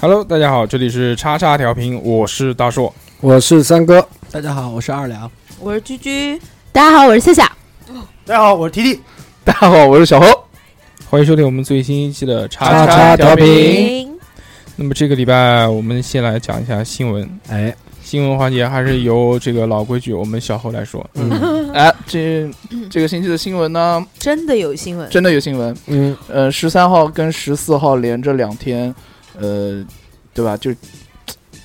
Hello，大家好，这里是叉叉调频，我是大硕。我是三哥。大家好，我是二两。我是居居。大家好，我是夏夏。大家好，我是 T T。大家好，我是小侯，欢迎收听我们最新一期的叉叉调调频那么这个礼拜我们先来讲一下新闻，哎，新闻环节还是由这个老规矩，我们小侯来说。嗯哎，这这个星期的新闻呢，真的有新闻，真的有新闻。嗯，呃，十三号跟十四号连着两天，呃，对吧？就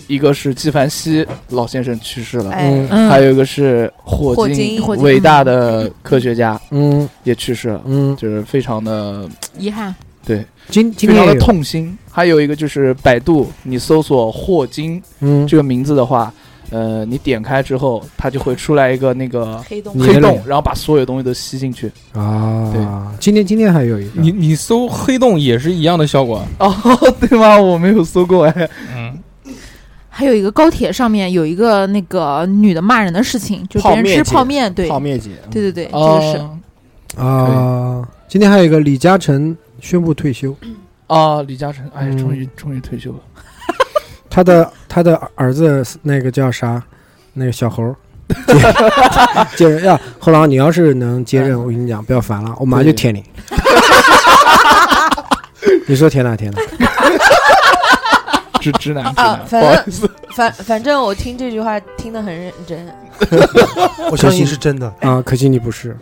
一个是纪梵希老先生去世了，哎，嗯还有一个是霍霍金霍金伟大的科学家嗯也去世了，嗯，就是非常的遗憾。今今非天常的也有痛心。还有一个就是百度，你搜索霍金嗯，这个名字的话，呃，你点开之后，它就会出来一个那个黑洞你的黑洞，脸然后把所有东西都吸进去。啊，对今天今天还有一个，你你搜黑洞也是一样的效果。啊哦，对吗？我没有搜过哎。嗯，还有一个高铁上面有一个那个女的骂人的事情，就是别人吃泡泡面，对，泡面姐，对对对，哦这个是。啊，今天还有一个李嘉诚宣布退休，啊，李嘉诚，哎，嗯终于终于退休了。他的他的儿子那个叫啥？那个小猴儿 接接任呀，后来你要是能接任，我跟你讲，不要烦了，我马上就舔你。 你说舔哪舔哪？直直男，直啊男，反不好意思，反反正我听这句话听得很认真，我相信是真的。啊，可惜你不是。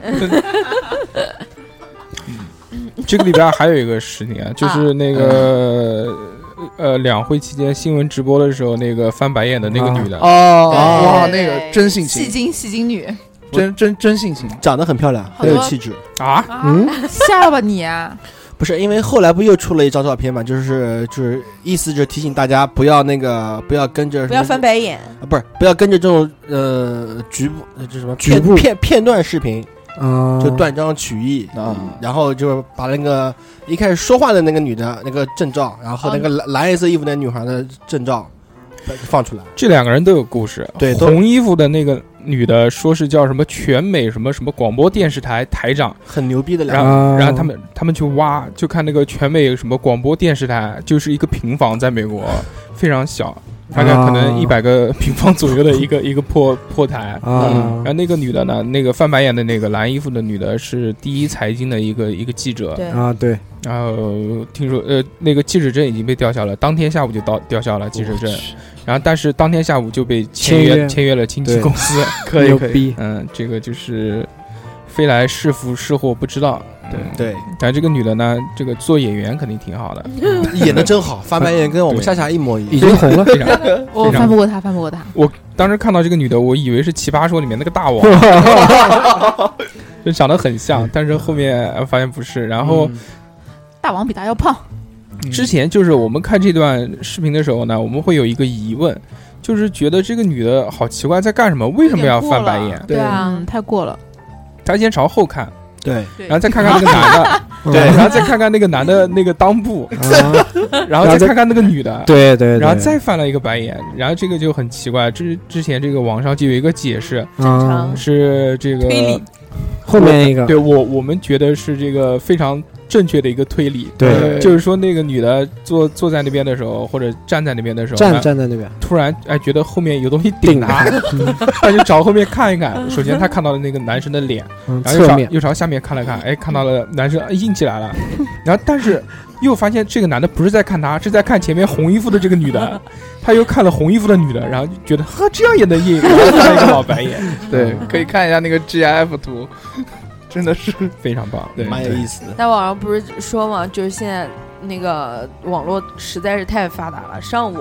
这个礼拜还有一个事情啊，就是那个、呃两会期间新闻直播的时候，那个翻白眼的那啊个女的，嗯哦，对哇，那对个对真性戏情，精戏精女，真真真性情，啊长得很漂亮，很有气质。啊，嗯， 吓了吧你啊！不是因为后来不又出了一张照片嘛，就是就是意思就是提醒大家不要那个不要跟着不要翻白，白眼。啊不是不要跟着这种呃局部呃这什么局片部片片段视频啊，就断章取义啊嗯然后就是把那个一开始说话的那个女的那个证照，然后那个蓝蓝色衣服那女孩的证照放出来，这两个人都有故事。对都红衣服的那个女的说是叫什么全美什么什么广播电视台台长，很牛逼的两然个。后、啊然后他们他们去挖，就看那个全美什么广播电视台，就是一个平房，在美国非常小，大概可能啊一百个平方左右的一个 一个破破台。啊然后，那个女的呢，那个翻白眼的那个蓝衣服的女的是第一财经的一个一个记者，对，啊，对，然后听说呃那个记者证已经被吊销了，当天下午就到吊销了记者哦证，然后但是当天下午就被签签约约签约了经纪对公司， 可以牛可以，逼，嗯，这个就是飞来是福是祸不知道，对对，但这个女的呢，这个做演员肯定挺好 的，演的真好，翻白眼跟我们对夏夏一模一已样。经红了。非常。我翻不过她，翻不过她。当时看到这个女的，我以为是《奇葩说》里面那个大 王，就长得很嗯像，但是后面呃发现不是。然后嗯大王比她要胖，嗯之前就是我们看这段视频的时候呢，我们会有一个疑问，就是觉得这个女的好奇怪，在干什么？为什么要翻白有点眼？对啊，太过了。她先朝后看，对，对然后再看看那个 男的，对然后再看看那个男 的那个裆部，啊，然后再看看那个女的，对对， 然后对再翻了一个白眼，然后这个就很奇怪。之之前这个网上就有一个解释，啊，是这个推理后面一个对我我们觉得是这个非常正确的一个推理。对就是说那个女的坐坐在那边的时候，或者站在那边的时候，站她站在那边突然哎觉得后面有东西顶顶她，嗯她就朝后面看一嗯看。首先她看到了那个男生的脸，嗯，然后又侧朝面又朝下面看了看，哎，看到了男生哎硬起来了，然后但是又发现这个男的不是在看他，是在看前面红衣服的这个女的，他又看了红衣服的女的，然后就觉得呵这样也能硬， 然后翻一个老白眼，嗯对，可以看一下那个 GIF 图，真的是非常棒，对，蛮有意思的。那网上不是说嘛，就是现在那个网络实在是太发达了，上午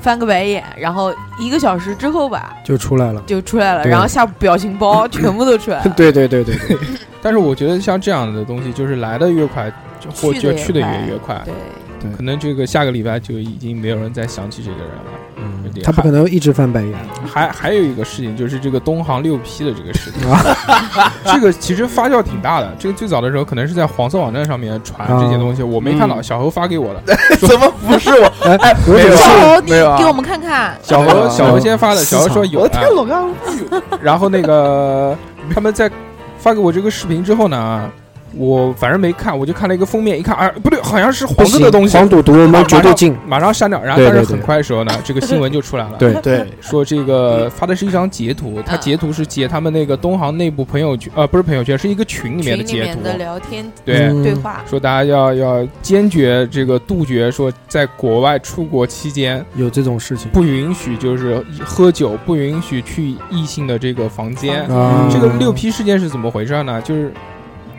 翻个白眼，然后一个小时之后吧就出 来了。就出来了，对然后下午表情 包全部都出来了，对对对对对，但是我觉得像这样的东西，就是来的越快，就或去者得也去的快也越快，对，可能这个下个礼拜就已经没有人再想起这个人了。嗯对他不可能一直翻白眼还还有一个事情就是这个东航六 P 的这个事情， 啊，这个其实发酵挺大的。这个最早的时候可能是在黄色网站上面传这些东西，我没看到，嗯小猴发给我的。怎么不是 我？哎，有没种有小事猴，你没有啊给我们看看，小没有猴啊小猴先发的，市小场猴说有我的天，哎老干然后那个他们在发给我这个视频之后呢，我反正没看，我就看了一个封面，一看，哎，不对，好像是不黄色行的东西，黄赌毒我们绝对进，马上删掉。然后对但是对对很快的时候呢，这个新闻就出来了。对对，说这个发的是一张截图，他嗯截图是截他们那个东航内部朋友圈，呃，不是朋友圈，是一个群里面的群里截面图。的聊天对，嗯对话，说大家要要坚决这个杜绝说在国外出国期间有这种事情不允许就是喝酒，不允许去异性的这个房间。啊。这个嗯六 P 事件是怎么回事呢？就是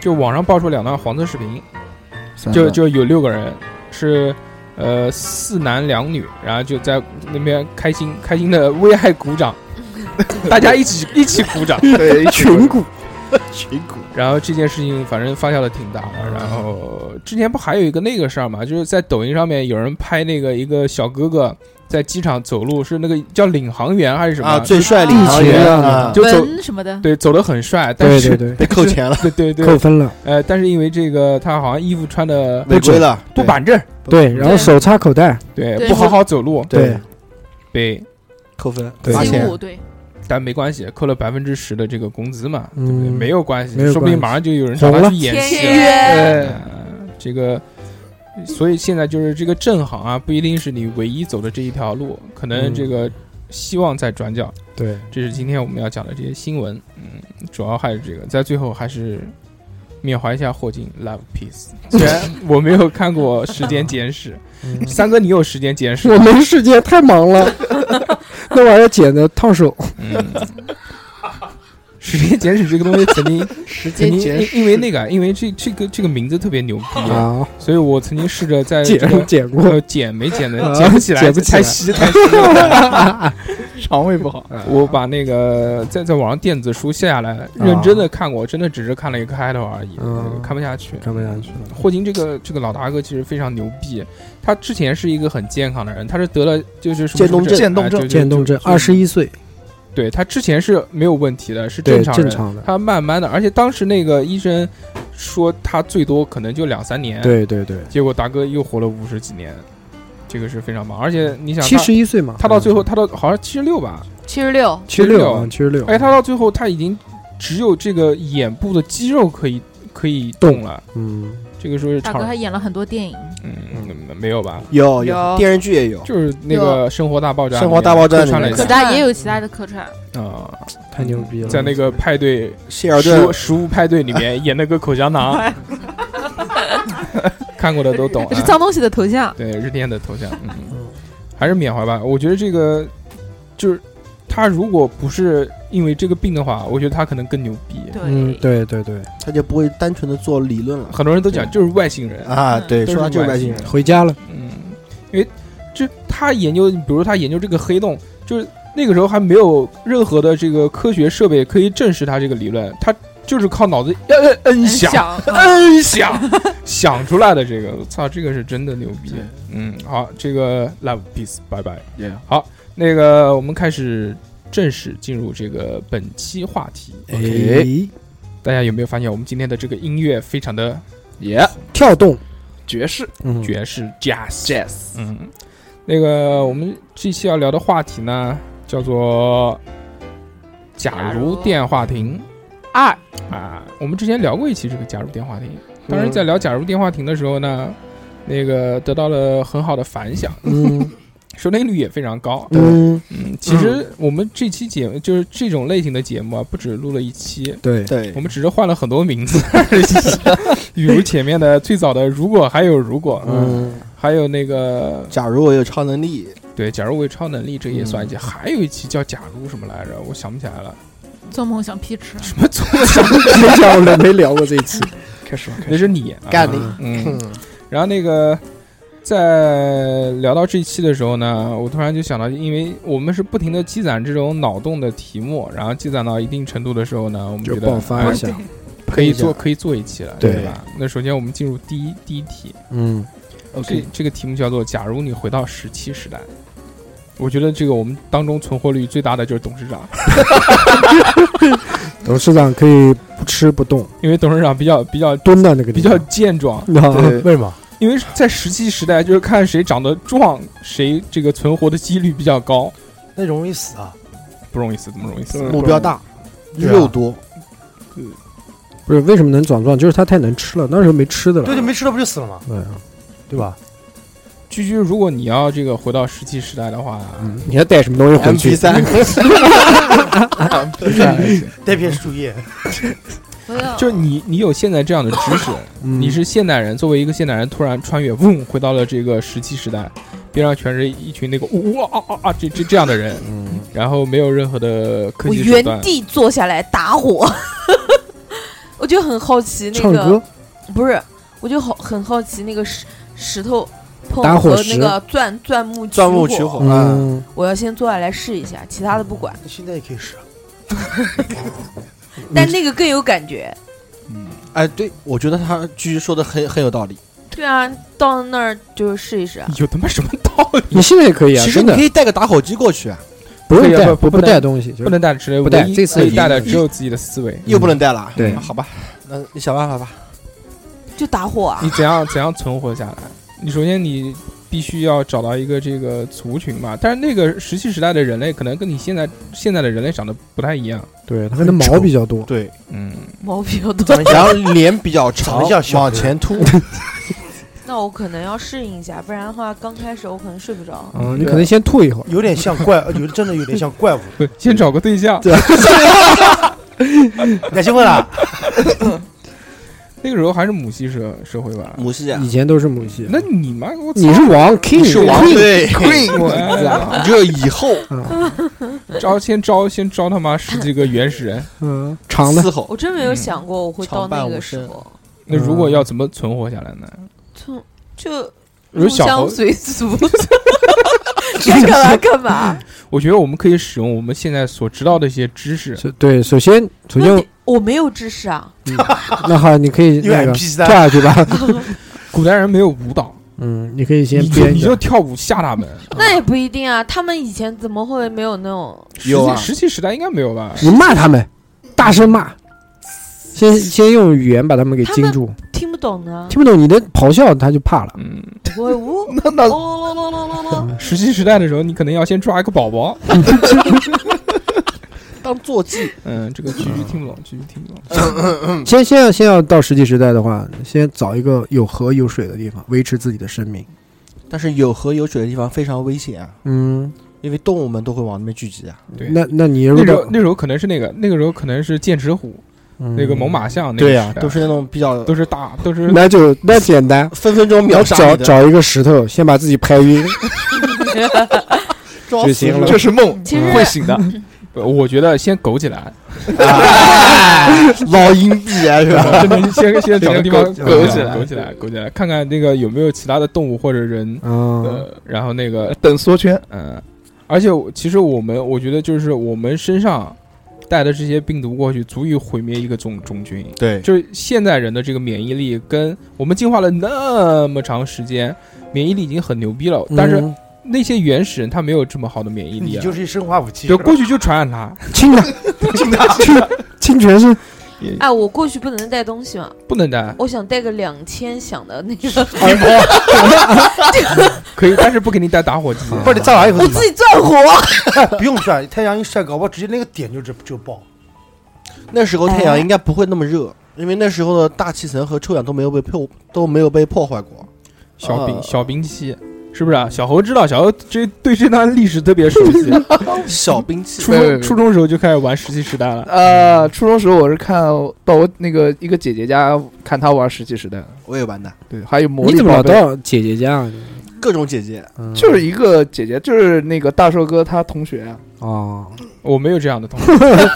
就网上爆出两段黄色视频，预就就有六个人是。呃，四男两女，然后就在那边开心开心的为爱鼓掌，大家一起一起鼓掌，嗯对 群骨，群骨然后这件事情反正发酵的挺大的，然后之前不还有一个那个事儿嘛，就是在抖音上面有人拍那个一个小哥哥在机场走路，是那个叫领航员还是什么？啊，最帅领地航勤员啊啊，就走文什么的，对走的很帅，但对是对对，被扣钱了， 对对对扣分了，呃，但是因为这个他好像衣服穿的违规了，不对板正，对，然后手插口袋，对对不好好走路，对，被扣分对罚七钱五，对，但没关系，扣了百分之十的这个工资嘛，对不对？嗯，没有关系没有，说不定关系马上就有人找红他了去演戏了签。约，对呃，这个，所以现在就是这个正行啊，不一定是你唯一走的这一条路，可能嗯这个希望在转角。对，这是今天我们要讲的这些新闻，嗯，主要还是这个，在最后还是。缅怀一下霍金，Love Peace。虽然我没有看过《时间简 史》，三哥你有《时间简史嗯我吗》没时间，太忙了， 那玩意儿剪的烫手。嗯，时间简史》这个东西曾经，时曾间经节因因为那个啊，因为这这个这个名字特别牛逼，啊，所以我曾经试着在这个剪剪过，呃，剪没剪的，啊剪不起来，剪不起来太稀太稀了。肠胃不好，啊我把那个在在网上电子书下下来，认真的看过，真的只是看了一个开头而已，啊嗯看不下去。看不下去了。霍金这个这个老大哥其实非常牛逼，他之前是一个很健康的人，他是得了啊就是什么渐冻症渐冻症渐冻症，二十一，一岁，对他之前是没有问题的，是对，正常正人。常的，他慢慢的，而且当时那个医生说他最多可能就两三年，对对对，结果达哥又活了五十几年，这个是非常棒。而且你想他，七十一岁嘛，嗯他到最后，他到好像七十六吧，七十六，七十六啊，七十六，哎，他到最后他已经只有这个眼部的肌肉可以可以动了。嗯，这个说是大长哥，还演了很多电影，嗯，嗯没有吧？有有电视剧也有，就是那个《生活大爆炸》里面，生活大爆炸客串里了一面可下对他也有其他的客串，啊，太牛逼了，在那个派对谢尔食顿物食物派对里面演那个口香 糖，看过的都懂是啊。脏东西的头像，对日天的头像，嗯，还是缅怀吧。我觉得这个就是他如果不是因为这个病的话，我觉得他可能更牛逼。嗯，对，对对对，他就不会单纯的做理论了很多人都讲就是外星人，啊，对，都说他就是外星人，回家了，嗯，因为这他研究，比如他研究这个黑洞，就是那个时候还没有任何的这个科学设备可以证实他这个理论，他就是靠脑子摁摁摁想想嗯摁想 想出来的这个，我操，这个是真的牛逼。嗯，好，这个 love peace，拜拜。 Yeah 好，那个我们开始正式进入这个本期话题。哎，大家有没有发现我们今天的这个音乐非常的也跳动，爵士嗯，爵士 jazz？ jazz 嗯，那个我们这期要聊的话题呢，叫做“假假如如电话亭啊二”嗯啊。我们之前聊过一期这个“假如电话亭”，当时在聊假如电话亭的时候呢，那个得到了很好的反响，嗯 收听率也非常高。嗯，嗯，其实我们这期节目就是这种类型的节目啊，不止录了一期，对，对我，们只是换了很多名字 而已，比如前面的最早的如果还有如果，嗯，嗯还有那个假如我有超能力，对，假如我有超能力，这也算一嗯期，还有一期叫假如什么来着，我想不起来了，做梦想劈吃，什么做想，没想我们没聊过这一期，开始吧，开那始。是你啊 干你嗯，然后那个在聊到这一期的时候呢，我突然就想到，因为我们是不停的积攒这种脑洞的题目，然后积攒到一定程度的时候呢，我们就觉得爆发哎一下，可以做可以做一期了，对吧？那首先我们进入第一第一题，嗯，这 OK，这个题目叫做“假如你回到石器时代”。我觉得这个我们当中存活率最大的就是董事长，董事长可以不吃不动，因为董事长比较比较蹲到那个比地较方，健壮，比较对为什么？因为在石器时代就是看谁长得壮，谁这个存活的几率比较高，那容易死啊！不容易死，怎么容易死？嗯目标大，对啊肉多，不是为什么能长壮，就是他太能吃了，那时候没吃的了，对，就没吃的不就死了 吗？对啊，对吧？居居，如果你要这个回到石器时代的话，嗯，你要带什么东西回 MP 去？三，带片树叶，不要就是你你有现在这样的知识，嗯你是现代人，作为一个现代人突然穿越，嗡，回到了这个石器时代，边上全是一群那个呜哇啊啊啊这这这样的人，嗯然后没有任何的科我技手原段，地坐下来打火，我就很好奇那唱个歌，不是，我就好很好奇那个石石头碰打火和那石个钻钻木钻木取取火啊，嗯，我要先坐下来试一下，其他的不管，那现在也可以试啊。但那个更有感觉。嗯，哎，对，我觉得他居居说的很很有道理，对啊，到那儿就试一试啊。 有他妈什么道理？你现在也可以啊，其实真你的可以带个打火机过去啊，不用可以啊带，不不不不能带东西，就不能带吃的，不带唯一这次可以已带的经只有自己的思维。又不能带了，对嗯好吧，那你想办法吧，就打火啊 你！怎样怎样存活下来？你首先你必须要找到一个这个族群嘛，但是那个石器时代的人类可能跟你现在现在的人类长得不太一样，对，它可能毛比较多，对，嗯，毛比较多， 然后脸比较长长得像，小往人前 凸，那我可能要适应一下，不然的话，刚开始我可能睡不着。啊嗯，你可能先吐一会儿，有点像怪， 呃有真的有点像怪物。 对，先找个对象。你兴奋了？那个时候还是母系社社会吧？母系啊，以前都是母系，那你妈，我操你是王 king，是王 queen，啊对， 我操你这啊以后 招先招先招他妈十几个原始人。嗯，长的伺候我真没有想过我会到长伴那无个时声候，那如果要怎么存活下来呢？就就如入小乡猴，随俗， 该干嘛干嘛。我觉得我们可以使用我们现在所知道的一些知识，是对，首先首那先你，我没有知识啊，那好，你可以有那个 MP 跳三，下去吧，古代人没有舞蹈，嗯，你可以先你就编你一就个，跳舞吓他们。那也不一定啊。他们以前怎么会没有那种？有啊石器石器时代应该没有吧？你骂他们，大声骂，先先用语言把他们给他惊们住，听不懂呢？听不懂你的咆哮他就怕了，嗯，我会呜 哦那那咯咯咯咯咯，石器时代的时候，你可能要先抓一个宝宝。当坐骑，嗯，这个继续听不懂，继续听不懂。嗯先先要先要到石器时代的话，先找一个有河有水的地方维持自己的生命，但是有河有水的地方非常危险啊，嗯，因为动物们都会往那边聚集啊，对那那你那如时候果那时候可能是那个那个时候可能是剑齿虎，那个猛，犸象，那个啊呀时，代都是那种比较都是大都是嗯那就那 简单，分分钟秒杀找你的，找一个石头，先把自己拍 晕装就死行了这。是梦，其实会醒的。我觉得先苟起来，老阴币啊，是吧？真的先先找个地方先苟苟起起来，来苟起来，苟起来，看看那个有没有其他的动物或者人，嗯，呃，然后那个，等缩圈，嗯，而且我其实我们，我觉得就是我们身上带的这些病毒过去，足以毁灭一个种种群。对，就是现代人的这个免疫力，跟我们进化了那么长时间，免疫力已经很牛逼了，但是嗯那些原始人他没有这么好的免疫力你啊就，是一生化武器。就过去就传染他，亲 他，亲他，亲亲全身，哎，我过去不能带东西嘛，不能带，我想带个两千响的那 个，啊可以，但是不给你带打火机。啊 啊不是你造完以后我怎么自己钻火。办？不用转，太阳一晒，搞不好直接那个点就直就爆。哎那时候太阳应该不会那么热，因为那时候的大气层和臭氧都没有被破都没有被破坏过。小呃冰小冰期，是不是啊？小猴知道，小猴这对这段历史特别熟悉，小 兵器初没有没有中初中时候就开始玩石器时代了。呃，初中时候我是看到我那个一个姐姐家看她玩《石器时代》，我也玩的，对，还有魔你力怎么宝老贝，到姐姐家啊？各种姐姐，嗯就是一个姐姐，就是那个大寿哥他同学啊，哦，我没有这样的同学，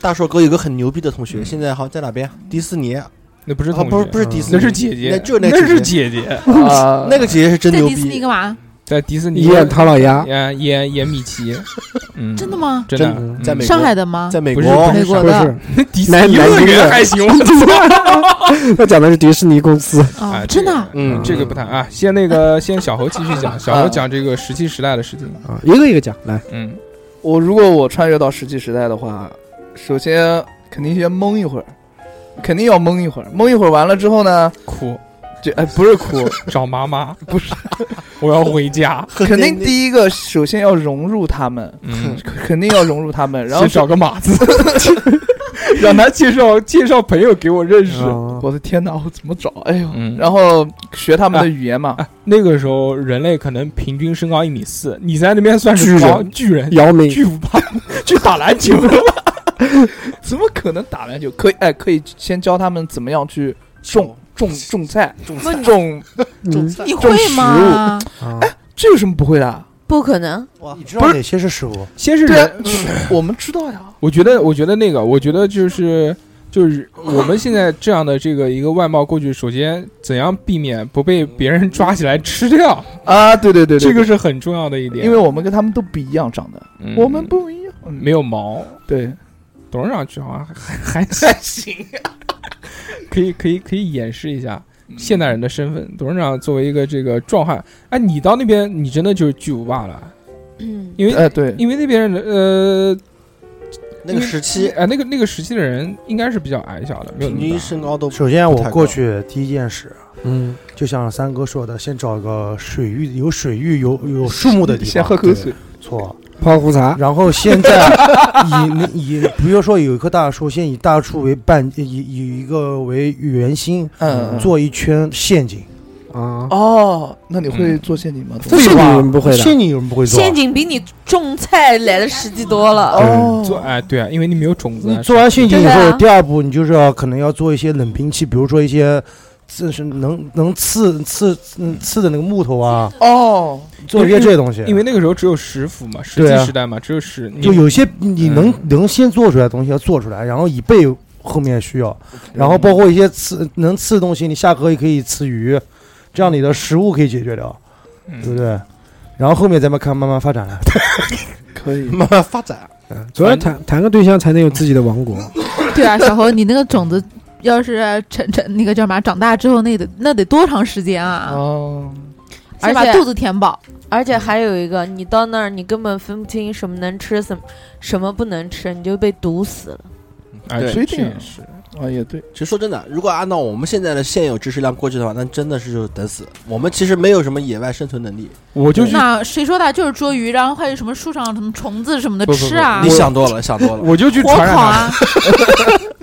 大硕哥有个很牛逼的同学，现在好像在哪边？迪士尼啊，那嗯不是同学，嗯不是不是迪士尼，那是姐姐，那就是那那姐姐是姐姐，啊那个姐姐是真在牛迪士尼逼嗯干，嘛？在迪士尼演唐老鸭，演演演米奇，嗯， 真的吗？真真的在嗯美国上海的吗？在美不国是不美是国不的是，迪士南尼南乐京园的还行， 他讲的是迪士尼公司。啊哦，真的啊，嗯 这个不谈啊。先那个，先小猴继续讲，小猴讲这个石器时代的事情。啊，一个一个讲来。嗯，我如果我穿越到石器时代的话，首先肯定先蒙一会儿，肯定要蒙一会儿，蒙一会儿完了之后呢，哭，就哎不是 哭，找妈妈，不是，我要回家。肯定第一个首先要融入他们，嗯，肯肯定要融入他们，然后先找个马子， 让他介绍介绍朋友给我认识。哦我的天哪，我怎么找？哎呦，嗯然后学他们的语言嘛，啊，那个时候人类可能平均身高一米四，你在那边算巨是人高巨人、姚明巨无霸，去打篮球。 怎么可能打篮球？可以哎，可以先教他们怎么样去种种种菜，种不菜你种嗯你会吗？啊，这有什么不会的啊？不可能，你知道哪些是食物？先是对啊人，，我们知道呀。我觉得，我觉得那个，我觉得就是就是我们现在这样的这个一个外貌过去，首先怎样避免不被别人抓起来吃掉，啊，对 对对对，这个是很重要的一对点。因为我们跟他们都不一样长得，嗯我们不一样，嗯没有毛，对，董事长去好像还还还行，可以可以可以演示一下现代人的身份。董事长作为一个这个壮汉，哎，你到那边你真的就是巨无霸了，嗯，因为、哎对，因为那边人的呃那个时期哎、那个那个时期的人应该是比较矮小的，没有那平么均大身高都首先啊不我太过高去第一件事，嗯，就像三哥说的，先找个水域有水域有 有树木的地方，先喝口水，对，错。泡壶茶，然后现在以那以比如说有一棵大树，先以大树为半以以一个为圆心，嗯，做一圈陷阱。啊，哦，那你会做陷阱吗？这废个你话们不会的陷阱有人不会做。啊陷阱比你种菜来的实际多 了。哦，做哎对啊，因为你没有种子啊，你做完陷阱以对后，啊第二步你就是要可能要做一些冷兵器，比如说一些自是能能刺刺嗯刺的那个木头啊，哦，做一些这些东西。因为那个时候只有石斧嘛，石对啊器时代嘛，只有石。你就有些你能、嗯能先做出来的东西要做出来，然后以备后面需要，然嗯后包括一些刺能刺的东西，你下河也可以刺鱼，这样你的食物可以解决掉，嗯对不对？然后后面咱们看慢慢发展 了。可以，慢慢发展，啊主要谈谈个对象才能有自己的王国。 对啊，小侯，你那个种子要是成成那个叫什么，长大之后那得那得多长时间啊？哦，先而把且肚子填饱，而且还有一个，你到那儿你根本分不清什么能吃，什么什么不能吃，你就被毒死了。哎，对这不一定这也是啊也对，其实说真的，如果按照我们现在的现有知识量过去的话，那真的是就等死。我们其实没有什么野外生存能力，我就去，那谁说的？就是捉鱼，然后还有什么树上什么虫子什么的不不不吃啊你，想多了，想多了。我就去火传染烤他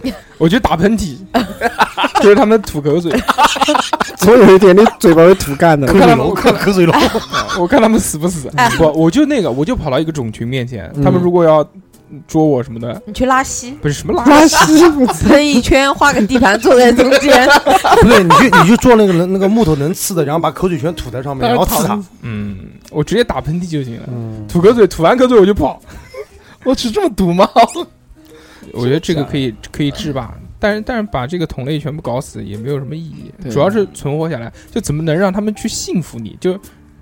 们，啊，我去打喷嚏， 就是他们吐口水，总有一点那嘴巴会吐干的我。看他们，我看看口水龙，我看他们 死不 死哎。不，我就那个，我就跑到一个种群面前，嗯他们如果要捉我什么的，你去 拉稀，不是什么垃拉圾，稀，喷一圈，画个地盘坐在中间，不对，你去你去做那个能那个木头能刺的，然后把口水全吐在上面，然后刺它。嗯，我直接打喷嚏就行了，嗯，吐口水，吐完口水我就跑。我去这么毒吗？我觉得这个可以可以治吧，但是但是把这个同类全部搞死也没有什么意义，对主要是存活下来，就怎么能让他们去信服你，就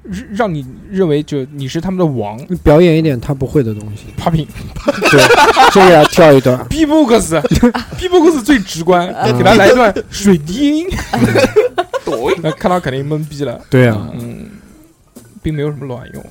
让让你认为就你是他们的王你表演一点他不会的东 西， ，Popping 这个要跳一段。 B-box B-box 最直观，再给他来一段水低音，那看到肯定懵逼了，对啊，嗯，并没有什么卵用，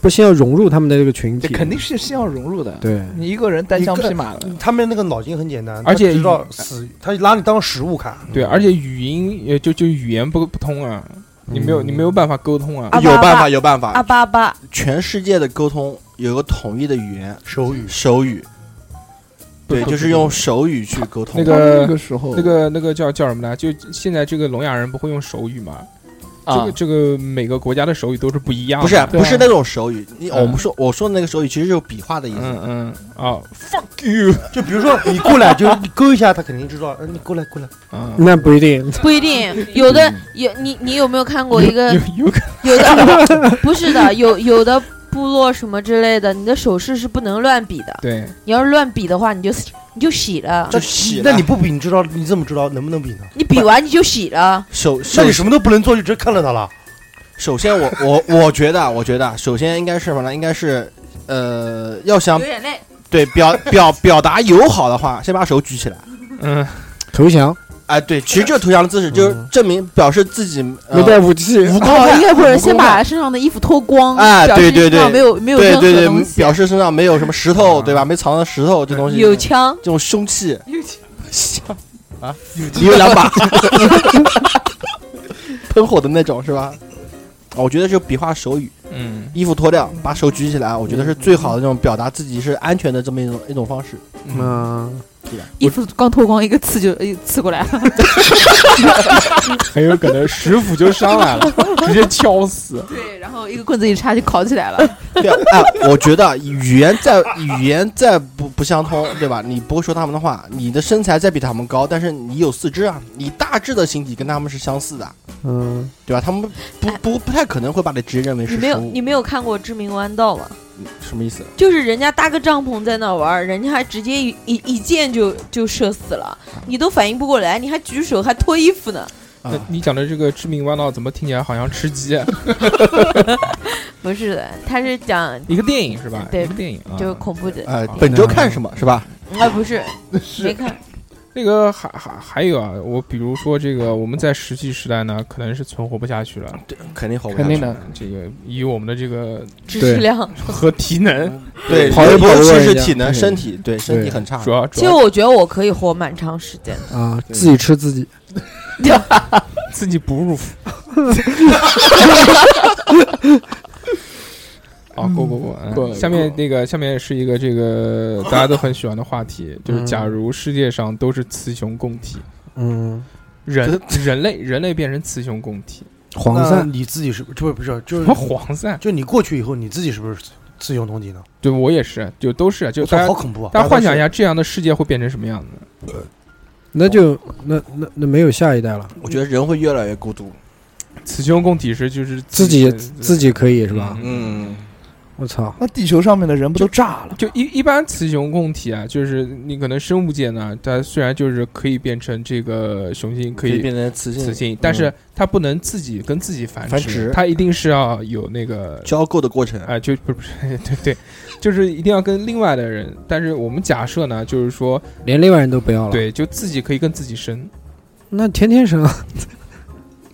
不先要融入他们的这个群 这体。肯定是先要融入的，对，你一个人单枪匹马的，他们那个脑筋很简单，而且他知道死，他拿你当食物看。对，而且语音也就就语言不不通啊，你没有你没有办法沟通啊，啊 有办阿巴法，有办阿法。巴巴。全世界的沟通有个统一的语言，手语手语。不对，不就是不用手语去沟那通。他个那个时候那个那个叫叫什么呢？就现在这个聋哑人不会用手语嘛？这啊个，这个每个国家的手语都是不一样的。不是对不是那种手语，你啊嗯我们说我说的那个手语其实就是比划的意思。嗯嗯啊，fuck you 就比如说你过来就勾一下，他肯定知道。嗯，你过来过来，啊，那不一定，不一定，有的有你你有没有看过一个 有有可有的不是的，有有的部落什么之类的，你的手势是不能乱比的。对，你要是乱比的话，你就你就洗了，就洗了那你不比你知道你怎么知道能不能比呢？你比完你就洗了。首那首你什么都不能做，就直接看着他了。首先我我我觉得啊我觉得啊首先应该是什么呢？应该是呃，要想点累，对表表表达友好的话，先把手举起来。嗯，投降哎，对，其实就是投降的姿势，就是证明表示自己呃没带武器，无 辜哦，犯应该不是先无辜犯把身上的衣服脱光，哎表示对对对身上没有没有对任对何对，东嗯西，表示身上没有什么石头，嗯对吧？没藏着石头这东西，有这枪，种凶器，啊有有两把，喷火的那种是吧？啊我觉得是比划手语，嗯衣服脱掉，把手举起来，我觉得是最好的这种表达自己是安全的这么一种一种方式。嗯，嗯，衣服刚脱光，一个刺就一刺过来 了，很有可能石斧就上来了，直接敲死。对，然后一个棍子一插就烤起来了，对啊，哎，我觉得语言再语言再不不相通，对吧？你不会说他们的话，你的身材再比他们高，但是你有四肢啊，你大致的形体跟他们是相似的，嗯，对吧？他们不不不太可能会把你直接认为哎你是没有生物你没有看过《致命弯道》吗？什么意思？就是人家搭个帐篷在那玩儿，人家还直接一一一箭就就射死了，你都反应不过来，你还举手还脱衣服呢？那啊你讲的这个致命弯道怎么听起来好像吃鸡？啊不是的，他是讲一个电影是吧？对一个电影啊。就是恐怖的，呃，本周看什么是吧？啊不是，没看，那个还还还有啊，我比如说这个我们在石器时代呢，可能是存活不下去了。对，肯定好，肯定的。这个以我们的这个知识量。和体能，对，跑一跑尤问其一是下体能、对身体，对身体很差主。要其主实要我觉得我可以活蛮长时间的，啊，自己吃自己，自己不入。啊，过过过，过嗯下面那个下面是一个这个大家都很喜欢的话题，就是嗯假如世界上都是雌雄共体，嗯，人人类人类变成雌雄共体，黄那鳝，你自己是不是不是就什是么黄鳝？就你过去以后你自己是不是雌雄同体呢？对我也是，就都是，就我操大，好家恐怖啊！大家幻想一下这样的世界会变成什么样子？那就那那那没有下一代了，我觉得人会越来越孤独。雌雄共体时就是呃自己自己可以是吧？嗯，嗯，我操，那地球上面的人不都炸了？就一一般雌雄共体啊，就是你可能生物界呢，它虽然就是可以变成这个雄性，可可以以变成嗯雌性，雌性，但是它不能自己跟自己繁繁殖它一定是要有那个。交媾的过程啊、。就不是不 是，对对，就是一定要跟另外的人。但是我们假设呢，就是说，连另外人都不要了，，对，就自己可以跟自己生，那天天生啊，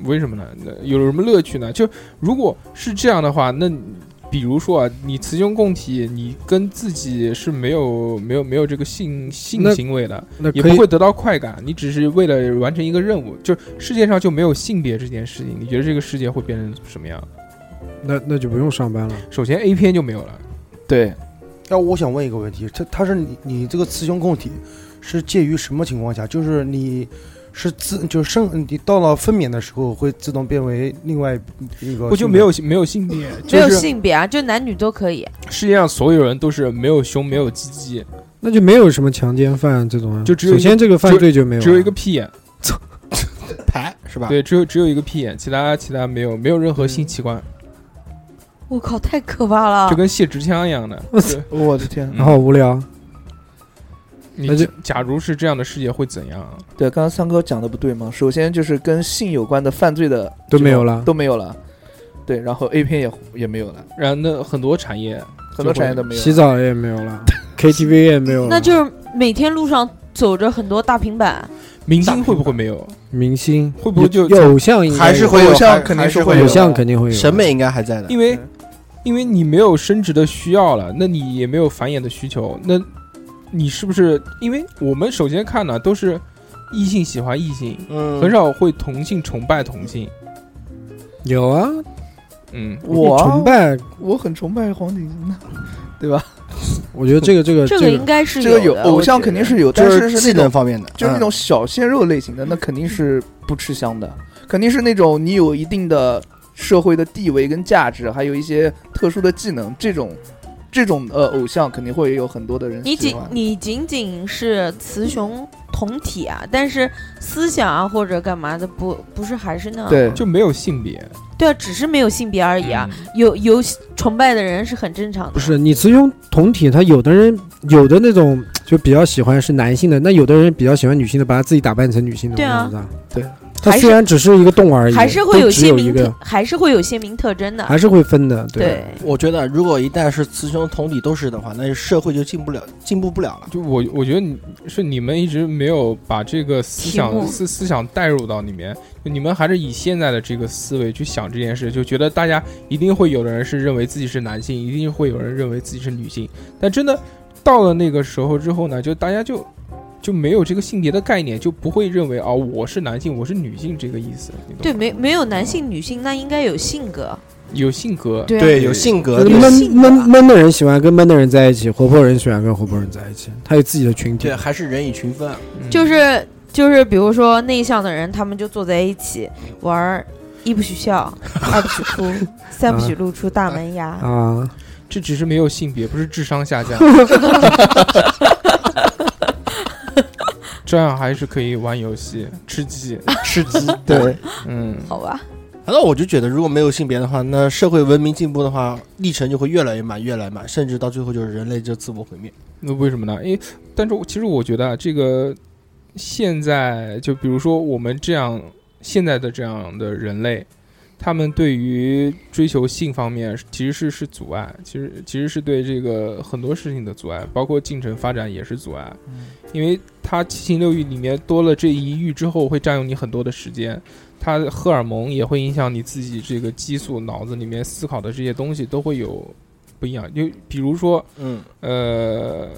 为什么呢？那有什么乐趣呢？就如果是这样的话，那你比如说啊，你雌雄共体，你跟自己是没有没有没有这个性性那行为的，那也可不以会得到快感，你只是为了完成一个任务，就世界上就没有性别这件事情。你觉得这个世界会变成什么样？那那就不用上班了，首先 A 片就没有了，对，那我想问一个问题，它它是你你这个雌雄共体是介于什么情况下？就是你是自就是生你到了分娩的时候会自动变为另外一哦个，不就没有没有性 别，没就有是性别啊，就男女都可以。世界上所有人都是没有胸没有鸡啊鸡，那就没有什么强奸犯这种啊，就只有一首个先这个犯罪就没有了，只有一个屁眼，啊排是吧？对，只有只有一个屁眼，其他其他没有没有任何性器官，我靠，太可怕了就！跟泄殖腔一样的。我对我的天！啊嗯然后无聊，你那就假如是这样的世界会怎样啊？对，刚刚三哥讲的不对吗？首先就是跟性有关的犯罪的都这没有种了都没有了。对，然后 A 片也也没有了，然后那很多产业，很多产业都没有了。洗澡也没有了，KTV 也没有了，那就是每天路上走着很多大平板，明星会不会没有？明星会不会就有有偶像应该还是会有偶像还肯定还是是会偶有的有像肯定会有啊审，美应该还在的。因为嗯因为你没有生殖的需要了，那你也没有繁衍的需求，那你是不是？因为我们首先看呢，都是异性喜欢异性，嗯很少会同性崇拜同性。有啊，嗯，我崇拜我很崇拜黄景行的，对吧？我觉得这个呃这个这个个应该是这个有有的偶我像觉肯定得是有，就但是技是那能种方面的，就是那嗯种小鲜肉类型的，那肯定是不吃香的，肯定是那种你有一定的社会的地位跟价值，还有一些特殊的技能，这种这种呃偶像肯定会有很多的人你喜仅欢。你仅仅是雌雄同体啊，但是思想啊或者干嘛的不不是还是那样对，就没有性别对啊，只是没有性别而已啊。嗯有有崇拜的人是很正常的，不是你雌雄同体，他有的人有的那种就比较喜欢是男性的，那有的人比较喜欢女性的，把他自己打扮成女性的对啊样子啊。对，他虽然只是一个动物而已，还是会都只鲜有明一特个，，还是会有鲜明特征的。还是会分的。对，我觉得，如果一旦是雌雄同体都是的话，那社会就进不了，进步不了了。就我我觉得你是你们一直没有把这个思题想目思思想带入到里面，就你们还是以现在的这个思维去想这件事，就觉得大家一定会有的人是认为自己是男性，一定会有人认为自己是女性，但真的到了那个时候之后呢，就大家就。就没有这个性别的概念，就不会认为啊、我是男性，我是女性这个意思。你懂对，吗没没有男性女性，那应该有性格。有性格，对啊对，有性格就是有闷性格闷闷的人喜欢跟闷的人在一起，活泼人喜欢跟活泼人在一起，他有自己的群体对，。还是人以群 分。嗯就是就是，比如说内向的人，他们就坐在一起玩儿，一不许笑，二不许哭，三不许露出大门牙。啊，这只是没有性别，不是智商下降。这样还是可以玩游戏、吃鸡。吃鸡， 对，嗯，好吧，反正我就觉得，如果没有性别的话，那社会文明进步的话，历程就会越来越慢，越来越慢，甚至到最后就是人类就自我毁灭。那为什么呢？因为，但是我其实我觉得啊，这个现在就比如说我们这样现在的这样的人类，他们对于追求性方面其实是是阻碍，其实其实是对这个很多事情的阻碍，包括进程发展也是阻碍，因为它七情六欲里面多了这一欲之后，会占用你很多的时间。它的荷尔蒙也会影响你自己这个激素，脑子里面思考的这些东西都会有不一样。就比如说，嗯呃，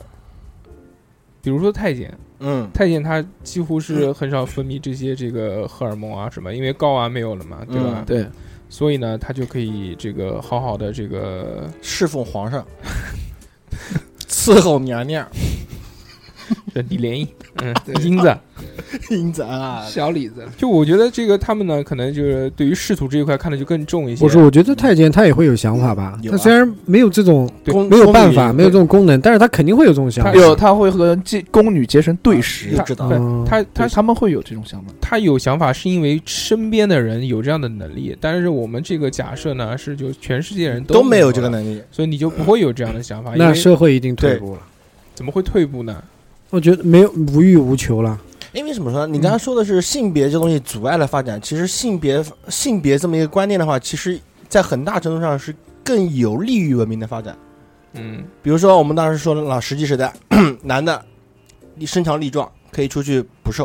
比如说太监，嗯，太监他几乎是很少分泌这些这个荷尔蒙啊什么，因为睾丸没有了嘛，对吧？嗯对，所以呢，他就可以这个好好的这个 侍奉皇上，伺候娘娘，这李莲英，嗯对， 英子，英子啊，小李子，就我觉得这个他们呢，可能就是对于仕途这一块看的就更重一些。我说我觉得太监他也会有想法吧嗯，有啊他虽然没有这种对宫没有办法，宫女没有这种功能，但是他肯定会有这种想法。有他会和结宫女结成对啊食又，他知道不是嗯他他对他们会有这种想法。他有想法是因为身边的人有这样的能力，但是我们这个假设呢，是就全世界人都没没有这个力，能力。所以你就不会有这样的想法。因那为社会一定退对步了。怎么会退步呢？我觉得没有无欲无求了，因哎为怎么说呢？你刚才说的是性别这东西阻碍了发展，其实性别性别这么一个观念的话，其实在很大程度上是更有利于文明的发展。嗯，比如说我们当时说了石器时代， 男的你身强力壮，可以出去捕兽；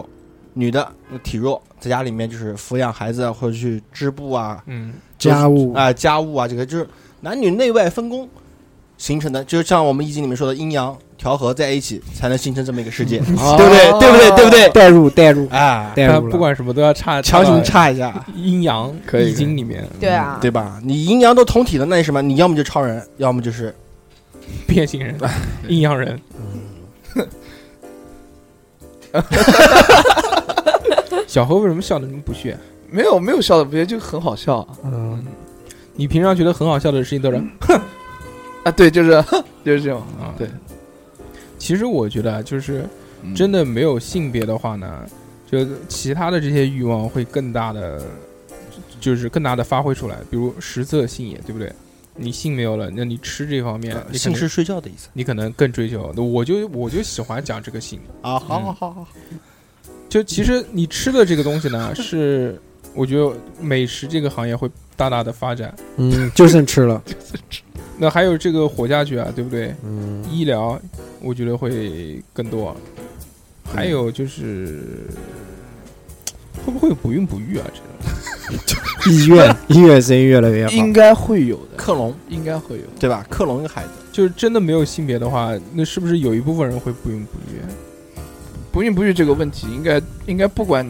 女的体弱，在家里面就是抚养孩子啊，或者去织布啊、嗯，家务啊、家务啊，这个就是男女内外分工形成的，就像我们易经里面说的阴阳调和在一起，才能形成这么一个世界，对不对？对不对？对不对？代嗯哦入代入哎，代他入了，不管什么都要差，强行差插一下，嗯到阴阳可以易经里面，对啊，对吧？你阴阳都同体了，那是什么？你要么就超人，要么就是变形人、阴阳人，小何为什么笑得那么不屑？没有没有笑的，别就很好笑嗯，你平常觉得很好笑的事情都是啊！对，就是 就是这种，啊，对。其实我觉得啊就是嗯真的没有性别的话呢，就其他的这些欲望会更大的，就就是更大的发挥出来。比如食色性也，对不对？你性没有了，那你吃这方面，你可能呃性是睡觉的意思你可能更追求。那我就我就喜欢讲这个性。啊。好好好好，就其实你吃的这个东西呢，是我觉得美食这个行业会大大的发展。嗯，就剩吃了，那还有这个活下去啊，对不对？嗯，医疗我觉得会更多，还有就是会不会有不孕不育啊？这种医院医院生意越来越好，应该会有的，克隆应该会有。对吧？克隆一个孩子。就是真的没有性别的话，那是不是有一部分人会不孕不育？不孕不育这个问题，应该应该不管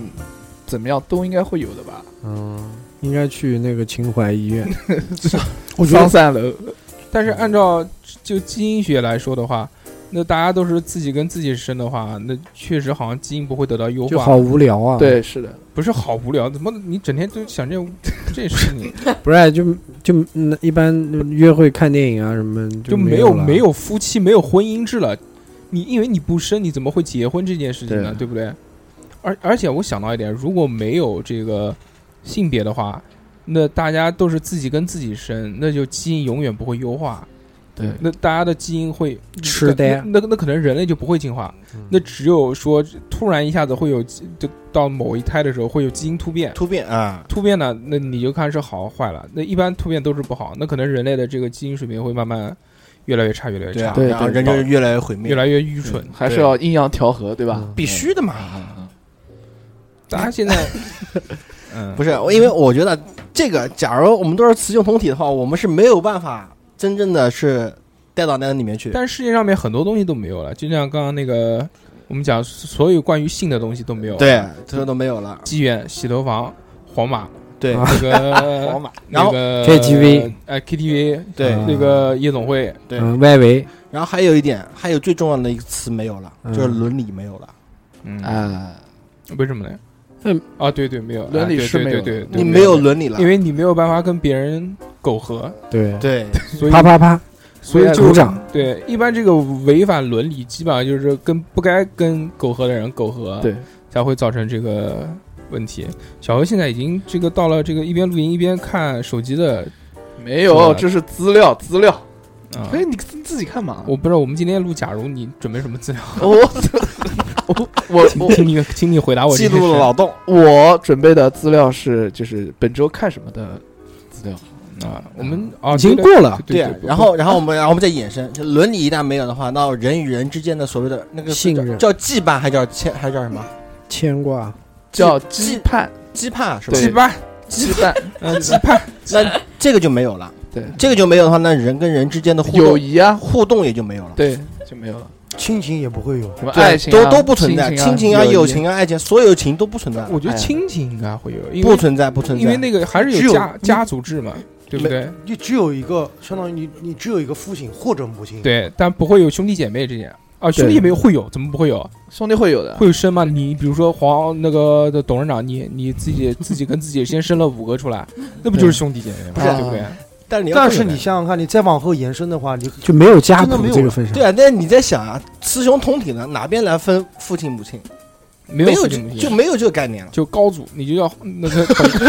怎么样都应该会有的吧？ 嗯，应该去那个秦淮医院，我觉双得三楼，但嗯是按照就基因学来说的话，那大家都是自己跟自己生的话，那确实好像基因不会得到优就化。好无聊啊。，对，是的，不是好无聊，怎么你整天都想这种 这事 情，不是就就嗯一般约会看电影啊什么就没没有了没有夫妻，没有婚姻制了。你因为你不生，你怎么会结婚这件事情呢？对对不对？而而且我想到一点，如果没有这个性别的话，那大家都是自己跟自己生，那就基因永远不会优化。对那大家的基因会痴呆那那那可能人类就不会进化，嗯那只有说突然一下子会有基，就到某一胎的时候会有基因突变，突变啊，突变呢，那你就看是好坏了。那一般突变都是不好，那可能人类的这个基因水平会慢慢越来越差，越来越对差，啊，对然后对人就是越来越毁灭，嗯越来越愚蠢。还是对要阴阳调和，对吧？必须的嗯嘛。大家现在， 嗯，不是是，我因为我觉得这个，假如我们都是雌雄同体的话，我们是没有办法真正的是带到那个里面去。但是世界上面很多东西都没有了，就像刚刚那个我们讲，所有关于性的东西都没有了，对，这都没有了。机缘、洗头房、皇 马，对，啊那个皇马，然那后个 KTV 哎 KTV，对嗯那个夜总会，对，嗯外围然后还有一点，还有最重要的一个词没有了，嗯就是伦理没有了。嗯，啊，为什么呢？嗯，啊，对对，没有伦理哎对是没对有对，对对你没有伦理了，啊因为你没有办法跟别人苟合，对，对，所以啪啪啪，所以鼓就掌。对，一般这个违反伦理，基本上就是跟不该跟苟合的人苟合，对，才会造成这个问题。小何现在已经这个到了这个一边露营一边看手机的没是有，吧这是资料，资料。啊。哎，你自自己看嘛？ 我不知道我们今天录，假如你准备什么资料，我我我我请你请你回答我这记件事。录了劳动。我准备的资料是就是本周看什么的资料。啊，我们啊已经对过了对对对，对，然后，然后我们，然后我们再衍生，就伦理一旦没有的话，那人与人之间的所谓的那个信叫任叫羁绊，还叫牵，还叫什么？牵挂，叫羁羁绊，羁绊羁是吧？对绊，羁绊，嗯，羁绊，那这个就没有了，对，这个就没有的话，那人跟人之间的互 友动谊啊，互动也就没有了。对，就没有了。亲情也不会有。什么对爱情啊都都不存在，亲亲情啊，啊、友，情啊、爱情，所有情都不存在了，我觉得哎呀亲情应该会有，因为不存在，不存在。因为那个还是只有有家你家族制嘛，对不没对？你只有一个，相当于你你只有一个父亲或者母亲。，对，但不会有兄弟姐妹之间啊，兄弟姐妹会有，怎么不会有？兄弟会有的。会有生吗？你比如说黄那个的董事长，你你自己自己跟自己先生了五个出来，那不就是兄弟姐妹吗？不是对不对？但是你要但这是么你想想想看，你再往后延伸的话，你就没有家真的谱没有这个了份上对。啊，但你在想啊，雌雄同体呢，哪边来分父亲母亲？没没有有父这亲母亲就没有这个概念了。就高祖，你就要那个董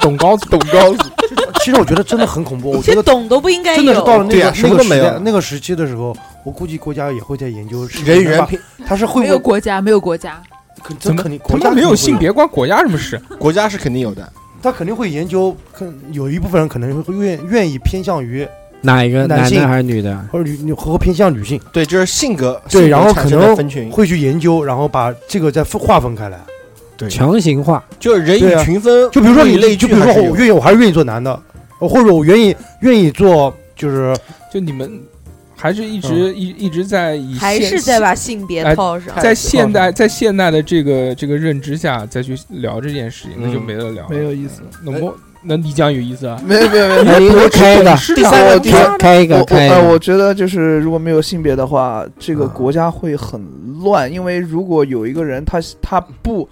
董高祖，董高祖，这种其实我觉得真的很恐 怖。我觉这得懂都不应该真的是到了有，那对啊个什那么个都没时有代了那个时期的时候，我估计国家也会在研究是人与人吧平，他是会没有问，国家，没有国家，肯这怎么肯定他国家妈没有肯定会性，别关国家什么事？啊国家是肯定有的，他肯定会研究，可有一部分人可能会愿愿意偏向于哪一个男男性的还是女的？或者女女和偏向女性，对，就是性格对性格然后产可生的能分群，会去研究，然后把这个再分划分开来。对强行化，就是人对啊与群分，就比如说物以你类就聚比如还说是我有，愿意，我还是愿意做男的，呃或者我愿意愿意做就是就你们还是一嗯直一一直在以还现是在把性别哎 套上。在现代在现代的这个这个认知下再去聊这件事情，那就没得聊了，嗯没有哎意思那我那你讲有意思啊？啊没有没有没有，哎不是开一个，是第啊三个第三开开一我个，我开一呃，个啊我。觉得就是如果没有性别的话，这个国家会很乱，因为如果有一个人他他不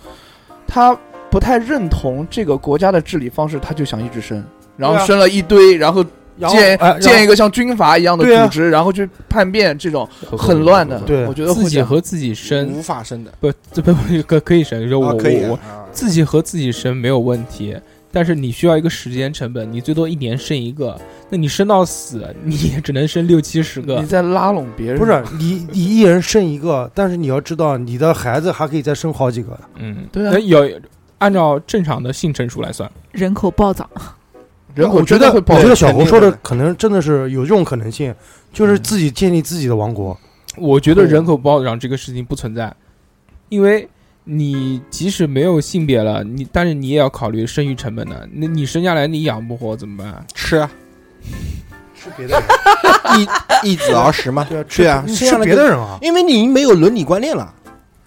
他不太认同这个国家的治理方式，他就想一直生，然后对啊生了一堆，然后然后建哎然建后一个像军阀一样的对啊组织，然后去叛变，这种很乱的。对我觉得自会这己样和自己生嗯无法生的，不，这不不可可以生，就啊我、可以我我啊自己和自己生没有问题，但是你需要一个时间成本，你最多一年生一个，那你生到死你也只能生六七十个你，在拉拢别人，不是你你一人生一个，但是你要知道你的孩子还可以再生好几个。嗯，对啊那有按照正常的性成熟来算，人口暴涨，人口我觉真得的我会爆觉炸得。小肯红定说的会可能真的是有这种可能性，就是自己建立自己的王国。我觉得人口暴涨这个事情不存在，因为。你即使没有性别了，你但是你也要考虑生育成本的。那你生下来你养不活怎么办？吃啊吃别的人， 一子而食嘛， 对啊，对啊吃生下吃来别就的人啊，因为你没有伦理观念了，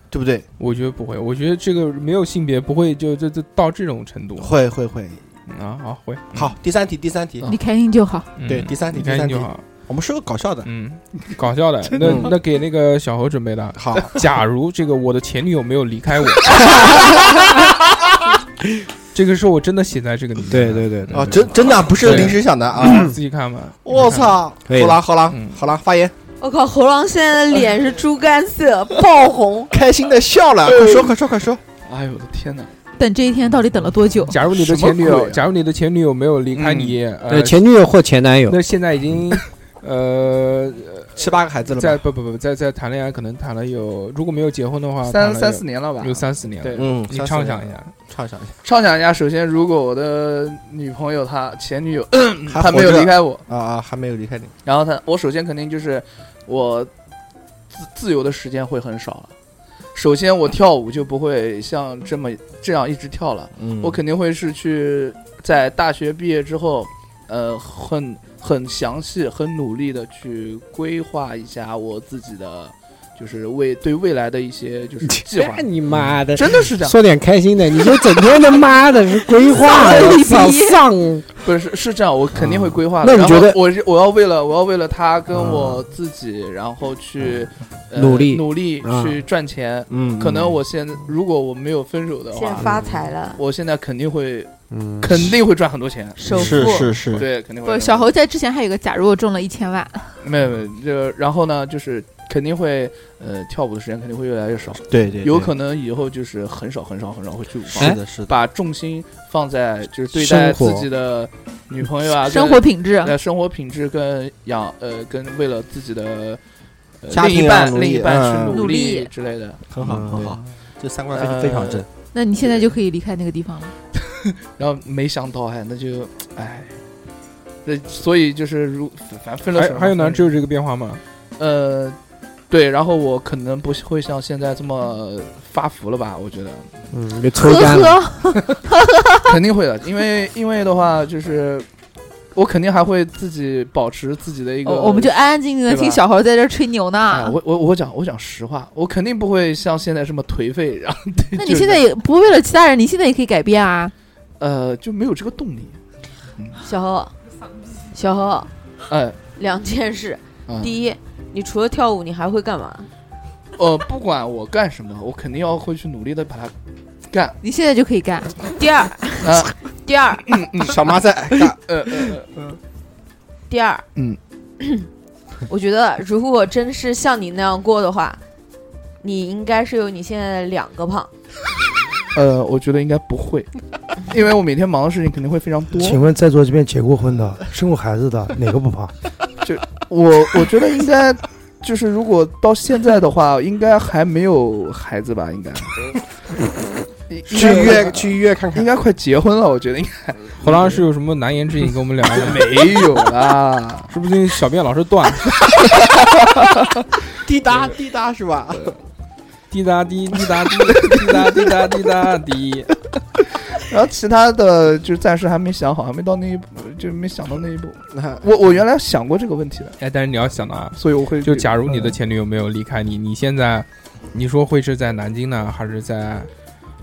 对不对？我觉得不会，我觉得这个没有性别不会就就就到这种程度。会会会，啊，好回嗯好，第三题，第三题，你开心就好。嗯对第三题你开心第三题就好。我们说个搞笑的。 嗯，搞笑的，那的那给那个小猴准备 的。好，假如这个我的前女友没有离 开我，这个是我真的写在这个里面的。对对对对，啊，真真的不是对临时想的啊！ 自己看吧。我操，可以好了好了嗯好了，发言，我靠，猴狼现在的脸是猪肝色，爆红。开心的笑了，快说快说快说！哎呦我的天哪！等这一天到底等了多久？假如你的前女什么友，鬼啊嗯假如你的前女友没有离开你，呃对，前女友或前男友， 那现在已 经呃，七八个孩子了吧？在不不不，在在谈恋爱，可能谈了有，如果没有结婚的啊话，谈了三三有四年了吧？有三四年了。对嗯，你三四畅年想一下，畅想一下畅想一下，首先，如果我的女朋友她前女友哎还她没活有着离开我，啊啊，还没有离开你，然后她我首先肯定就是我自自由的时间会很少了。首先，我跳舞就不会像这么这样一直跳了，嗯我肯定会是去在大学毕业之后，呃，很很详细、很努力的去规划一下我自己的，就是未对未来的一些 就是计划哎。你妈的！真的 是这样，说点开心的，你就整天他妈的是规划，我操丧！不是是这样，我肯定会规划嗯的。那你然后觉得嗯我是我要为了我要为了他跟我自己，然后去、呃努力努力嗯去赚钱。嗯可能我现在如果我没有分手的现在话，发财了，我现在肯定会嗯，肯定会赚很多钱。首富。是是是，对，肯定会不，赚。小猴在之前还有个，假如我中了一千万，没有没有，就然后呢，就是肯定会呃跳舞的时间肯定会越来越少，对对，有可能以后就是很少很少很少会去舞是房，的是的，把重心放在就是对生待活自己的女朋友啊，生跟活品质，那生活品质跟养呃跟为了自己的、呃家庭另一啊半努力另一半嗯去努力力之类的，很好嗯很对好，这三观非非常正。那你现在就可以离开那个地方了。然后没想到哎，那就哎，那所以就是如反正分了手还嘛还有呢，分只有这个变化吗？呃对，然后我可能不会像现在这么发福了吧，我觉得嗯，被抽呵干了。呵，肯定会的，因为因为的话就是我肯定还会自己保持自己的一个，我我们就安安静静的对吧听小猴在这儿吹牛哎，呢。我我我讲我讲实话，我肯定不会像现在这么颓废，然后 那你就是现在也不为了其他人，你现在也可以改变啊。呃就没有这个动力，小何，小何，哎，两件事，嗯第一，你除了跳舞，你还会干嘛？呃，不管我干什么，我肯定要会去努力的把它干。你现在就可以干，第二，啊， 第二，小马仔，干呃呃呃，第二，嗯， 我觉得如果我真是像你那样过的话，你应该是有你现在的两个胖。呃，我觉得应该不会，因为我每天忙的事情肯定会非常多。请问在座这边结过婚的、生过孩子的，哪个不胖？我我觉得应该就是，如果到现在的话，应该还没有孩子吧？应该应去应该医 院去医院看应看。该快结婚了，我觉得应何老师有什么难言之隐跟我们聊一该聊？ 没有啦。是不是小便老是断？滴答滴答是吧？滴答滴滴答滴滴答滴答滴答滴。然后其他的就暂时还没想好，还没到那一步，就没想到那一步。那我我原来想过这个问题的，哎，但是你要想到啊，所以我会就假如嗯你的前女友没有离开你，你现在，你说会是在南京呢，还是在，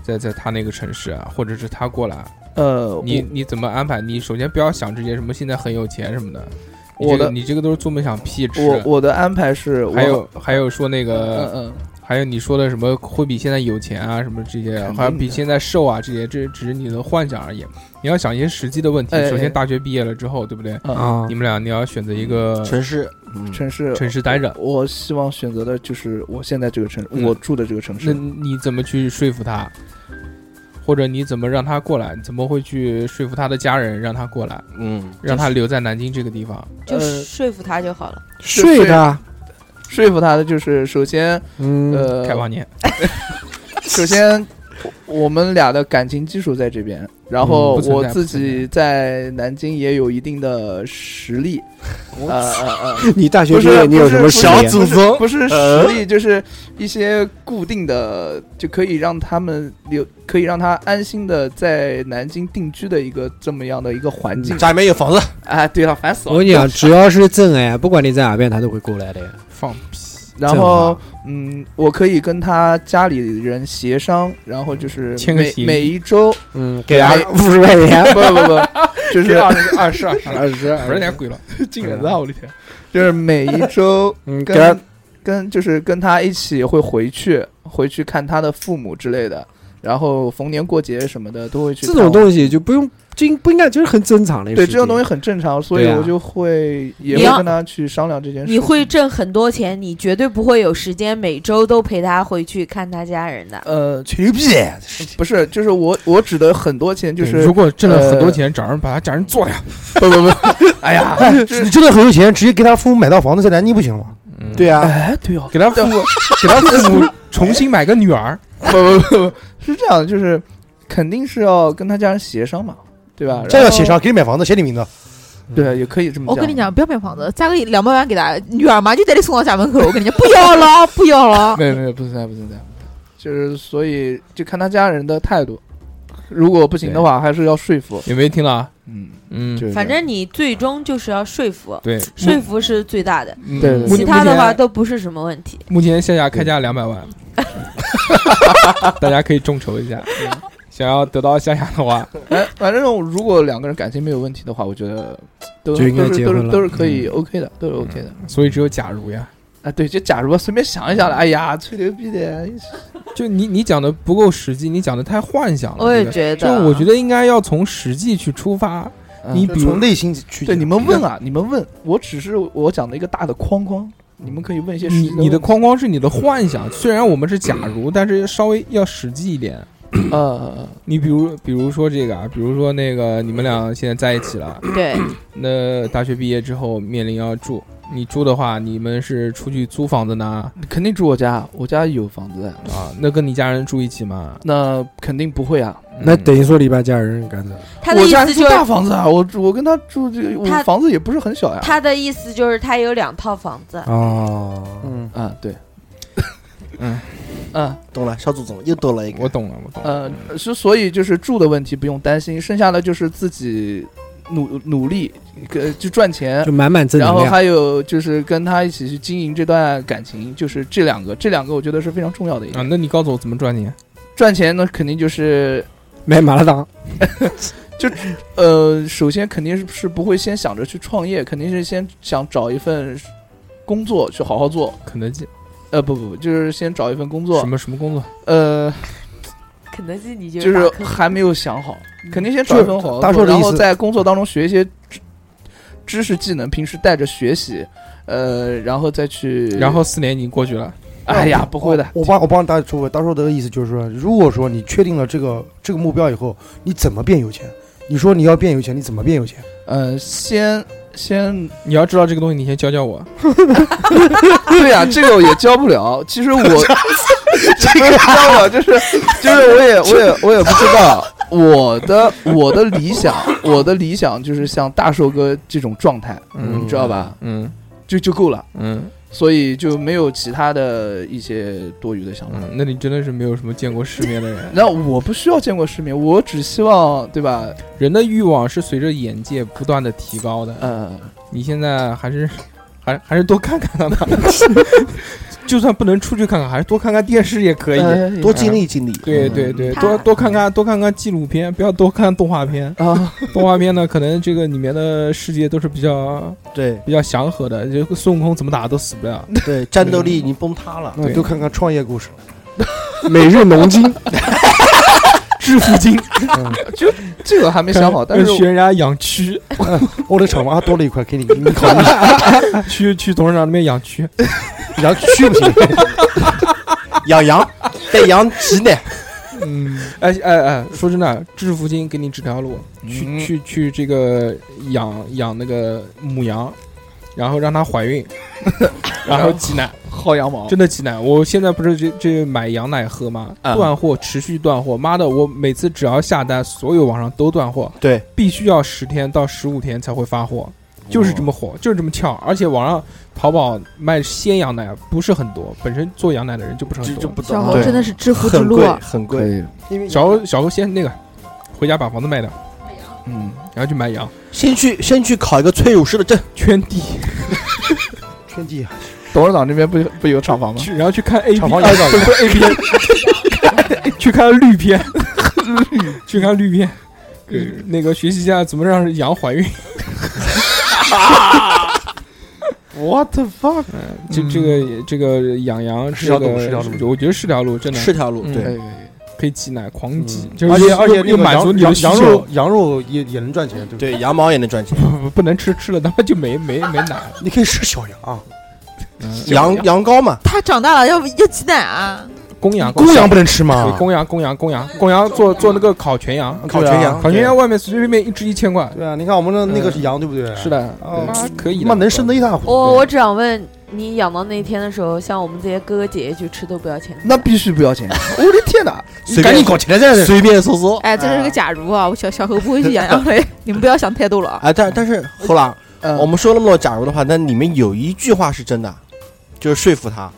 在在他那个城市啊，或者是他过来，呃，我你你怎么安排？你首先不要想这些什么现在很有钱什么的，你我这个的你这个都是做梦想屁吃。我我的安排是，我还有呃还有说那个，嗯还有你说的什么会比现在有钱啊，什么这些，肯定的好像比现在瘦啊这些，这只是你的幻想而已。你要想一些实际的问题哎哎。哎首先大学毕业了之后，对不对？嗯啊，啊你，们俩你要选择一个城市，嗯城市城市待着，我希望选择的就是我现在这个城，嗯我住的这个城那市。你怎么去说服他？或者你怎么让他过来？你怎么会去说服他的家人让他过来，嗯，让他留在南京这个地方？就呃说服他就好了。睡的，说服他的就是首先，嗯，呃开，放年，首先我们俩的感情基础在这边，然嗯后不存我在自己在南京也有一定的实力，呃呃呃，你大学不毕是业你有不是什么不实是力？不是不是实力，就是一些固定的，就可以让他们留，可以让他安心的在南京定居的一个这么样的一个环境。家里面有房子， 哎，对了，烦死我啊了跟。你讲，只要是真爱，不管你在哪边，他都会过来的呀。放屁！然后嗯，我可以跟他家里人协商，然后就是签个每协议每一周，嗯，给他 五十块钱， 不不不，就这是二十二十二十二二十十，不是点贵了，惊人啊！我的天，就是每一周嗯，给他跟跟就是跟他一起会回去，回去看他的父母之类的，然后逢年过节什么的都会去这探望。种东西就不用，这应不应该就是很正常的事情。对这种东西很正常，所以对啊我就会也你要会跟他去商量这件事。你会挣很多钱，你绝对不会有时间每周都陪他回去看他家人的。呃，吹牛逼，不是，就是我我指的很多钱，就对是如果挣了很多钱，找人把他家人做掉，不不不，哎呀，哎，你真的很有钱，直接给他父母买套房子再来，你不行吗？嗯对，啊，哎，对哦， 给他父母给他父母重新买个女儿，不不不，不是这样的，就是肯定是要跟他家人协商嘛，对吧？这然要后协，商，给你买房子，写你名字。对，也可以这么我讲。跟你，讲，不要买房子，加个两百万给他女儿嘛，就得你送到家门口。我跟你讲，不要了，不要了。没有没有，不存在不存在，就是所以就看他家人的态度，如果不行的话，还是要说服。有没有听到啊？嗯，嗯就是这样反正你最终就是要说服，对，说服是最大的，目对对目其他的话目前都不是什么问题。目前线下开价两百万，大家可以众筹一下。想要得到夏夏的话，哎，反正如果两个人感情没有问题的话，我觉得都就都应该是结都婚是了嗯都是可以 OK 的，都是 OK 的。所以只有假如呀。啊，对，就假如随便想一想了，哎呀，吹牛逼的，就你你讲的不够实际，你讲的太幻想了。我也这个觉就得，啊我觉得应该要从实际去出发。嗯你就比如从内心去讲。对你们问啊，你们问，我只是我讲的一个大的框框，你们可以问一些实际你你的嗯问框框是你的幻想，虽然我们是假如，但是稍微要实际一点。题呃，你比如比如说这个啊，比如说那个，你们俩现在在一起了，对，那大学毕业之后面临要住，你住的话，你们是出去租房子呢？肯定住我家，我家有房子的，啊，那跟你家人住一起吗？那肯定不会啊。那嗯等于说你把家人赶走，他的我意家思住就是大房子啊，我住我跟他住这，我他房子也不是很小呀。他的意思就是他有两套房子，哦，嗯，啊，对，嗯嗯懂了，小祖宗又多了一个。我懂了，我懂了。呃，是所以就是住的问题不用担心，剩下的就是自己努努力，呃，就赚钱就。满满正然能后量。还有就是跟他一起去经营这段感情，就是这两个，这两个我觉得是非常重要的一啊，点。那你告诉我怎么赚钱？赚钱呢，肯定就是买麻辣烫，呃，首先肯定是是不会先想着去创业，肯定是先想找一份工作去好好做。肯德基呃，不不不，就是先找一份工什作。么什么工作？呃，肯德基你就就是是大客户还没有想好，肯定先找一份好大硕工作，的然意后思在工作当中学一些知知识技能，平时带着学习，呃，然后再去。然后，四年已经过去了，哎呀，不会的，我帮我帮大家说，大叔的意思就是说，如果说你确定了这个这个目标以后，你怎么变有钱？你说你要变有钱，你怎么变有钱？呃，先先你要知道这个东西，你先教教我。对呀、这个我也教不了。其实我 这个教我就是就是我也我也我也不知道。我的我的理想，我的理想就是像大寿哥这种状态，嗯你知道吧？嗯就就够了，嗯所以就没有其他的一些多余的想法。嗯，那你真的是没有什么见过世面的人。 那我不需要见过世面，我只希望对吧？人的欲望是随着眼界不断的提高的。呃，你现在还是， 还还是多看看他吧。 就算不能出去看看，还是多看看电视也可以。呃多经历经历，嗯对对对，他多多看看多看看纪录片，不要多看动画片。啊，动画片呢，可能这个里面的世界都是比较对比较祥和的，就孙悟空怎么打都死不了。 对，战斗力已经崩塌了。那对多看看创业故事。每日农 经， 致富经，这个还没想好，但是学人家养蛆，我的厂房还多了一块，给你给你考虑。去去董事长那边养蛆。然后去不行， 养羊，哦被羊挤奶，嗯，哎哎哎，说真的，致富经给你指条路，去、嗯去去这个养养那个母羊，然后让它怀孕，然后挤奶，薅羊毛真的挤奶。我现在不是这这买羊奶喝吗？嗯断货，持续断货。妈的，我每次只要下单，所有网上都断货，对，必须要十天到十五天才会发货。就是这么火，就是这么翘，而且网上淘宝卖鲜羊奶不是很多，本身做羊奶的人就不是这很就多。不懂小了。猴对真的是致富之很路啊贵，，很可贵。以，因为小欧小欧先那个，回家把房子卖掉，嗯，然后去买羊。先去先去考一个催乳师的证，圈地，天地啊，董事长这边不不有厂房吗？去然后去看 A 厂片，啊房有 厂不是 A 片， 看去看绿片，去看绿片，嗯那个学习一下怎么让羊怀 孕。 What the fuck？嗯这这个这个养羊嗯是这条路个是条路我觉得是条路，真的是条路，嗯对，哎可以挤奶狂挤，嗯就是而且又而且又那又个满羊足你的羊需羊求肉羊肉也也能赚钱，对不对？对，羊毛也能赚钱，不不能吃，吃了他妈就没没没奶了。你可以吃小羊啊，嗯羊羊羔嘛，他长大了要要挤奶啊！公羊公羊不能吃对吗？ 公羊公羊公羊公羊做做那个烤全羊，啊烤全羊烤全羊外面随随便便一只一千块，对啊，你看我们的那个嗯羊，对不对？是，的，哦对可以妈能生的的一塌糊涂。哦我我只想问你，养到那一天的时候，像我们这些哥哥姐姐去吃都不要钱，那必须不要钱！ 我的天哪！随赶便紧搞钱再随便搜搜。哎，这是个假如啊，我小小何不会去养羊的，你们不要想太多了啊！哎，但但是后来嗯我们说那么多假如的话，但里面有一句话是真的，就是说服他。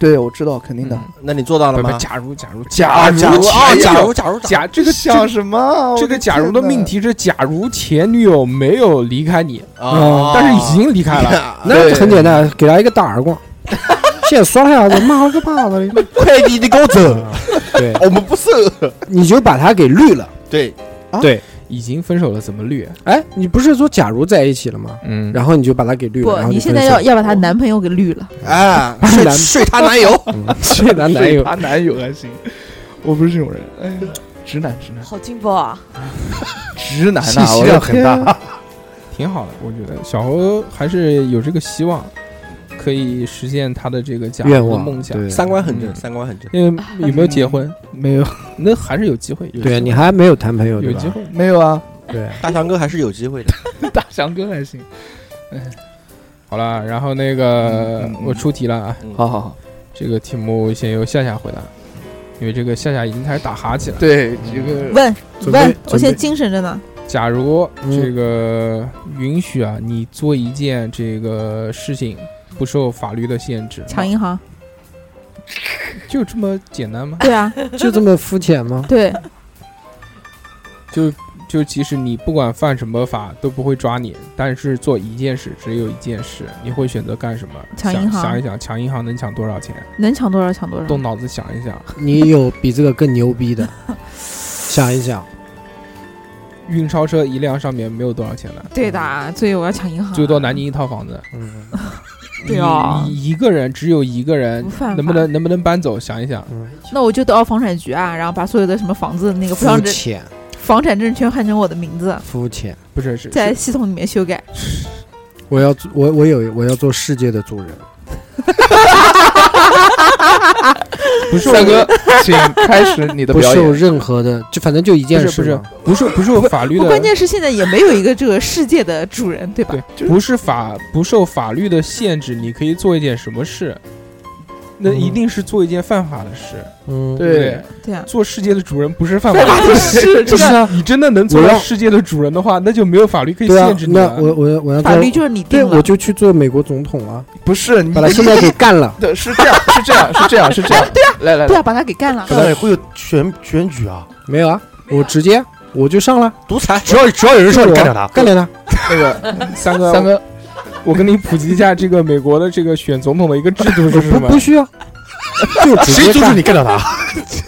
对我知道，肯定的。那你做到了不不，吗？假如假如假如假如啊，假假如如假如假假这个这想个什么啊？这个假如的命题是：假如前女友没有离开你，如啊，但是已经离开了， 了那很简单，给他一个大耳光，现在刷一下子，妈了个巴子嘞！快递你给我走，对，我们不收。你就把他给绿了。对，已经分手了，怎么绿？哎，你不是说假如在一起了吗？嗯，然后你就把他给绿了，不然，后你就哦现分在手 要要把她男朋友给绿了。哎，是睡男睡她男 友，嗯睡男男友他男友还行，我不是这种人，哎呀，直男直男好劲爆啊！直男信呐！息我量的很天啊，大，挺好的，我觉得小侯还是有这个希望，可以实现他的这个假如愿的望梦想。对三观很正，嗯三观很正。因为有没有结婚？没有，那还是有机会。有机对会你还没有谈朋友有对机吧？会。没有啊，对，大强哥还是有机会的。大翔哥还行。好了，然后那个嗯嗯嗯我出题了啊，好好好，这个题目先由夏夏回答，因为这个夏夏已经开始打哈欠了。对这个问准备问，准我现在备精神着呢。假如嗯这个允许啊，你做一件这个事情不受法律的限制，抢 银行？就这么简单吗？对啊，就这么肤浅吗？对，就就其实你不管犯什么法都不会抓你，但是做一件事只有一件事，你会选择干什么？抢想银行想一想，抢银行能抢多少钱？能抢多少抢多少。动脑子想一想，你有比这个更牛逼的？想一想，运钞车一辆上面没有多少钱的，对的，啊所以我要抢银行。最多南京一套房子。嗯，对啊你你一个人只有一个人不犯，法能不能能不能搬走？想一想，嗯那我就到房产局啊，然后把所有的什么房子那个不肤让这啊浅，房产证全换成我的名字，肤浅。不是是在系统里面修改。我要做我我有我要做世界的主人，不是帅哥，请开始你的不表受演。任何的，就反正就一件不是不事是嘛。不是不受法律不，关的，键是现在也没有一个这个世界的主人，对吧？对，不是法不受法律的限制，你可以做一点什么事？那一定是做一件犯法的事，嗯，嗯对不对对？对啊，做世界的主人不是犯法的事。 是这不是个啊，你真的能做我到要世界的主人的话，那就没有法律可以对啊限制，你那了。我我我要法做律，就是你对定我了。就去做美国总统了， 不是你把他现在给干了。的是这样，是这样，是这样，是这样。对啊，来来对来，啊，把他给干了。当然会有选选举啊，没有啊，我直接我就上了，啊独裁，只要只要有人上，我你干掉他。干掉他。那个三啊哥，三，哥，我跟你普及一下这个美国的这个选总统的一个制度是什 不么？不需要，就直谁接阻止干。你干掉他？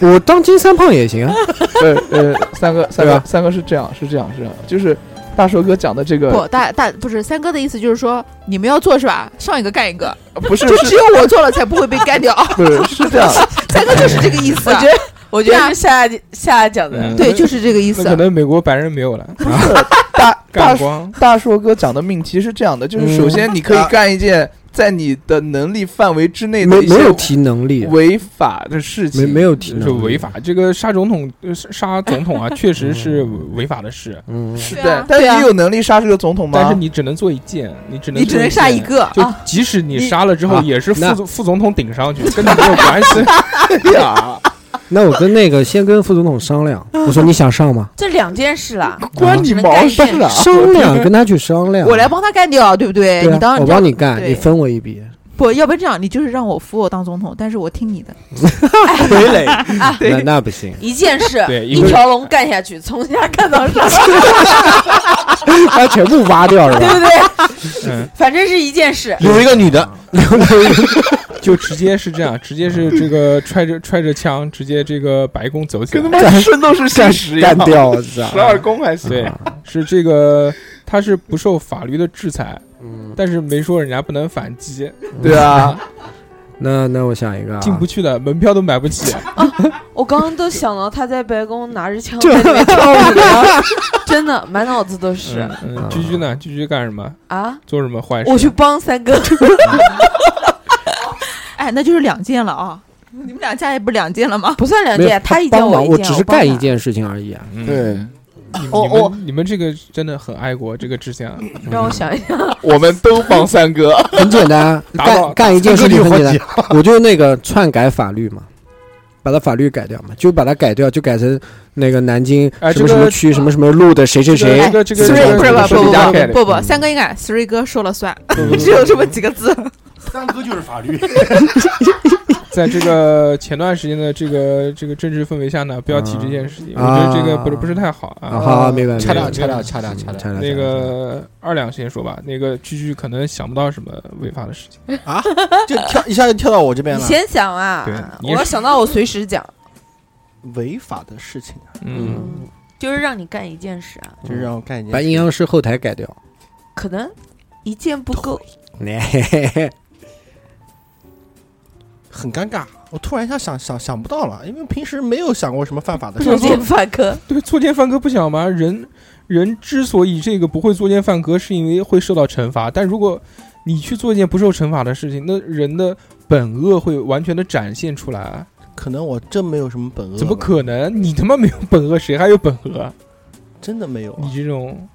我当金三胖也行啊。呃呃，三哥，三对哥吧，三哥是这样，是这样，是这样，就是大硕哥讲的这个不，大大不是三哥的意思，就是说你们要做是吧？上一个干一个，不是就是只有我做了才不会被干掉。不是是这样， 三哥就是这个意思我，觉得，我觉对啊得是夏夏夏讲嗯的，对，就是这个意那思可。能美国白人没有 了，大大干光。大硕哥讲的命题是这样的，就是首先你可以干一件在你的能力范围之内的没哎一没有些提能力，啊违法的事情，没没有提能力，就违。法，这个杀总统、呃杀杀总统啊，确实是违法的事，嗯，是对的啊，但对是啊你有能力杀这个总统吗？但是你只能做一件，你只能你只能杀一个。个就啊！即使你杀了之后，啊也是副那总副总统顶上去，跟你没有关 系。呀，那我跟那个先跟副总统商量，我说你想上吗？这两件事啊啦，关你毛事啊！商量，跟他去商量。我来帮他干掉，对不对？对啊你当我你要帮你干，对你分我一笔。不，要不然这样，你就是让我扶我当总统，但是我听你的。傀儡， 那那不行，一件事， 对一一个条龙干下去，从下干到上，他全部挖掉是 对吧？不对？嗯，反正是一件事。有一个女的，就直接是这样，直接是这个揣着揣着枪，直接这个白宫走起跟他来。妈圣斗士星矢一样干，掉，我操！十二宫还行。对，是这个，他是不受法律的制裁，嗯，但是没说人家不能反击，对啊，那那我想一个啊，进不去的，门票都买不起。我刚刚都想到他在白宫拿着枪这在里面跳舞了，真的满脑子都是嗯嗯，居居呢？居居干什么？啊！做什么坏事？我去帮三哥，哎，那就是两件了啊！你们俩家也不两件了吗？不算两没有件，啊他一件帮忙，一我件，只是我帮干一他。件事情而已啊。嗯，对，你们我你我们你们这个真的很爱国，这个啊志向。让我想一想，我们都帮三哥。很简单，打干倒干一件事情这个很就简好单，我就那个篡改法律嘛，把它法律改掉嘛，就把它改掉，就改成那个南京哎什么什这么个区什么什么路的谁谁谁哎这个这个是这个不是这不个是这个不是这个不不不，三哥应该思瑞哥说了算，不不不 只有这么几个字。三哥就是法律，在这个前段时间的这个这个政治氛围下呢，不要提这件事情，我啊觉得这个不是不是太好啊，啊。好，明白，明掐掉，白掐掉，掐掉，嗯掐掉。掐掉那掐掉个二两先说吧，那个居居可能想不到什么违法的事情，就跳一下就跳到我这边你了。先想啊对，你我也要是想到我随时讲，违法的事情啊，嗯，嗯就是让你干一件事啊，就是让我干一件把事阴阳师后台改掉。可能一件不够， 很尴尬。我突然一下想想想不到了，因为平时没有想过什么犯法的事对不情。作做奸犯科。对，作奸犯科不想吗？人人之所以这个不会作奸犯科，是因为会受到惩罚，但如果你去做一件不受惩罚的事情，那人的本恶会完全的展现出来，啊可能我真没有什么本恶，怎么？可能？你他妈没有本恶，谁还有本恶？啊真的没有啊，你这种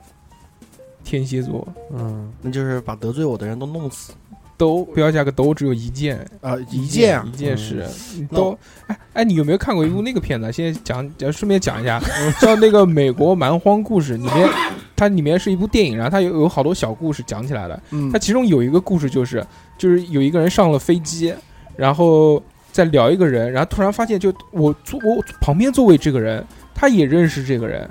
天蝎座，嗯，那就是把得罪我的人都弄死都标价个都只有一件，啊！一件啊一，件事，你那我都哎哎，你有没有看过一部那个片子啊？现在讲讲，顺便讲一下， 叫那个《美国蛮荒故事》，里面它里面是一部电影，然后它有有好多小故事讲起来了。嗯它其中有一个故事就是，就是有一个人上了飞机，然后在聊一个人，然后突然发现就我坐我旁边座位这个人，他也认识这个人，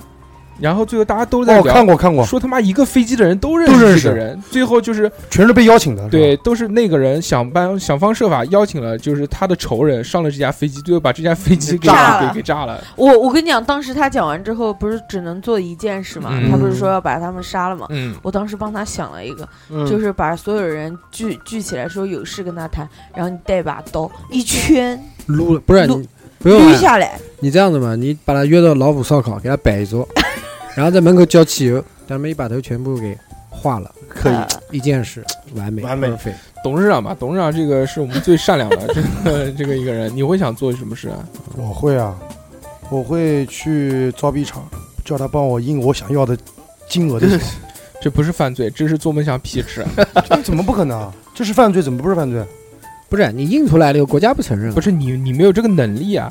然后最后大家都在哦，聊。看过看过，说他妈一个飞机的人都认都认识识这个人，最后就是全是被邀请的，是吧对，，都是那个人想办想方设法邀请了，就是他的仇人上了这架飞机，最后把这架飞嗯机给炸了给给炸了。我我跟你讲，当时他讲完之后，不是只能做一件事嘛？嗯他不是说要把他们杀了嘛？嗯，我当时帮他想了一个，嗯就是把所有人聚聚起来，说有事跟他谈，然后你带把刀，一圈撸了，不是撸你不用捋啊下来，你这样子嘛，你把他约到老虎烧烤，给他摆 一桌，然后在门口浇汽油，咱们一把头全部给化了，可以啊呃一件事完美，完美 perfect 董事长吧，董事长这个是我们最善良的这个 这个一个人，你会想做什么事啊？我会啊，我会去造币厂，叫他帮我印我想要的金额的钱。这不是犯罪，这是做梦想啊屁 吃。这怎么不可能啊？这是犯罪，怎么不是犯罪？不是你印出来了以后，国家不承认啊不，是你，你没有这个能力啊！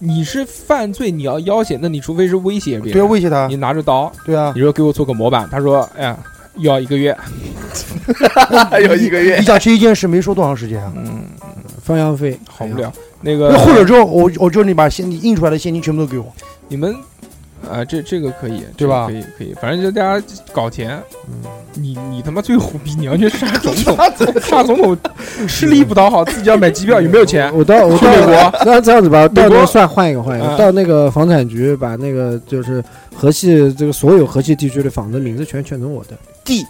你是犯罪，你要要挟，那你除非是威胁别对啊，人，威胁他你，拿着刀，对啊你，说给我做个模板，他说，哎呀，要一个月，还有一个月你，想这一件事没说多长时间啊？嗯，放养费好哎无呀聊。那个那或者之后，我我就你把现你印出来的现金全部都给我，你们啊、这这个可以，对吧这个可以可以，反正就大家搞钱。你你他妈最虎逼！你要去杀总统，嗯杀总 统吃力不讨好，自己要买机票，有没有钱？我到我去到美国，那这样子吧，美到那国个算换一个换一个，嗯到那个房产局把那个就是河西这个所有河西地区的房子名字全全成我的地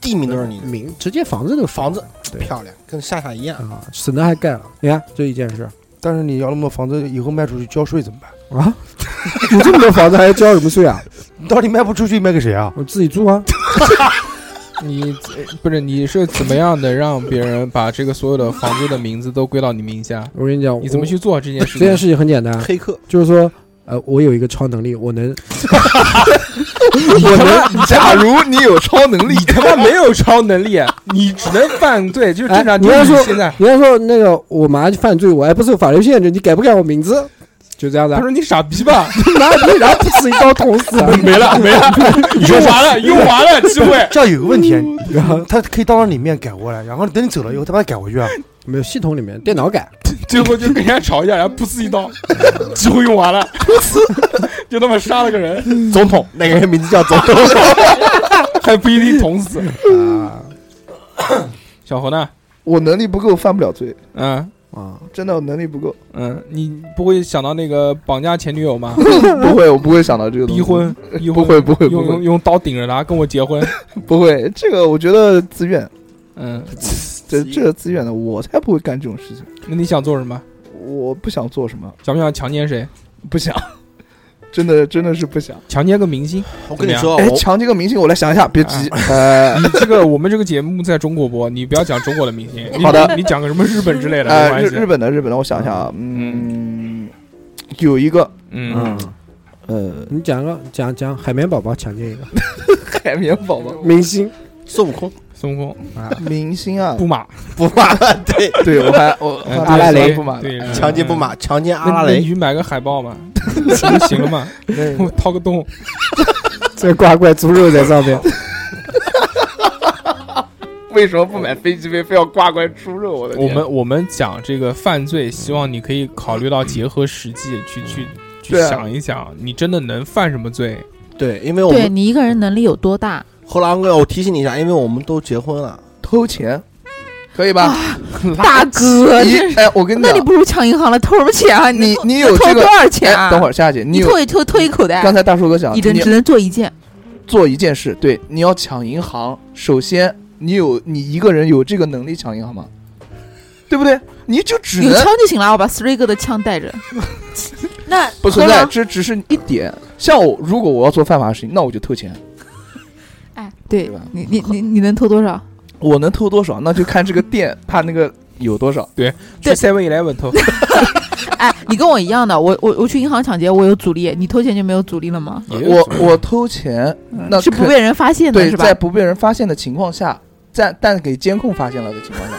地名都是你的，名，直接房子都房子对漂亮，跟夏夏一样。啊，省得还盖了。你看就一件事但是你要那么多房子以后卖出去交税怎么办？ 啊，有这么多房子还要交什么税啊？你到底卖不出去卖给谁啊？我自己住啊， 你呃不是你是怎么样的让别人把这个所有的房子的名字都归到你名下？我跟你讲，你怎么我去做这件事这情？件事情很简单，黑客，就是说。呃，我有一个超能力，我能，我能，假如你有超能力你，他妈没有超能力，啊你只能犯罪，就是正哎常。你要说现在你要说那个我马上就犯罪，我还不受法律限制，你改不改我名字？就这样子他啊。说你傻逼吧，妈逼，然后噗呲一刀捅死了， 没了没 了，用完了用完了机会。这样有个问题啊，然后他可以当着你面改过来，然后等你走了以后，他把它 改回去啊。没有系统里面电脑改，最后就跟人家吵一架，然后噗呲一刀， 机会用完了， 噗呲，就那么杀了个人，总统那个人名字叫总统还不一定捅死。啊，小侯呢？ 我能力不够，犯不了罪，嗯啊，真的我能力不 够，嗯，你不会想到那个绑架前女友吗？不会，我不会想到这个东西逼，婚，逼不婚，会，不会，不用用会，用刀顶着她跟我结婚。不会，这个我觉得自愿，嗯，这这个自愿的，我才不会干这种事情，那你想做什么？我不想做什么，想不想强奸谁？不想， 真的真的是不想。强奸个明 星？我跟你说，啊哎，我强这个明星，我来想一下，别急，呃你这个我们这个节目在中国播，你不要讲中国的明星。你好的你讲个什么日本之类的 没呃，关日系。日本的日本的，我想想啊，嗯，有一个嗯，呃你讲个讲讲海绵宝宝强奸一个海绵宝宝明星，孙悟 空孙悟空、明星啊，布马、不骂了，对，对我还我嗯我对还所以不满，对， 强奸不马，强奸阿那拉那你蕾，去买个海报 嘛，不就行了嘛？我掏个洞，再挂块猪肉在上面，为什么不买飞机杯，非要挂块猪肉？我的我天，们我们讲这个犯罪，希望你可以考虑到结合实际去去去对啊想一想，你真的能犯什么罪？对，因为我对们你一个人能力有多大？后来安哥，我提醒你一下，因为我们都结婚了，偷钱可以吧？大哥，你啊这哎，我跟你那讲你，不如抢银行了，偷什么钱啊？你偷你有偷这个多少钱啊？哎，等会儿夏姐，你你有偷一偷偷一口袋刚，才大叔哥讲，一人你只能做一件。做一件事，对，你要抢银行，首先你有你一个人有这个能力抢银行吗？对不对？你就只有能枪就行了，我把 three 哥的枪带着。那不存在，何这只是一点。像我，如果我要做犯法的事情，那我就偷钱。哎，对对吧你你你你能偷多少？我能偷多少，那就看这个店它那个有多少。去 Seven Eleven 偷， 哎，你跟我一样的，我我我去银行抢劫，我有阻力，你偷钱就没有阻力了吗？也有我我偷钱，嗯那是不肯被人发现的对，是吧在？不被人发现的情况下，在但给监控发现了的情况下，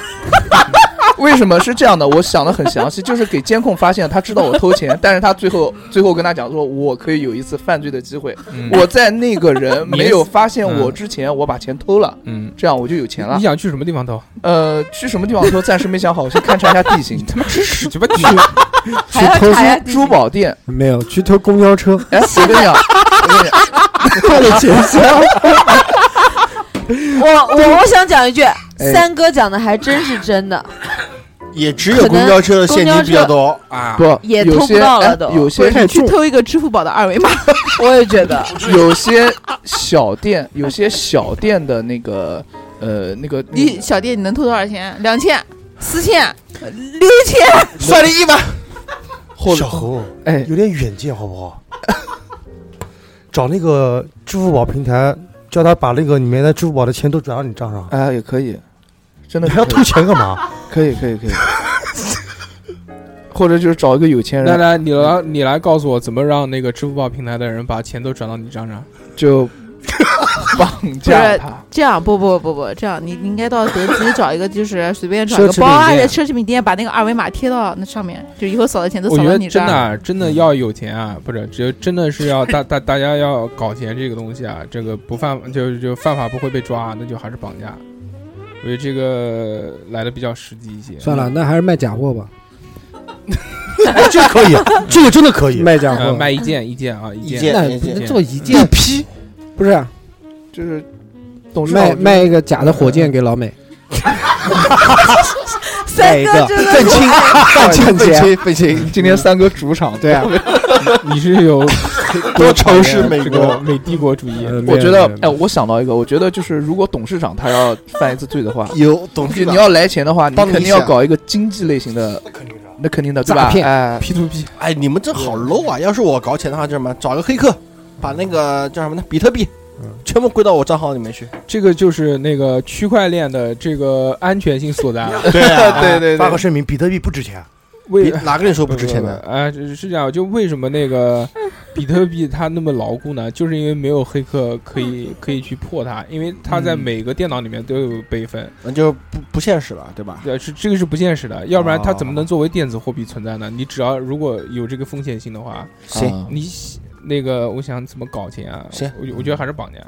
为什么是这样的？我想的很详细，就是给监控发现，他知道我偷钱，但是他最后最后跟他讲说，我可以有一次犯罪的机会。嗯我在那个 人你没有发现嗯我之前，我把钱偷了，嗯，这样我就有钱了你。想去什么地方偷？呃，去什么地方偷，暂时没想好，我先勘察一下地 形。他妈吃屎 去吧！还要去偷查呀？珠宝店，没有去偷公交车，哎，我跟你 讲，我跟你讲，快点结束。我我我想讲一句，哎三哥讲的还真是真的，也只有公交车的现金比较多啊。不，也有偷不些到了哎都有或些者是去偷一个支付宝的二维码， 我也觉得。有些小店，有些小店的那个呃嗯那个，你小店你能偷多少钱？两千、四千、呃六千，算你一万，或者小侯哎，有点远见好不好？ 找那个支付宝平台，叫他把那个里面的支付宝的钱都转到你账上。 哎也可以，真的你还是要偷钱干嘛？可以可以可以可以，或者就是找一个有钱来人，来，你来你来告诉我怎么让那个支付宝平台的人把钱都转到你账上？就绑架他，这样不不不不，这样你你应该到德基找一个，就是随便找一奢侈个品包啊，店奢侈品店把那个二维码贴到那上面，就以后扫的钱都我扫觉到得你这真的儿。嗯啊真的要有钱啊，不是，只有真的是要大大大家要搞钱这个东西啊，这个不犯就就犯法不会被抓，啊那就还是绑架。我觉得这个来的比较实际一些。嗯 算了，那还是卖假货吧，哎这个可以，这个真的可以。卖假呃，货。卖一件一件啊，一一件件那一不件能做一一件批，不是啊就是董事卖长卖一个假的火箭给老美，卖三哎一哥个真更的哎 轻更赚费钱。 心费心，今天三哥主场，对 啊，你是 有多仇视美这个国，，美帝国主义。呃没我有觉得没有，没哎，有我想到一个，我觉得就是如果董事长他要犯一次罪 的话 有董就事你长，要来钱的话，你帮你肯定要想搞一个经济类型的，那肯定的，对吧？诈骗哎， P to P，哎，你们这好 low 啊！要是我搞钱的话，叫什么？找个黑客，把那个叫什么呢？比特币嗯，全部归到我账号里面去。这个就是那个区块链的这个安全性所在啊。对对对发个对，声明，比特币不值钱。 为 呃哪个人说不值钱呢？啊，是这样，就为什么那个比特币它那么牢固呢，就是因为没有黑客可以可以去破它，因为它在嗯每个电脑里面都有备份，那就不不现实了，对吧？对，是这个是不现实的，要不然它哦怎么能作为电子货币存在呢？你只要如果有这个风险性的话，行，啊你喜那个我想怎么搞钱啊？行我我觉得还是绑架。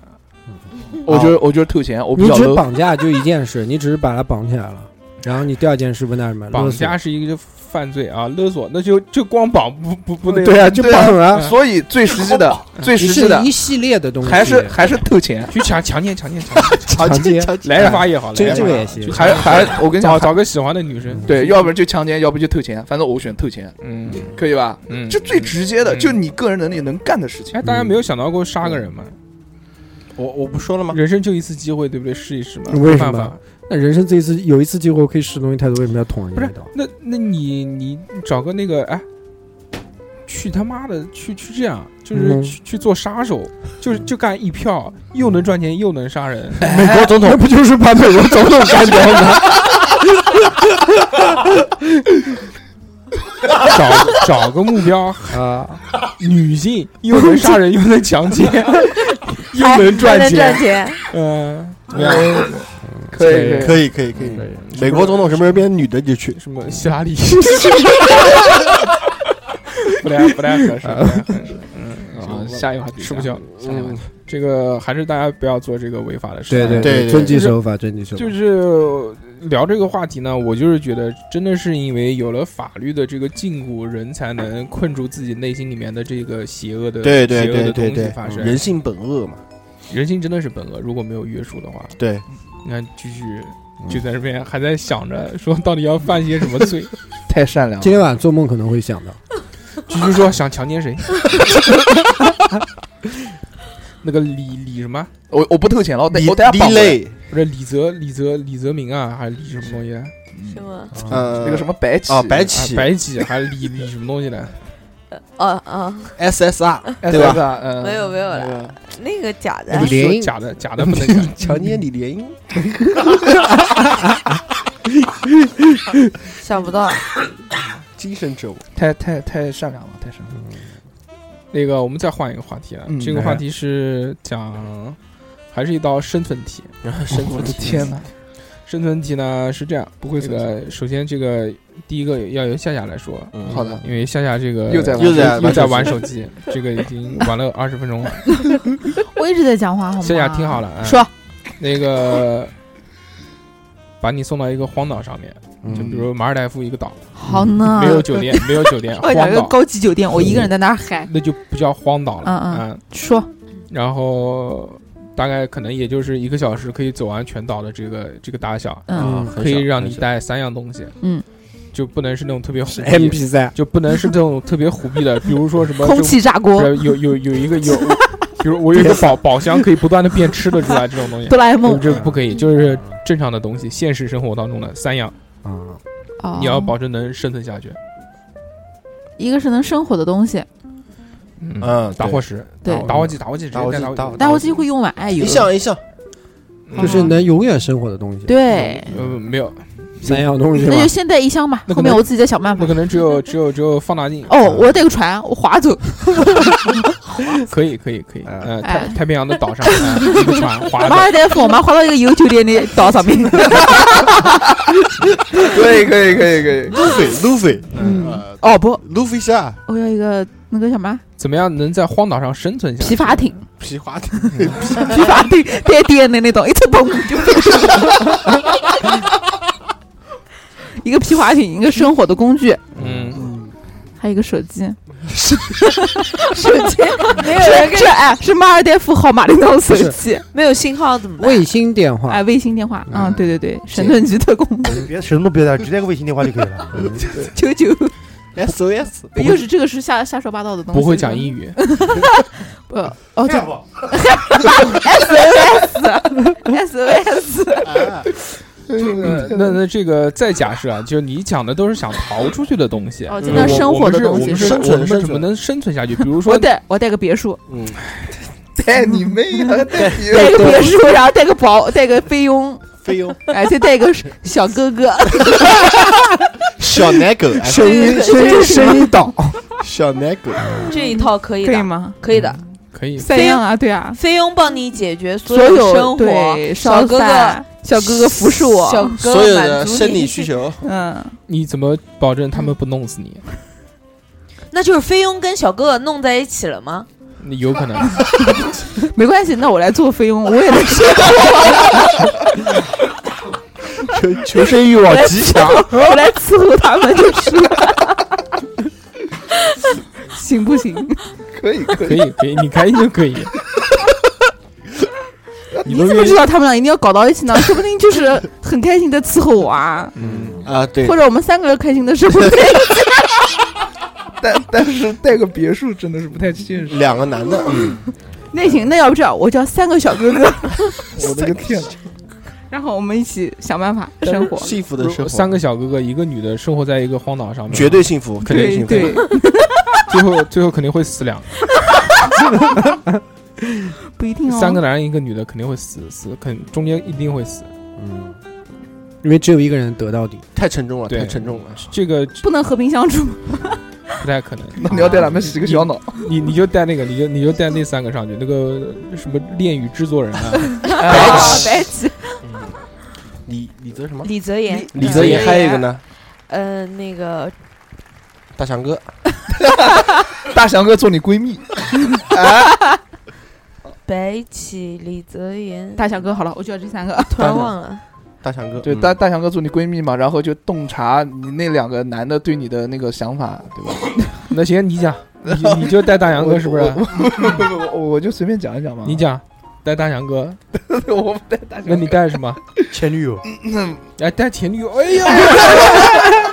我觉得我觉得偷钱，我比哦你较只 low。绑架就一件事，你只是把他绑起来了，然后你第二件事问他什么？绑勒索架是一个犯罪啊，勒索那就就光绑不不不那对啊，就 对啊绑了，所以最实 际的、最你实际是的一系列的东西，还是还是偷钱。去强强奸强奸强奸，强强奸奸强奸来一发也好， 这来一这发个也行就还还还，我跟你找讲，找个喜欢的女生，嗯对，要不然就强奸，要不就偷钱，反正我选偷钱，嗯可以吧？嗯，这最直接的，嗯就你个人能力能干的事情哎，。大家没有想到过杀个人吗？我我不说了吗？人生就一次机会，对不对？试一试嘛，为没什办么法。那人生这一次有一次机会我可以试东西太多，为什么要捅人家一刀？那那你你找个那个哎，去他妈的去去这样，就是嗯去、去做杀手，就是就干一票，又能赚钱又能杀人。哎美国总统那不就是把美国总统干掉吗？找 找个目标，啊，女性又能杀人又能强 奸，哎又能赚钱，钱，嗯、怎么样？可以可以啊可以可以可以，美国总统什么时候变女的你就去。嗯什么希拉里？ 不太不太合适，不太合适。嗯，啊，下一个话题，吃不消。下一个话题，这个还是大家不要做这个违法的事。对对对对遵纪守法，遵纪守法就。是聊这个话题呢，我就是觉得真的是因为有了法律的这个禁锢，人才能困住自己内心里面的这个邪恶的对对邪恶对的对东西对发，生。人性本恶嘛。人性真的是本恶，如果没有约束的话，对，你看继续。就在这边还在想着说到底要犯些什么罪，太善良今了。天晚上做梦可能会想到，继续说想强奸谁， 那个李李什么我我不偷钱了，我等李我等下绑李回来。磊，不是李泽李泽李泽明啊，还是李什么东西啊？是吗？呃，那个什么嗯哦白起啊，白啊起白起还是李李什么东西的？哦哦，啊 SSR 哎对吧？吧？嗯，没有没有那了，个那个假的不，联说姻哎假的假的不能讲，强奸李莲英，想不到，精神折磨。太太太善良了，太善良了。那个，我们再换一个话题啊，嗯这个话题是讲，还是一道生存题。生我的天哪！ 生存题呢是这样，不会这个，首先这个第一个要由夏夏来说，嗯好的，因为夏夏这个又在玩又在哎又在玩玩手机，这个已经玩了二十分钟了。我一直在讲话，好吗？夏夏听好了，啊，说那个， 把你送到一个荒岛上面，嗯嗯就比如马尔代夫一个岛，好呢，嗯没有酒 店，没有酒店，嗯我荒找一个岛，高级酒店，我一个人在那儿嗨。那就不叫荒岛了，嗯嗯啊说然后大概可能也就是一个小时可以走完全岛的这个这个大小，嗯啊很可以小让很你小带三样东西，嗯，就不能是那种特别虎逼的， MP 三，就不能是这种特别虎逼 的，比如说什么空气炸锅这，不是有有有一个 有，比如我有一个宝宝箱可以不断的变吃的出来这种东西，哆啦 A 梦这不可以，就是正常的东西，现实生活当中的三样，啊，哦你要保证能生存下去，一个是能生火的东西，嗯。嗯，打对火石，对打火机，打火机，直接带打火机打火打火机会用完，哎一有项一项，嗯啊就是能永远生活的东西，，对，呃没有，三样东西嘛那就，先带一箱吧，那可后面能我自己再想办那法。可能只有只有只有放大镜哦，我带个船，我划走。可以，可以，可以。哎呃，哎太太平洋的岛上，呃一个船划马的，尔代夫，我们划到一个有酒店的岛上面。可以可以可以可以。路飞路飞，嗯，呃， 哦不，路飞侠我要一个那个什么怎么样能在荒岛上生存下皮去？筏艇，皮划艇，皮筏 艇带电的那种，一吹嘣就飞上来一个皮划艇，一个生火的工具，嗯，还有一个手 机。手机没有人是跟是哎，是马尔代夫号码的那种手是机，没有信号怎么办？卫星电话哎，，卫星电话。嗯，嗯对对对，神盾局特工 别什么都别带，直接个微信电话就可以了。 九九， SOS，哎又是这个是瞎瞎说八道的东西。不会讲英语，呃，哦，对不， ，SOS，啊呃那那这个再假设啊，就你讲的都是想逃出去的东西，哦，我就那生活的东我西们是是是我吧。们是我们生存生存怎么能生存下去？比如我说，带我带个别墅，嗯， 带你妹啊！带你 带个别墅，然后带个宝，带个菲佣，飞哟，哎，再带个小哥哥，小奶狗，哎声音对声对音声音岛，小奶狗，这一套可以可以的，吗？可以的。可以，三样啊，对啊，菲佣帮你解决所所有生活，对小烧哥哥饭小哥哥服侍我，小哥所有哥满的足生理你，需求，嗯，你怎么保证他们不弄死你？ 那就是菲佣跟小哥哥弄在一起了吗？你有可能，没关系，那我来做菲佣，我也能吃。求求生欲望极强。我来伺候他们就是了， 行不行？ 可以可可 以，以可以，你开心就可以。你你都怎么愿意知道他们俩一定要搞到一起呢？说不定就是很开心的伺候我啊，嗯，啊，对或，者我们三个人开心的时候， 但但是带个别墅真的是不太现实。两个男的，嗯，那行，那要不这样，我叫三个小哥哥，我的个天哪！ 然后我们一起想办法生活。幸福的生活，三个小哥哥，一个女的，生活在一个荒岛上面，绝对幸福，肯定对幸福。对，最后最后肯定会死两个，不一定哦。三个男人一个女的肯定会死死，肯中间一定会死。嗯，因为只有一个人得到底，太沉重了，对太沉重了。这个不能和平相处，不太可能。那 你要带他们洗个小脑， 你你就带那个，你就你就带那三个上去，那个什么恋与制作人啊，啊白起。李李泽什么？李泽言，李泽言，还有一个呢，呃，那个大强哥，大翔哥做你闺蜜，白起、李泽言，大小哥，好了，我就要这三个。突然忘了，大强哥，对嗯大大翔哥做你闺蜜嘛，然后就洞察你那两个男的对你的那个想法，对 吧？那行你讲，你你就带大杨哥是不是我？我我我就随便讲一讲嘛。你讲，带大杨哥， 我不带大那翔你哥，带什么？前女友，哎，带前女友，哎 呀，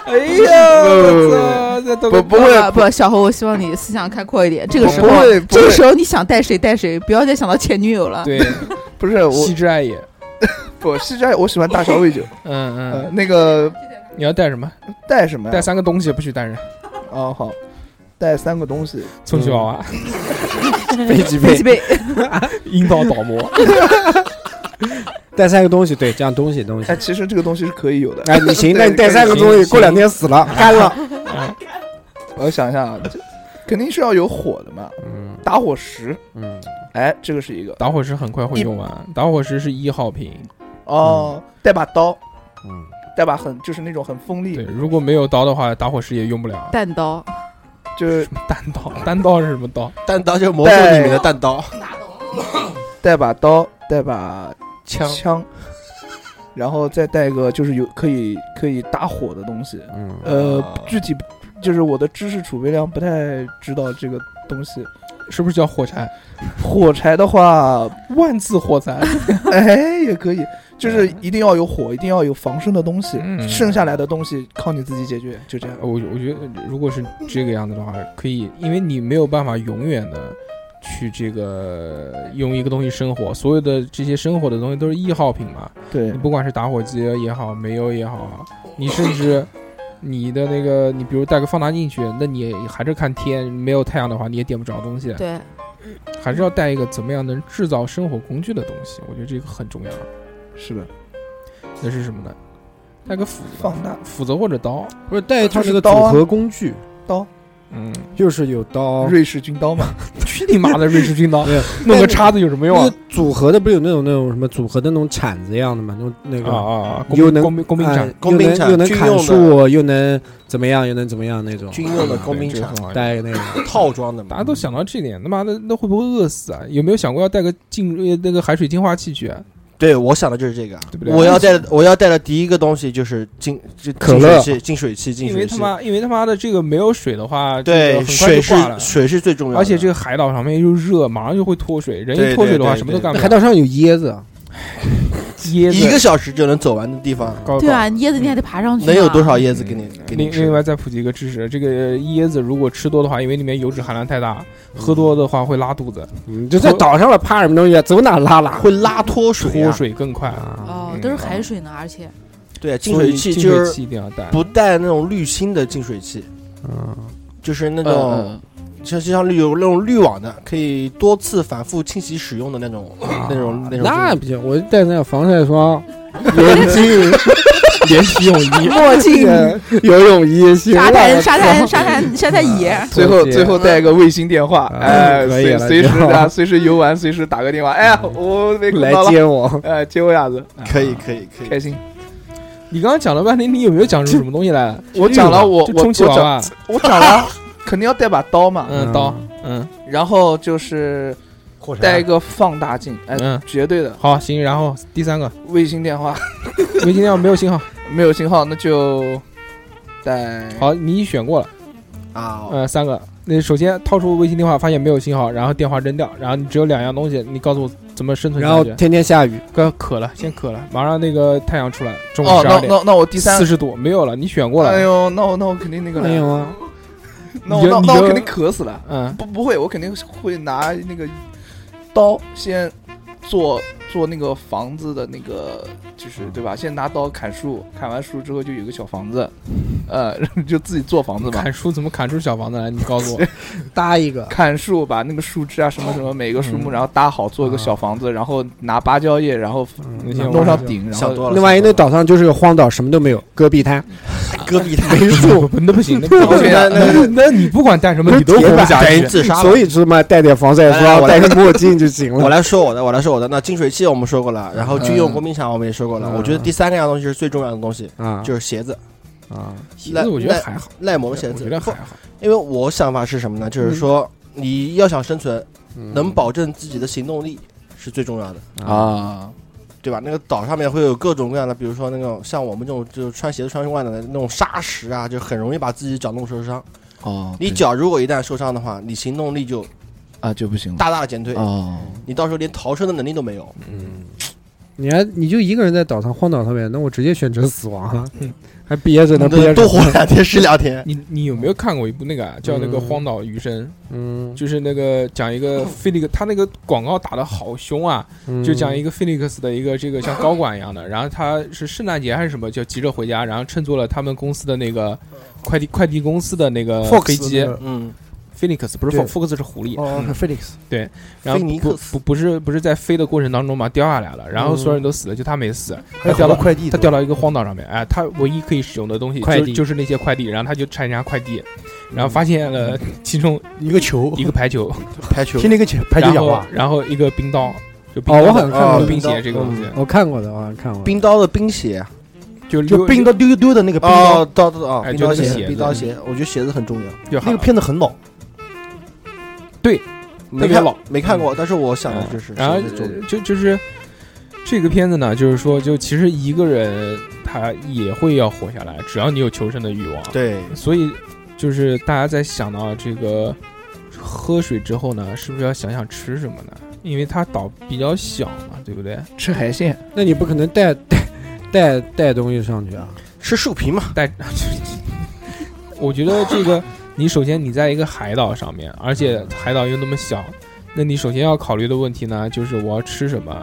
哎呀，我操，这都不不会不，不小侯，我希望你思想开阔一点。这个时不候，会不这个会，时候你想带谁带谁，不要再想到前女友了。对，不是我西之爱也，不是这样，我喜欢大小魏酒。嗯呃嗯，，那个你要带什么？带什么呀？带三个东西，不许带人，哦好，带三个东西，充气娃娃、飞机飞杯机，杯，嗯 樱桃倒模，带三个东西，对，这样东西东西哎，。其实这个东西是可 以有的。哎，你行，对那你带三个东行西，行过两天死了， 干了。我想一下啊，这肯定是要有火的嘛，嗯打火石，嗯，哎，这个是一个打火石很快会用完，打火石是一号瓶，哦，带把刀，嗯，带把很就是那种很锋对，利，如果没有刀的话，打火石也用不了。蛋刀，就是单刀，嗯单刀是什么刀？单刀就是魔兽里面的单刀，哦带把刀，带把枪枪，然后再带个就是有可以可以打火的东西，嗯呃啊，具体就是我的知识储备量不太知道这个东西。是不是叫火柴？火柴的话，万字火柴，哎，也可以，就是一定要有火，一定要有防身的东西，嗯剩下来的东西靠你自己解决，就这样。呃我我觉得如果是这个样子的话，可以，因为你没有办法永远的去这个用一个东西生活，所有的这些生活的东西都是易耗品嘛。对你，不管是打火机也好，煤油也好，啊你甚至你的那个，你比如带个放大镜去，那你还是看天，没有太阳的话，你也点不着东西。对，还是要带一个怎么样能制造生活工具的东西，我觉得这个很重要。是的，那是什么呢？带个斧子吧，放大斧子或者刀。不是带他就是那个组刀啊合工具，刀，嗯，就是有刀，瑞士军刀嘛， 去你妈的瑞士军刀没有，弄个叉子有什么用那啊个？组合的不是有那种那种什么组合的那种铲子一样的吗？那种那啊个啊啊！你又能工兵工兵啊工兵工兵又能又铲能军砍用的树，又能怎么样，又能怎么样那 种，军用的啊工兵这个铲，很好用带一个那个套装的嘛。大家都想到这点，他妈的那会不会饿死啊？有没有想过要带个净呃那个海水净化器去啊？对，我想的就是这个。对不对我要带的，我要带的第一个东西就是净就可净水乐器、净水器、净因为水他器。妈因为他妈的这个没有水的话，这对，个很快水就是挂了。水是最重要的，而且这个海岛上面又热，马上就会脱水，人对一脱水的话对对什么都干不海了。岛上有椰子，椰一个子，小时就能走完的地方，高对啊，椰子你还得爬上去，能有多少？椰子给你给你嗯另吃另？外再普及一个知识，这个椰子如果吃多的话，因为里面油脂含量太大，喝多的话会拉肚子，你就在岛上了，怕什么东西啊？走哪拉 哪。会拉脱水脱啊！水更快。啊，哦嗯，都是海水呢，而且对，净啊所以水器净就水是器一定要带。不带那种滤芯的净水器，嗯，就是那种嗯，像就像有那种滤网的，可以多次反复清洗使用的那种那种那种净水 器。那不行，我就带那个防晒霜、眼镜、免洗泳衣，墨镜、 游泳 衣、沙滩、沙滩滩、沙滩、沙滩椅，最后最后带个卫星电话，啊哎，可以随了随时就啊，随时游玩， 随时打个电话，哎呀，我 被来看到了，接我，哎，接我一下子，可以可以可以，开心。你刚刚讲了半天，你有没有讲出什么东西来？我讲了，我就我我充气娃讲娃， 我讲了，肯定要带把刀嘛，嗯，刀，嗯然后就是扩带一个放大镜，哎，嗯，绝对的好，行，然后第三个，卫星电话微信上没有信号，没有信号，那就带好，你已经选过了，啊，哦呃，三个。那首先掏出微信电话，发现没有信号，然后电话扔掉，然后你只有两样东西，你告诉我怎么生存然下后去。天天下雨，哥渴了，先渴了，马上那个太阳出来，中午哦，十那二点，那那我第三四，十度没有了，你选过哎了，呦，那我那我肯定那个了，没有啊，那你就我那我你那我就肯定渴死了，嗯，不不会，我肯定会拿那个刀先做做那个房子的那个，就是嗯对吧？先拿刀砍树，砍完树之后就有个小房子，呃， 就自己做房子嘛。砍树怎么砍出小房子来？你告诉我，搭一个，砍树，把那个树枝啊什么什么每个树嗯木，然后搭好，做一个小房子，然后拿芭蕉叶，然后你先弄上顶，然想后多了。那万一想多那了岛上就是个荒岛，什么都没有，戈 壁滩，戈壁滩没不树，不那不行，那不行啊那那那你不管带什么，你都活不下带去啊人。自杀了所以说嘛，带点防晒来来霜，我戴个墨镜就行 我了。来说我的，我来说我的。那净水器我们说过了，然后军嗯用国民厂我们也说过嗯了。我觉得第三个样东西是最重要的东西，啊就是鞋子，啊，鞋子我觉得还好，耐磨我的鞋子觉。得不还好。因为我想法是什么呢？就是说你要想生存，嗯能保证自己的行动力是最重要的，啊，对吧？那个岛上面会有各种各样的，比如说那种像我们这种就是穿鞋子穿惯的那种沙石啊，就很容易把自己脚弄受伤。哦你脚如果一旦受伤的话，你行动力就啊就不行了大大减退，哦，你到时候连逃生的能力都没有。你还你就一个人在岛上荒岛上面，那我直接选择死亡啊，嗯还憋着呢，你憋多着活两天是两天。你你有没有看过一部那个啊，叫那个《荒岛余生》，嗯，就是那个讲一个菲利克，他那个广告打的好凶啊，嗯就讲一嗯个个菲利克斯的一个这个像高管一样的，然后他是圣诞节还是什么，就急着回家，然后乘坐了他们公司的那个快递快递公司的那个嗯 Fox 哦飞机那，个嗯，菲利克斯不是对 Fox Fox 是狐狸，哦嗯，Felix，然后菲尼不克斯不不是不是在飞的过程当中嘛掉下来了，然后所有人都死了，就他没死，还有掉好到多快递，他掉到一个荒岛上面，哎，他唯一可以使用的东西快就递就是那些快递，然后他就拆人家快递，嗯然后发现了其中一个球一，个排球，排球听那个球排球然讲后话，然后一个冰刀，就冰哦，我刀好像看过嗯哦冰冰刀鞋这个东西，我看过的，我好像看过的。冰刀的冰鞋，就就冰刀刀丢丢丢的那个冰刀哦，，刀刀哦，哎冰就刀那个鞋鞋，子冰刀鞋，我觉得鞋子很重要。就好那个片子很老，别没看老没看过，但是我想的嗯就是，然后鞋子重要呃就就是这个片子呢，就是说，就其实一个人他也会要活下来，只要你有求生的欲望。，对，所以就是大家在想到这个喝水之后呢，是不是要想想吃什么呢？因为它岛比较小嘛，对不对？吃海鲜那你不可能带 带带带东西上去啊？吃树皮嘛，带，我觉得这个你首先你在一个海岛上面，而且海岛又那么小，那你首先要考虑的问题呢，就是我要吃什么。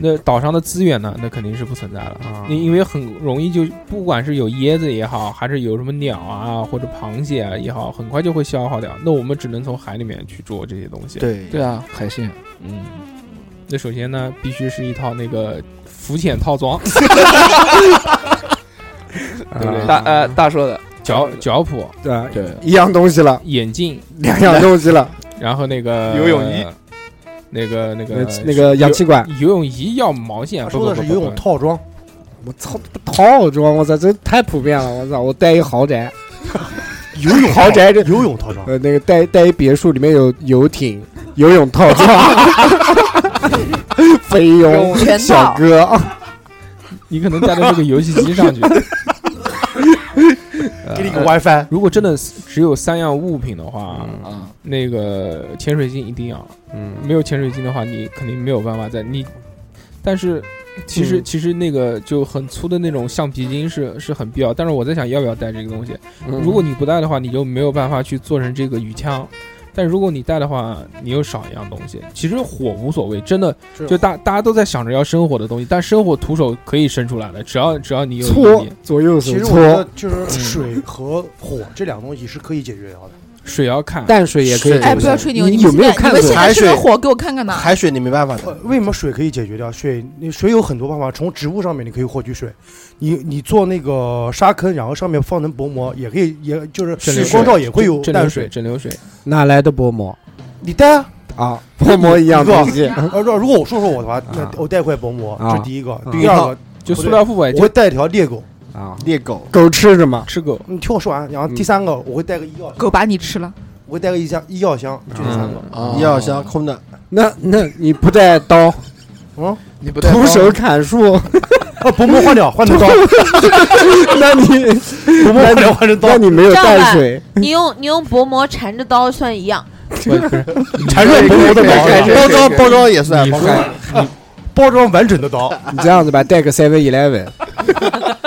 那岛上的资源呢？那肯定是不存在了啊你因为很容易就，不管是有椰子也好，还是有什么鸟啊或者螃蟹啊也好，很快就会消耗掉。那我们只能从海里面去捉这些东西。，对对啊，海鲜嗯。那首先呢，必须是一套那个浮潜套 装，对不对啊大呃大说的脚脚蹼、对啊，对一样东西了，眼镜、两样东西了，然后那个游泳衣，那个那那个那个氧气管，游泳衣要毛线，他不说的是游泳套，套装，我操，套装，我操，这太普遍了，我操，我带一豪宅，游泳豪宅这游泳套装，呃，那个带带一别墅，里面有游艇、 游泳套装， 飞泳泳全小套哥， 你可能带着这个游戏机 上去。呃给你个 WiFi，如果真的是只有三样物品的话，啊，那个潜水镜一定要，嗯，没有潜水镜的话，你肯定没有办法在你。但是其实、嗯其实那个就很粗的那种橡皮筋是是很必要，但是我在想要不要带这个东西。嗯如果你不带的话，你就没有办法去做成这个鱼枪。但如果你带的话，你又少一样东西。其实火无所谓，真的是啊就大大家都在想着要生火的东西，但生火徒手可以生出来的，只要只要你有毅搓力。左右手其实我觉搓得，就是水和火这两个东西是可以解决掉的，水要看，淡水也可以是解哎，决不要吹牛，你们有现没有在看你们过现在海生的水火给我看看呐！海水你没办法的，呃为什么水可以解决掉？水，你水有很多办法，从植物上面你可以获取水，你你做那个沙坑，然后上面放层薄膜，也可以，也就是蒸馏水光照也会有蒸淡馏水水，。蒸馏水，哪来的薄膜你带啊？啊？ 薄膜一样东西， 呃，如如果我说说我的话，那啊我带块薄膜，啊这是第一个。嗯第二个，就塑料布呗，我就会带一条猎狗。嗯啊，猎狗狗吃什么？吃狗。你听我说完，嗯然后第三个我会带个医药，狗把你吃了，我会带个医箱，医药箱，嗯就这嗯 三个。啊医药箱空的，那那你不带刀，你不带徒刀手砍树， 啊，薄膜换掉，换成刀，那你薄膜换掉，换成刀 那。你没有淡水，你用你用薄膜缠着刀算一样，不是不是缠着薄膜的对刀，对对包装包装也算你，包说装包装完整的刀你这样子吧，带个 Seven Eleven，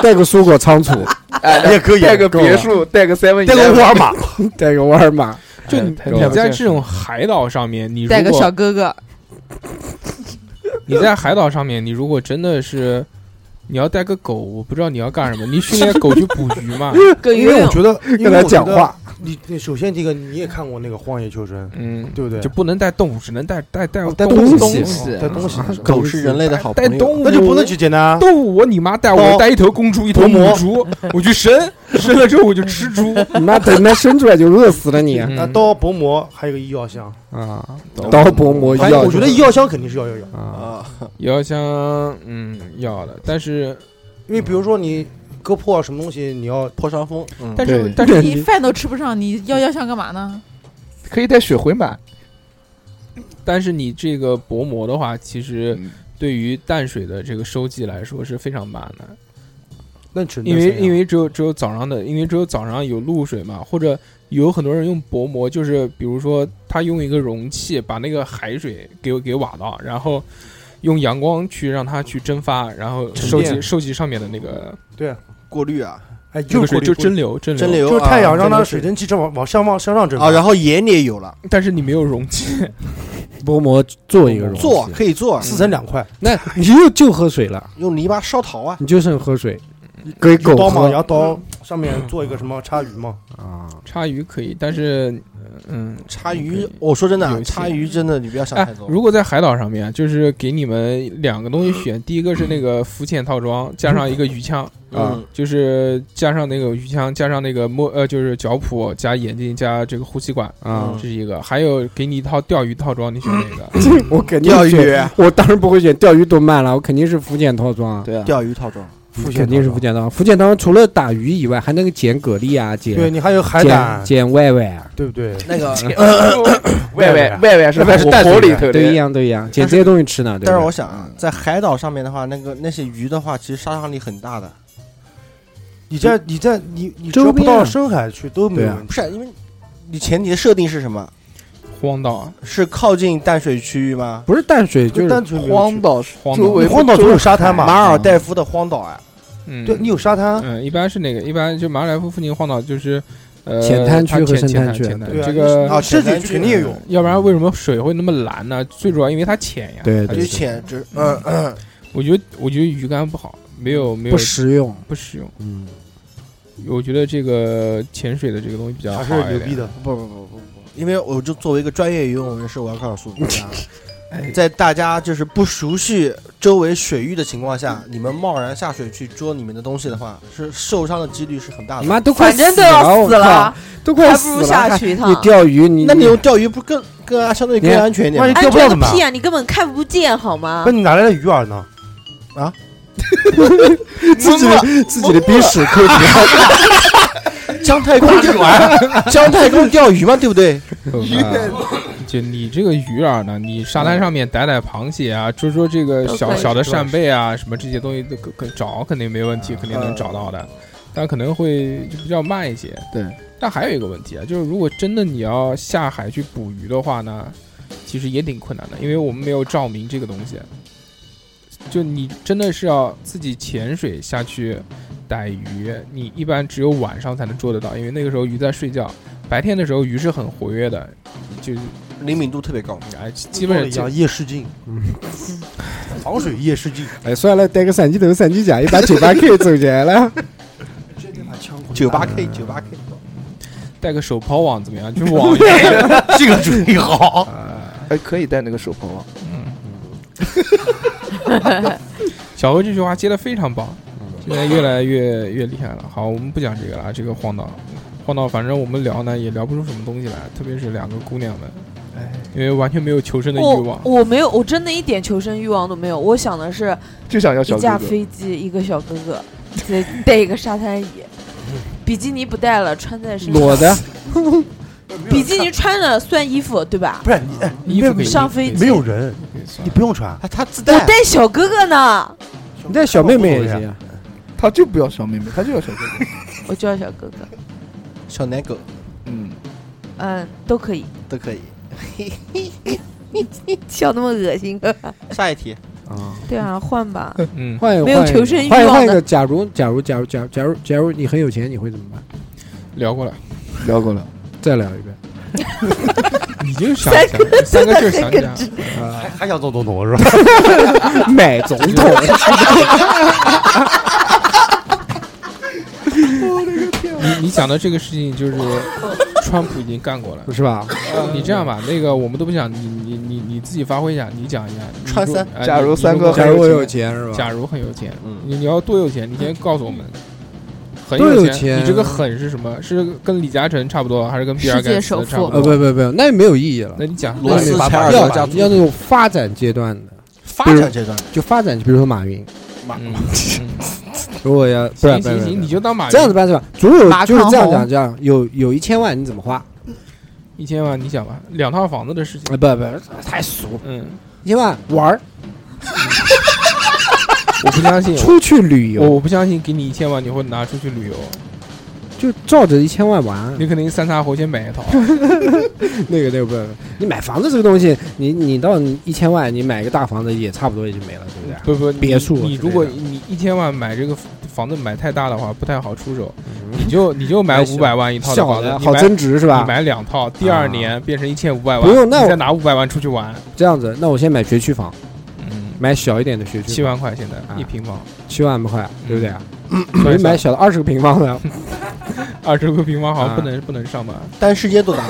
带个蔬果仓储，哎也可以，带个够了别墅，带个 seven，带个沃尔玛，带个沃尔玛，哎就你太你太在不这种海岛上面，你如带个小果哥哥，你在海岛上面，你如果真的是你要带个狗，我不知道你要干什么，你训练狗去捕鱼 嘛？跟因为我觉得哎因跟为他我觉讲得话，你你首先这个你也看过那个《荒野求生》，嗯，对不对？就不能带动物，只能带带带哦带东东西啊西带东西，狗是人类的好朋带友，动物，那就不能去简单啊。动物，我你妈带刀我带一头公猪，一头母猪，我去生， 生了之后我就吃 猪。你妈 等它生出来就饿死了你嗯那啊刀薄膜还有个医药箱，啊！刀薄膜反正药，我觉得医药箱肯定是要要要，啊，啊，药箱，嗯，要的，但是因为比如说你割破啊什么东西，你要破伤风，嗯，但是对但是你你饭都吃不上，你要要想干嘛呢？可以带血回 满，但是你这个薄膜的话，其实嗯对于淡水的这个收集来说是非常慢的。那只能因为怎样因为只有只有早上的，因为只有早上有露水嘛，或者有很多人用薄膜，就是比如说他用一个容器把那个海水给给瓦到，然后用阳光去让它去蒸发，然后沉收淀集收集上面的那个过滤啊，那哎就个是水，过滤就蒸，馏蒸馏蒸馏就是太阳啊让它蒸馏水蒸气正往往向往向上蒸啊，然后后盐你也有了，但是你没有容器， 薄膜做一个容器做可以做，四层两块，那你就就喝水了，用泥巴烧陶啊，你就剩喝水，给狗刀嘛，然喝后刀上面做一个什么叉鱼嘛，啊。插鱼可以，但是嗯，插可鱼以，我说真的啊有，些插鱼真的你不要想太哎多，，如果在海岛上面，就是给你们两个东西选，第一个是那个浮潜套 装，加上一个鱼枪，啊嗯，就是加上那个鱼枪，加上那个墨呃，就是脚蹼加眼镜加这个呼吸管，啊嗯这是一个。还有给你一套钓鱼套装，你选哪 个？我肯定钓选鱼，我当然不会选钓鱼动漫了，我肯定是福建套装啊，对啊，钓鱼套装，嗯肯定是福建套装。福建套装除了打鱼以外，还能够捡蛤蜊啊，捡对你还有海捡胆，捡外外啊，对不对？ 啊那个，外外外外外是外外是火淡水火的里头都一的，样都一样，捡这些东西吃呢。对但是不我对想啊，在海岛上面的话，那个那些鱼的话，其实杀伤力很大的，你在你在你你只周要不边啊到深海去都没对有啊问不题。是因为你前提的设定是什么？荒岛啊，是靠近淡水区域吗？不是淡水就就是单纯没有去荒岛荒周岛围，荒岛总有沙滩嘛，马尔代夫的荒岛啊，嗯，对你有沙滩，嗯，一般是那个，一般就马尔代夫附近荒岛就是呃浅滩区它和浅深滩浅区浅滩对啊这啊，个。嗯这里肯定也有。要不然为什么水会那么蓝呢？最主要因为它浅呀。对它就对就对浅浅只嗯嗯，我觉得我觉得鱼竿不好，没有没有不实用。不实用。嗯，我觉得这个潜水的这个东西比较还好是一牛点逼 的。不不不不不，因为我就作为一个专业游泳人士，我要告诉大家，在大家就是不熟悉周围水域的情况下，你们贸然下水去捉里面的东西的话，是受伤的几率是很大你的。妈都快反正都要死死了了，，我靠都快还不死如了。下去一还你趟。钓鱼，你那你用钓鱼不更更啊安相对更你看安全一点万一吗？安钓不到怎全个么办屁？啊！你根本看不见好吗那？你哪来的鱼饵呢？自己的自己的鼻屎可以不要姜太公钓鱼，姜太公钓鱼嘛，对不对？嗯啊就你这个鱼饵呢，你沙滩上面逮逮螃蟹啊，捉捉这个都小可以小的扇贝啊，什么这些东西都可可找，肯定没问嗯题，肯定能找到的，但可能会就比较慢一些。对，但还有一个问题啊，就是如果真的你要下海去捕鱼的话呢，其实也挺困难的，因为我们没有照明这个东西。就你真的是要自己潜水下去逮鱼，你一般只有晚上才能捉得到，因为那个时候鱼在睡觉，白天的时候鱼是很活跃的，就是灵敏度特别高。哎，基本讲上夜视镜，防水夜视镜， 哎，算了，戴个散气头、散气 甲，一把九八 K 走起来了。嗯九八 K 九八 K，带个手抛网怎么样？去网一下。这个主意好。哎，可以戴那个手铐啊。 小何这句话接的非常棒，现在越来越越厉害了。好，我们不讲这个了，这个荒岛，荒岛，反正我们聊呢也聊不出什么东西来，特别是两个姑娘们，哎因为完全没有求生的欲我望。我没有，我真的一点求生欲望都没有。我想的是就想要一小架哥哥，飞机，一个小哥哥， 再带一个沙滩椅，比基尼不带了，穿在身上。裸的，比基尼穿着算衣服对吧？不是你，哎衣服可以上飞机没有人，可以算你不用 穿，他他自我带，带小哥哥呢，你带小妹妹也行啊，他就不要小妹妹，他就要小哥哥。我就要小哥哥，小奶狗嗯，嗯，都可以。都可以。笑那么恶心，下一题，啊，对啊，换吧。嗯，换一个没有换一个求生欲换一个望换一的个，假如假如假如假如假如假如你很有钱，你会怎么办？聊过了，聊过了。再聊一 遍你就想想三个字儿想想，啊，还想做总统是吧？买总 统，你你想的这个事情 就是川普已经干过了。是 吧？你这样吧，那个我们都不讲，你你你你自己发挥一下，你讲一下。你川说三，哎假你如你三说个过假如我有钱是吧？嗯假如很有钱，嗯，你你要多有钱？你先告诉我们，很多有钱。钱你这个狠是什么？是跟李嘉诚差不多，还是跟比尔盖世界茨首富差不呃，多？不不不，那也没有意义了。那你讲罗斯柴尔要德家族要那种发展阶段的，发展阶段，就发展，比如说马云，嗯，如果要不然行行啊行，你就当马云这样子办是吧？总有马就是这样讲，康宏这样有有一千万你怎么花？一千万，你想吧，两套房子的事情。啊不不，太俗，嗯，一千万玩儿我不相信，出去旅我游，我不相信给你一千万你会拿出去旅游，就照着一千 万玩。你肯定三叉火先买一套。那个那个不，你买房子这个东西，你你到一千万，你买个大房子也差不多也就没了，对不不对？不，你 别墅啊你之类如果的你一千万买这个房子买太大的话，不太好出手， 你就你就买五百嗯万一套的小房的子，好你买增值是你吧？啊买两套，第二年变成一千五百万，不用那你我再拿五百万出去玩，这样子，那我先买学区房，嗯，买小一点的学区，七万块现在啊一平方，七万块，对不对？嗯所我以就买小的二十个平方的二十个平方好像啊不能不能上吧？单时间多大？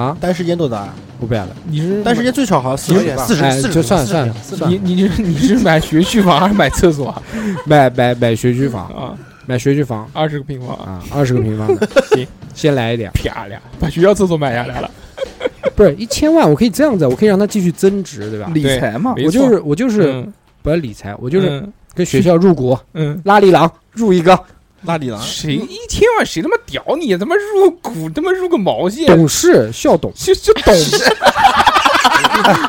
啊，单时间多大？不要了，你是单时间最少好像四十点四十哎，四十就算了算了了，算你了，你是你是买学区房还 是买厕所啊？买买买学区房，啊，买学区房二十个平方，啊，，啊，二十个平方的行，先来一点。漂亮，把学校厕所买下来了。不是一千万，我可以这样子，我可以让它继续增值，对吧？理财嘛，没我就错是我就是嗯不要理财，我就是嗯跟学校入股，嗯，拉力郎入一个拉啊里郎谁一千万谁他妈屌你？他妈入股他妈入个毛线？董事校董，就就 懂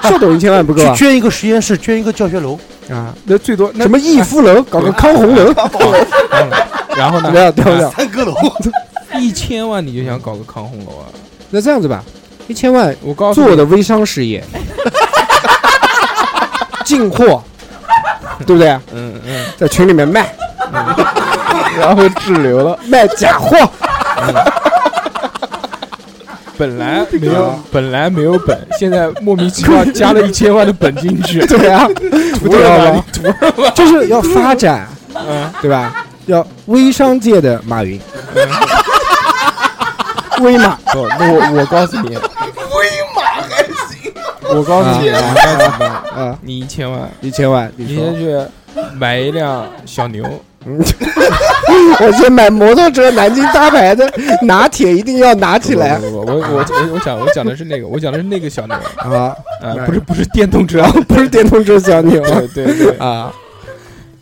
校董一千万不够去啊？捐一个实验室，捐一个教学楼，啊，那最多那什么逸夫楼，搞个康宏楼，嗯然后不呢？要对不哎了。三阁楼。一千万你就想搞个康宏楼啊？那这样子吧，一千万我告诉做你我的微商事业，进货，对不对？嗯嗯，在群里面卖然后滞留了。卖假货，本来没有，本来没有本，现在莫名其 妙加了一千万的本进去，对啊，图知道了吗吧？你图了吧？ 就是要发展，嗯，对吧？要微商界的 马云，微马。不，那我我告诉你，我告诉你啊啊，啊，你一千万，一千万，你你先说，去买一辆小牛， 我先买摩托车，南京大牌的拿铁一定要拿起来不不不我我我我讲我讲的是那个，我讲的是那个小牛，啊！啊，哪不是不是电动车，啊 不是电动车小牛对对对，啊，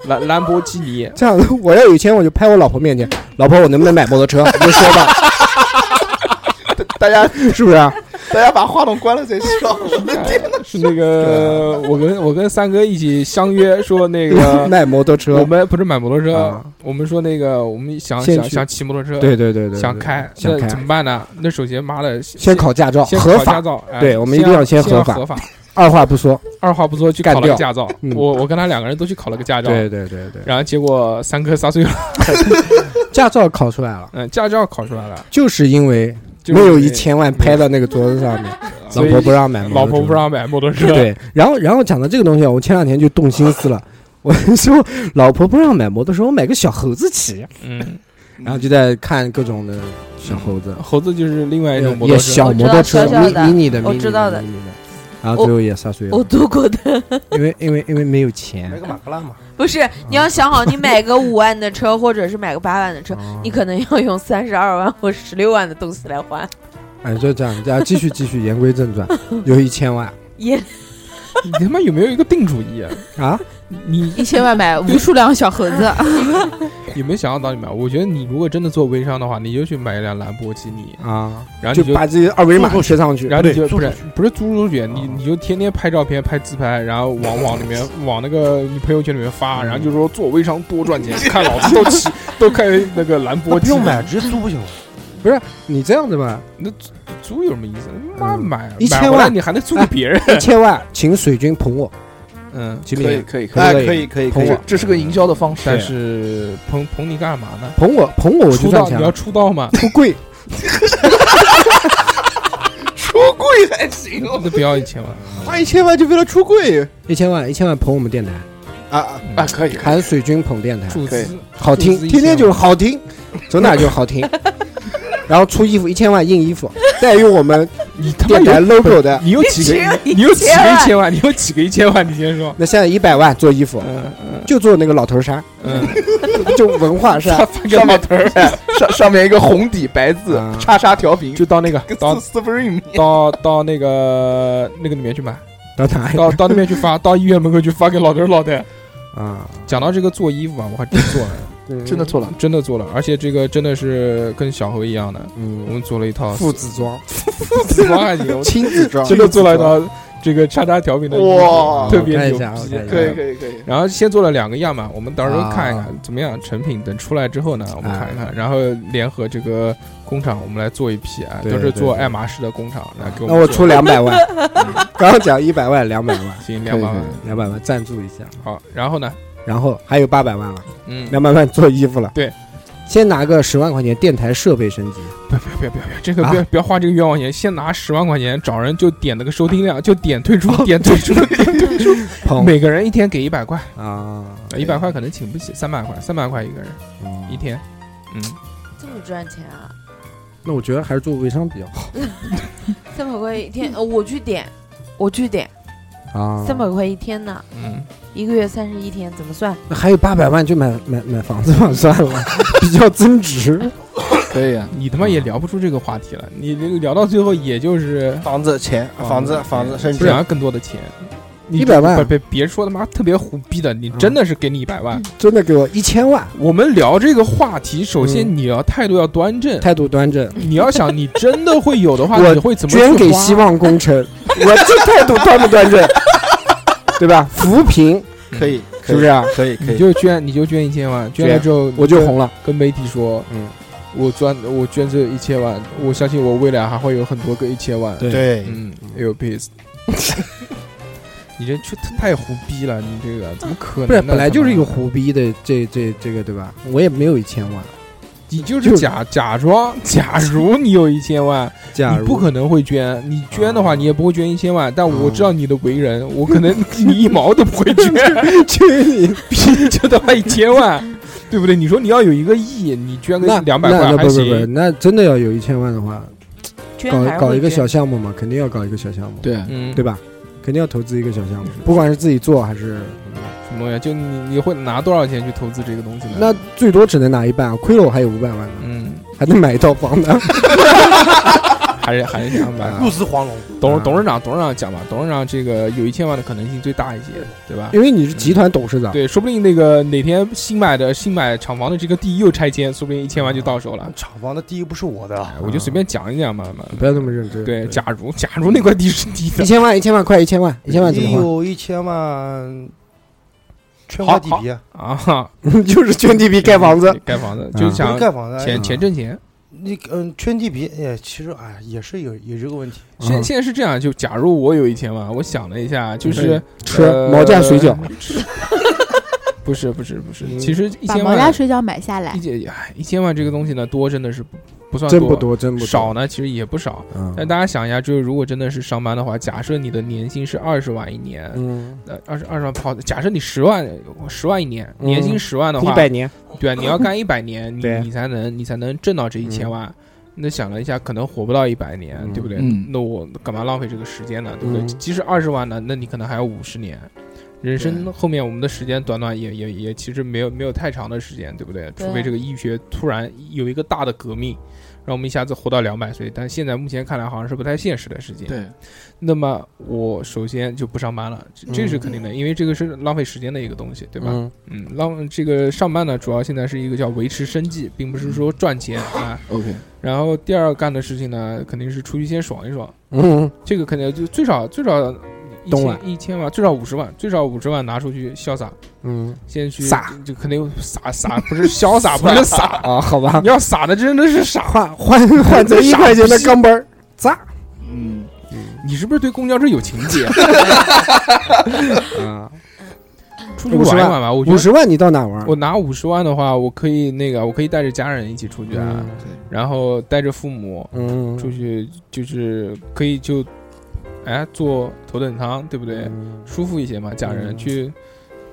兰兰博基尼， 这样我要有钱我就拍我老婆面前，老婆我能不能买摩托 车？你就说吧，大家是不是啊？大家把话筒关了再 笑。哎是那个我跟我跟三哥一起相约说那 个。卖摩托我车，们不是买摩托车啊，我们说那个，我们想先想去想骑摩托车，对对对对，想对，开，想那开怎么办呢？那首先妈的，先考驾照，先合考驾法，照，哎对我们一定要先先合要法合法。二话不说，二话不说去考了干个掉驾照，嗯我我跟他两个人都去考了个驾照，对对对对，然后结果三哥撒碎 了，驾照考出来了，嗯，驾照考出来了，就是因为就是没有因一为，千万拍到那个桌子上面，老所以婆不让买摩托车，老婆不让买摩托车，对，然后然后讲到这个东西啊，我前两天就动 心思了。我说，老婆不让买摩托车，我买个小猴子骑。嗯，然后就在看各种的小猴子，猴子就是另外一种摩也托车，小摩托车我知道小小的迷迷你的，我知道的迷你迷你的，然后最后也撒水了我，度过的因为因为因为没有买钱，个马克拉嘛，不是，你要想好，你买个五万的车，或者是买个八万的车，你可能要用三十二万或十六万的东西来还。哎，就这样，大家继续继续，言归正传，有一千万也你他妈有没有一个定主意啊？啊，你一千万买无数辆小 盒子，有没有想要到你买？我觉得你如果真的做微商的话，你就去买一辆兰博基尼，啊，然后就你就把自己的二维码贴上去，然后你就对不是租出不是租出去，你啊你就天天拍照片、拍自拍，然后往往里面 往那个你朋友圈里面发，然后就说嗯做微商多赚钱，看老子都 骑都开那个兰博 不基尼，用买，直接租不行吗？你这样的吧，租有什么意思？妈嗯买一千买回来万你还能租给别人？一千万，请水军捧我， 嗯，行不可以行？可以可以，哎，可以可以可以可捧以这我，这是个营销的方 式。但是捧捧你干嘛呢？捧我捧我我就出赚道钱你要了， 出道吗？出柜 那不要一千万，花一千万就为了出柜，一千万一千万捧我们电台，啊啊！啊，可以，喊水军捧电台，注可以资好听注资，一千天天就是万好听，走哪就好听。然后出衣服一千万印衣服，再用我们你他妈电台 有 logo 的，你有几个一千你有几个一一千万？你有几个一千万？你先说。那现在一百万做衣服，嗯嗯就做那个老头衫，嗯，就文化他衫， 翻个老头儿，上上面一个红底白字啊，叉叉调频，就到 那个跟 到 Supreme 到到那个那个里面去买，到哪到到那边去发，到医院门口去发给老头儿老太。啊？讲到这个做衣服啊，我还真做了，真的，错了，真的做了，而且这个真的是跟小猴一样的，我嗯，们做了一套父子装，服装还 行，亲子装，真的做了一套这个叉叉调频的衣服，哇，特别我看一牛下我逼看一，下可以可以可以，然后先做了两个样嘛，我们到时候啊看一看怎么样成品。等出来之后呢，我们哎看一看，然后联合这个工厂，我们来做一批啊，对都是做对对爱马仕的工厂来给那们我做出两百万，嗯刚刚讲一百万，两百万，行两可以百万两百万赞助一下，好，然后呢，然后还有八百万了，嗯，两百万做衣服了，对。先拿个十万块钱电台设备升级，不要不要不要不要，啊这个不要不要花这个冤枉钱，先拿十万块钱找人就点那个收听量，就点退哦出，点退出，点退出，捧每个人一天给一百块，啊，一百块可能请不起，三百块，三百块一个人嗯一天，嗯，这么赚钱啊？那我觉得还是做微商比较好三百块一天，呃我去点，我去点，啊三百块一天呢，嗯，一个月三十一天，怎么算？那还有八百万就买买买房子吧，算了，比较增值。可以啊，你他妈也聊不出这个话题了，你这个聊到最后也就是房子钱，啊房子房子，嗯甚不啊至想要更多的钱，你100万别别别说他妈特别虎逼的，你嗯真的是给你一百万。真的给我一千万，我们聊这个话题，首先嗯你要态度要端正，态度端正，你要想你真的会有的话， 我你会怎么捐去给花希望工程，我这态度端不端正？对吧？扶贫可以，是可以不是？啊？可以可嗯你以。就捐，你就捐一千万，捐了之后我就红了。跟媒体说，嗯，我赚，我捐这一千万，我相信我未来还会有很多个一千万。对对，嗯，有 peace。你这确太胡逼了，你这个怎么可能呢？不是，本来就是一个他妈的胡逼的，这这这个对吧？我也没有一千万，你就就是假假装， 假如你有一千万，假你如不可能会捐，你捐的话啊你也不会捐一千万。但我嗯知道你的为人，我可能 你一毛都不会捐， 去你屁就他妈一千万， 对不对？你说你要有一个亿，你捐个那两百那块那还不不不，行。那真的要有一千万的话，捐还搞是搞一个会捐小项目嘛，肯定要搞一个小项目，对，嗯，对吧？肯定要投资一个小项目，不管是自己做还是什么东西啊？就你你会拿多少钱去投资这个东西呢？那最多只能拿一半，亏了我还有五百万呢，嗯，还能买一套 房呢。还是还是两百。入资黄龙，董啊董事长董事长讲吧，董事长这个有一千万的可能性最大一些，对吧？因为你是集团董事长，对，说不定那个哪天新买的新买厂房的这个地又拆迁，说不定一千万就到手了。嗯厂房的第一不是我的，哎，我就随便讲一讲嘛嘛。不要那么认真。对，假如假如那块地是你 一的，千万，一千万，快一千万，一千万怎你么有一千万，圈块地皮啊，啊，哈花？ 就是圈地皮盖房子， 盖房子啊就不是想盖房子啊，钱嗯钱挣钱。你嗯圈地皮，哎，其实哎也是有有这个问题，现嗯现在是这样，就假如我有一千万，我想了一下，就是嗯吃毛价酱水饺， 不是不是不是，嗯其实一把千毛家万水饺买下来一，千哎一千万这个东西呢，多真的是不不算真不多，真不多少呢其实也不少。嗯但大家想一下，就是如果真的是上班的话，假设你的年薪是二十万一年，嗯，呃，二十二十万跑，假设你十万十万一年，嗯年薪十万的一话，百年，对啊，你要干一百年，你对啊你才能你才能挣到这一千万。那想了一下，可能活不到一百年，嗯对不对？嗯那我干嘛浪费这个时间呢？对不对？嗯即使二十万呢，那你可能还有五十年。人啊生后面我们的时间短短也也也其实没有没有太长的时间，对不对？对除啊非这个医学突然有一个大的革命，让我们一下子活到两百岁，但现在目前看来好像是不太现实的事情。对，那么我首先就不上班了，这这是肯定的，因为这个是浪费时间的一个东西，对吧？嗯嗯，浪这个上班呢，主要现在是一个叫维持生计，并不是说赚钱啊。 OK，然后第二干的事情呢，肯定是出去先爽一爽，嗯，这个肯定就最少最少一懂了千一千万，最少五十万，最少五十万拿出去潇洒，嗯先去撒，就肯定撒撒，不是潇 洒，不是撒，啊，好吧 你，要撒的真的是傻。换换换成一块钱的钢镚儿，砸，嗯，你是不是对公交车有情 结？啊，出去玩一玩吧，我觉五得。十万你到哪玩？我拿五十万的话，我可以那个，我可以带着家人一起出去啊，嗯然后带着父母，嗯，出去就是可以就，哎，坐头等舱，对不对？嗯舒服一些嘛，家人嗯去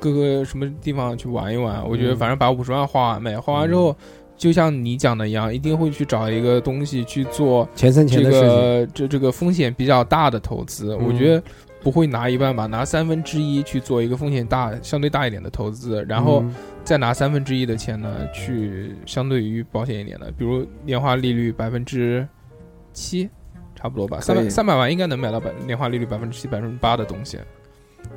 各个什么地方去玩一玩。我觉得嗯反正把五十万花完呗，花完之后，就像你讲的一样，一定会去找一个东西去做钱生钱这的事情，嗯个这这个风险比较大的投资。我觉得不会拿一半吧，拿三分之一去做一个风险大相对大一点的投资，然后嗯再拿三分之一的钱呢，去相对于保险一点的，比如年化利率百分之七，差不多吧，可三以百三百万应该能买到百年化利率百分之七、百分之八的东西，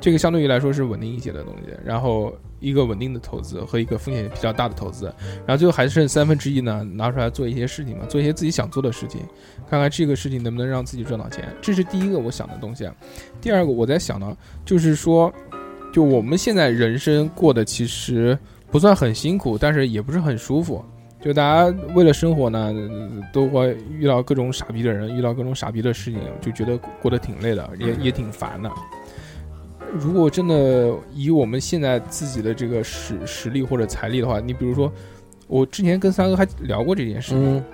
这个相对于来说是稳定一些的东西。然后一个稳定的投资和一个风险比较大的投资，然后最后还剩三分之一呢，拿出来做一些事情嘛，做一些自己想做的事情，看看这个事情能不能让自己赚到钱，这是第一个我想的东西。啊第二个我在想呢，就是说，就我们现在人生过得其实不算很辛苦，但是也不是很舒服。就大家为了生活呢，呃都会遇到各种傻逼的人，遇到各种傻逼的事情，就觉得过得挺累的，也也挺烦的。如果真的以我们现在自己的这个实实力或者财力的话，你比如说，我之前跟三哥还聊过这件事情，嗯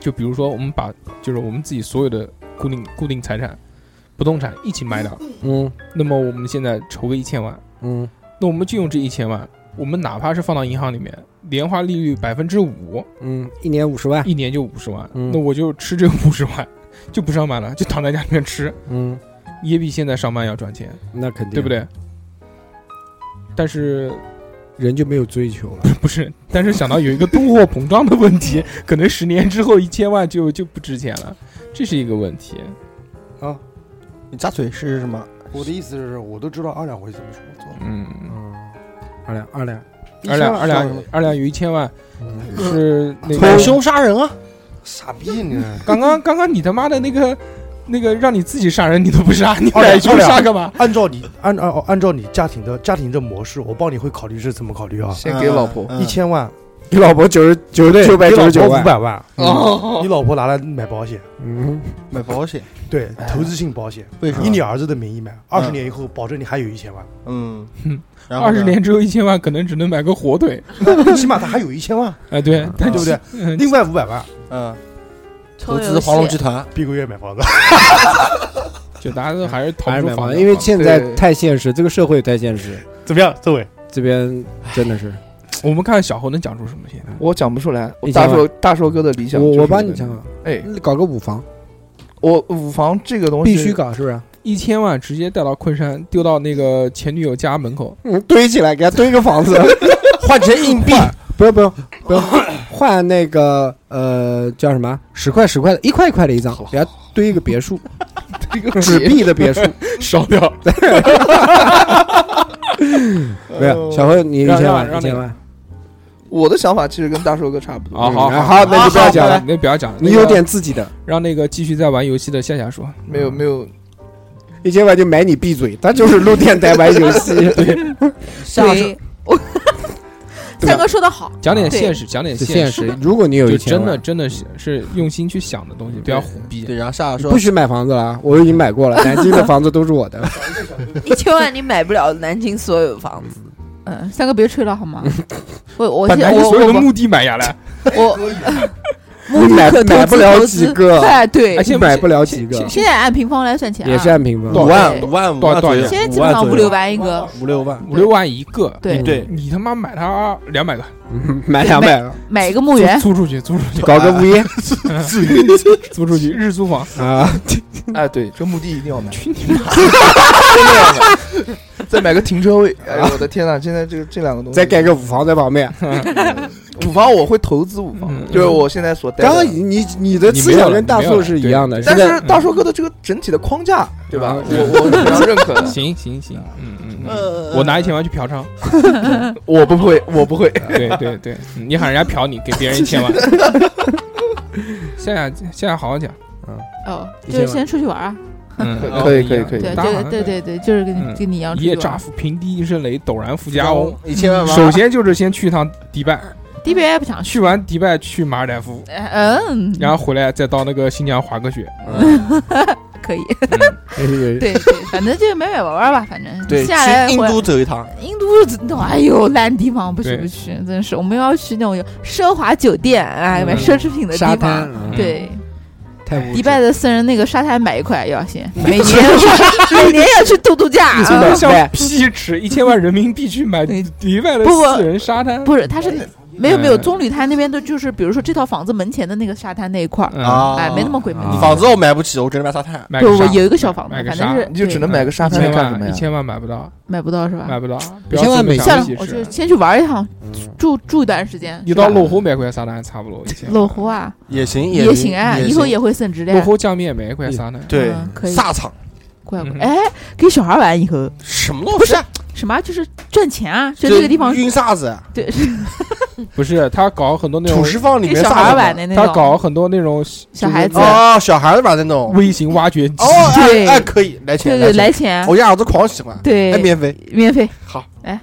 就比如说我们把就是我们自己所有的固定固定财产、不动产一起卖掉，嗯那么我们现在筹个一千万，嗯那我们就用这一千万，我们哪怕是放到银行里面，年化利率百分之五，嗯，一年五十万，一年就五十万，嗯那我就吃这五十万， 就不上班了，就躺在家里面吃，嗯，也比现在上班要赚钱，那肯定，对不？对？但是 人就没有追求了，不是？但是想到有一个通货膨胀的问题， 可能十年之后一千万就就不值钱了，这是一个问题。你扎嘴是什么？我的意思是，我都知道二两会怎么怎么做。嗯。嗯，二两二两，二两二一千万是两吧二两有一千万嗯是那哄个，凶杀人啊！傻逼啊你！ 刚刚刚刚你他妈的那个那个让你自己杀人你都不哦杀，你二两买凶杀干嘛？按照你按按按照你家庭的家庭的模式，我帮你会考虑是怎么考虑啊？先给老婆，嗯一千万， 你老婆九十九对，九百九十九五万，百万，哦你，老婆拿来买保险，嗯，买保险，对，投资性保险，为什么？以你儿子的名义买，二十嗯年以后保证你还有一千万， 嗯嗯，然后二呢十，年之后一千万可能只能买个火腿，起码他还有一千万，哎 对，对但不对？嗯另外五百万，嗯，抽投游资戏华龙集团，逼个月买房子， 就大家都还是逃还是不出买房房，子，因为现在对太现实，这个社会太现实，怎么样，这位？这边真的是，我们看小侯能讲出什么现在。我讲不出来。我你大讲吧硕大硕哥的理想就我是这个，我帮你想想，哎，搞个五房我五房这个东西必须，搞，是不是？一千万直接带到昆山，丢到那个前女友家门 口，嗯，堆起来，给他堆个房子，换成硬币，不用不用不用，换那个呃叫什么十块十块的，一块一块的一张，给他堆一个别墅，这个 纸币的别墅。烧掉，没有，小辉你一让千万让一千万，我的想法其实跟大硕哥差不多。好啊好嗯好，那就不要讲了，那不要讲，你那有个点自己的，让那个继续在玩游戏的夏夏说，没有没 有，一千万就买你闭嘴，他就是录电台玩游戏， 对，我啊三哥说的好，讲点对现实，讲点啊是现现实。如果你有就一千真万的，真的是是用心去想的东西，不要胡逼。对，然后夏夏你说不许买房子了，我已经买过了，南京的房子都是我的。一千万你买不了南京所有房子，嗯，嗯三哥别吹了好吗？我我把现南京我所有的我墓地买下来，我你买买不了几个，哎，对而，且买不了几个现现在按平方来算钱啊，也是按平方。多五少万钱五万五多少万多左少右钱，现在基本上五六万一个，五六万，五六万一个，对，对，你他妈买它两百个，嗯买两百个，买一个墓租园，租出去，租出去，搞个物业租出去，日租房，啊，哎，对，这墓地一定要买，去你妈！ 再买个停车位。哎呦，我的天呐，现在这个这两个东西，再盖个五房在旁边。五房，我会投资五房嗯，就是我现在所待刚的。刚你你的思想跟大树是一样的，但现在是大硕哥的这个整体的框架，对吧？啊 我我是非常认可的。行行行，嗯嗯呃嗯，我拿一千万去嫖娼， 我不会，我不会。对对对，嗯你喊人家嫖你，给别人一千万。现在现在好好讲，哦，一就千是万先出去玩啊，嗯，可以可以可以对大家好像对对对，就是跟你嗯跟你一样出一去夜玩。乍富，平地一声雷，陡然富家翁。一千万吗？首先就是先去一趟迪拜，迪拜不想去，去完迪拜去马尔代夫，呃嗯，然后回来再到那个新疆滑个雪。啊可以，嗯对对，反正就买买玩玩吧，反正对，下来去印回度走一趟，印度真的，哎呦，烂地方，不去对不去，真是，我们要去那种有奢华酒店，哎，嗯买奢侈品的沙地滩方。，嗯，对，太无迪拜的私人那个沙滩买一块要先，每年每年要去度度假。一千啊万像屁尺一千万人民币去买对迪拜的不不私人沙滩不是，他是没有没有嗯棕榈滩那边的，就是比如说这套房子门前的那个沙滩那一块儿，啊，哎，没那么贵，没那么啊贵房子我买不起，我只能买沙滩。买对，个我沙有一个小房子买，个反正沙是 你就只能买个沙一滩千干什么万一呀？千万买不到，买不到是吧？买不到，不一要千万这么美想算了其，我实就先去玩一趟，住住一段时间。你到泸湖买块沙滩差不多一千万。泸湖啊，也行，也行行啊，以后也会升值的呀。泸湖江面买一块沙滩，对嗯，可以萨场怪不嗯得哎，给小孩玩以后什么东西啊？什么就是赚钱啊，就这个地方运沙子，啊对，不是他搞很多那种土，石放里给面小沙孩子玩的那种。他搞很多那种小孩子啊哦，小孩子玩那种。微型挖掘机哦，，哎对哎，可以来钱对对，来钱，钱，我家儿子狂喜欢，哎，对，免费免费。好，哎，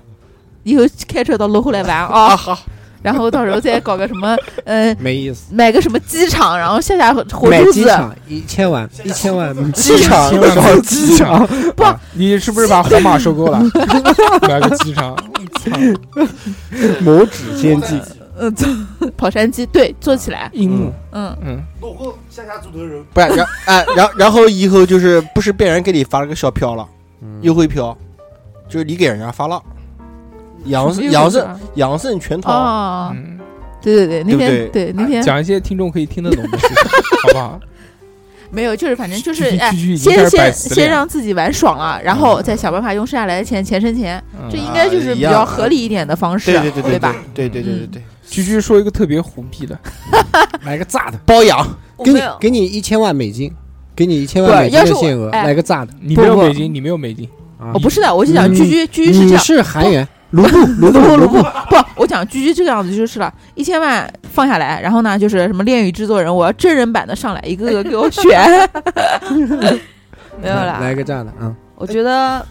以后开车到泸湖来玩啊，啊，好，然后到时候再搞个什么，呃，没意思。买个什么机场，然后下下火买珠机子，场一千万，一千万 机场千万买搞机场，你是不是把皇马收购了？ 买个机场，操某纸先进，嗯，坐跑山鸡，对，坐起来，樱木，嗯，嗯，不然然哎，然然后以后就是不是被人给你发了个小票了，优惠票，就是你给人家发了，杨什么意思盛杨盛啊杨盛全套，哦，嗯对对对，那对天不对那天啊讲一些听众可以听得懂的事情，好不好？没有，就是反正就是去去哎去去，已经开先始摆先词了呀先让自己玩爽了，然后再想办法用剩下来的钱钱生钱，嗯这应该就是比啊较一样合理一点的方式，对对对对吧？？对对对嗯对对，居居说一个特别虎逼的，买个炸的，包养我给没你有，给你一千万美金，给你一千万美金不是的要是我限额，哎来个炸的。你没有不不美金，你没有美金，啊我哦不是的，我就讲你居居居居是这你样，是韩元，卢布，卢布，不卢不布，不不，我讲居居这个样子就是了，一千万放下来，然后呢就是什么恋与制作人，我要真人版的上来，一个个给我选，没有啦来。个炸的啊，我觉得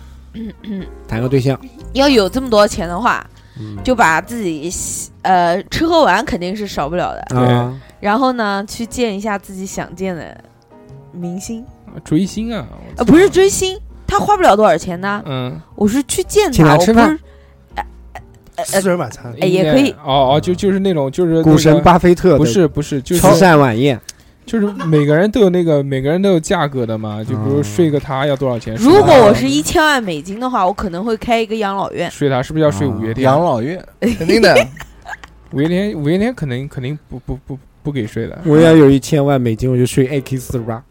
谈个对象，要有这么多钱的话，嗯就把自己喜呃吃喝玩肯定是少不了的，啊，然后呢，去见一下自己想见的明星，追星啊，我呃，操不嗯是，追星，他花不了多少钱呢，嗯，我是去见请他，他我不吃是饭呃私人晚 餐哎也应该可以哦哦，就就是那种就是那股个神巴菲特的不是不是，就慈是善晚宴，就是每个人都有那个每个人都有价格的嘛，就比哦如睡个他要多少钱？如睡果他嗯我是一千万美金的话，我可能会开一个养老院。睡他是不是要睡五月哦天？养老院，肯定的，五月天五月天肯定肯定不不不不给睡的，我要有一千万美金，我就睡 AK 四十八，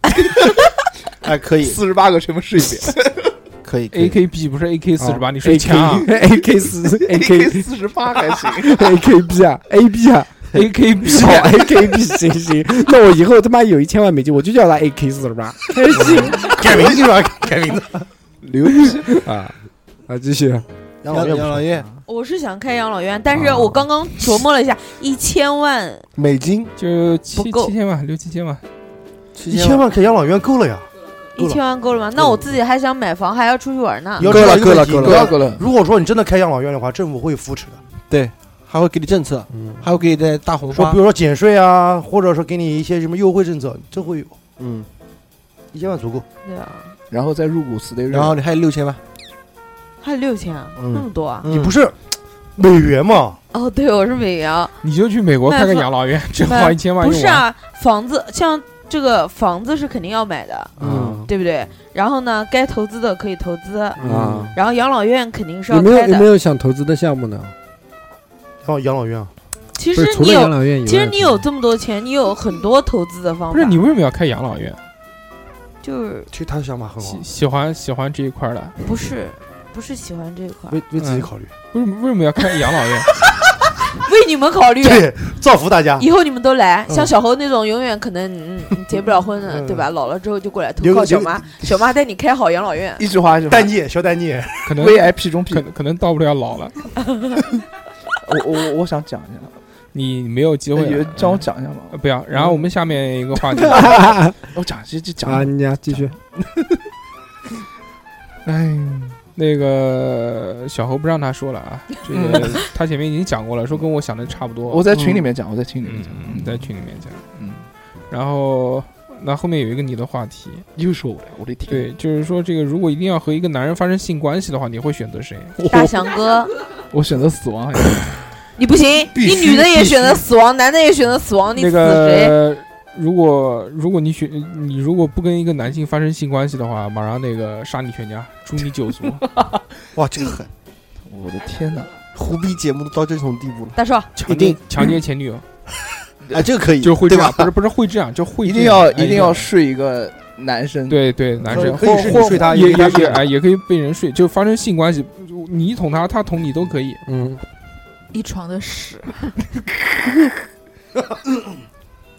哎，可以四十八个全部试一遍。 可以可 A 以， K B 不是 A K 四十八，啊你睡墙 AK 四 AK 四十八还行， AKB 啊 AB 啊 A K B 哦啊 AKB 行行，那我以后他妈有一千万美金，我就叫他 AK 四十八，开心改名字啊吧，改名字。牛逼啊啊！继续，养老院养老院我是想开养老院，但是啊我刚刚琢磨了一下，一千万美金就七不够七千万六七千万，七一千万开养老院够了呀，够一了千万够了吗？那我自己还想买房，还要出去玩呢你。要够知道了一个够了问题够了够了够了。如果说你真的开养老院的话，政府会扶持的。还会给你政策，嗯还会给你带大红说花比，如说减税啊，或者说给你一些什么优惠政策，这会有嗯，一千万足够。对啊，然后再入股 stay，然后你还有六千万，还有六千啊，嗯那么多啊！你不是，美元嘛，哦，对，我是美元，你就去美国开个养老院，只花一千万不用是完。啊，房子像这个房子是肯定要买的，嗯对不对？然后呢，该投资的可以投资，嗯啊，然后养老院嗯肯定是有要没有开有没的。有想投资的项目呢？哦，养老院啊，其不实是除了你养有，老院以外，其实你有这么多钱，你有很多投资的方法。不是你为什么要开养老院？就是其实他的想法很好喜，喜欢喜欢这一块儿的，不是不是喜欢这一块，为为自己嗯考虑，为什么为什么要开养老 院？为你们考虑。啊对，造福大家。以后你们都来，嗯像小侯那种永远可能嗯嗯结不了婚的，嗯对吧？老了之后就过来投留个靠小留个妈，小妈带你开好养老院。一句话一句话蛋戒，小蛋戒，可能，VIP 中 P，可可能到不了老了，我我我我想讲一下，你没有机会哎有了。让我讲一下吧，呃不要，然后我们下面一个 话题，我讲这这讲啊，你家继续，哎，那个小侯不让他说了啊，这个 他前面已经讲过了，说跟我想的差不多。嗯我在群里面讲，我在群里面嗯讲，嗯，在群里面讲。嗯，然后那后面有一个你的话题，又说我了，我的天，对，就是说这个如果一定要和一个男人发生性关系的话，你会选择谁？大翔哥，我选择死亡，你不行，必你须女的也必须选择死亡，男的也选择死亡，你那死谁？个如果如果你选你如果不跟一个男性发生性关系的话，马上那个杀你全家，诛你九 族。哇，这个狠，我的天哪，胡逼节目都到这种地步了，大硕，强奸一定强奸前女友，哎，这个可以，就是会这对样，吧？不是不是会这样，就会一这定样要哎一定要睡一个男生，，对对男生可以是你睡他，也也也也也哎也可以被人睡，就发生性关系，你捅他，他捅你都 可以。嗯，一床的屎，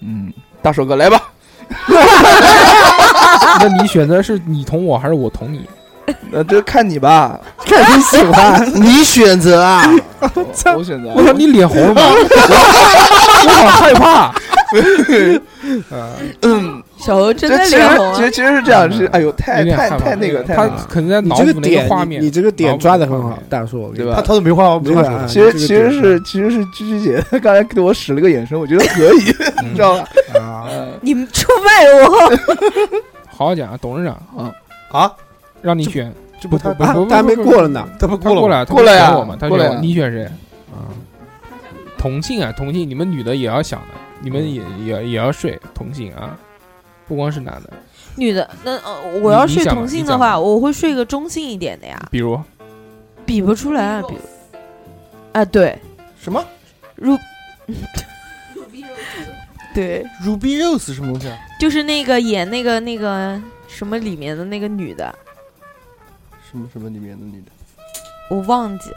嗯，大手哥来吧，那你选择是你捅我还是我捅你？那这看你吧，看你喜欢，啊你选择 啊，我我选择，我操，你脸红了吗？ 我好害 怕。啊，小侯真这的其实脸红啊其了实。其实是这样，是哎呦，有太点害太怕太那个太那他个。可能在你脑这个补那个画点，面。你你这个脑点补抓的那个很画好面，大叔，我跟对你吧他他都没话没没话法说，其实这其个实点是其实是居居姐 她刚才给我使了个眼神，我觉得可以， 嗯你知道吧？啊嗯你们出卖我！好好讲啊，董事长，啊，让你选，这不不他不不啊，他还没过了呢，他不他过过了吗，来，他过来呀选我嘛，他过来选我呀你选谁？啊，同性啊，同性，你们女的也要想的，你们也也也要睡同性啊，不光是男的，女的，那呃，我要你睡讲吧同性你的讲话，吧我会睡个中性一点的呀，比如比不出来啊，比啊，对，什么入，对， Ruby Rose 什么东西啊？就是那个演那个那个什么里面的那个女的，什么什么里面的女的？我忘记，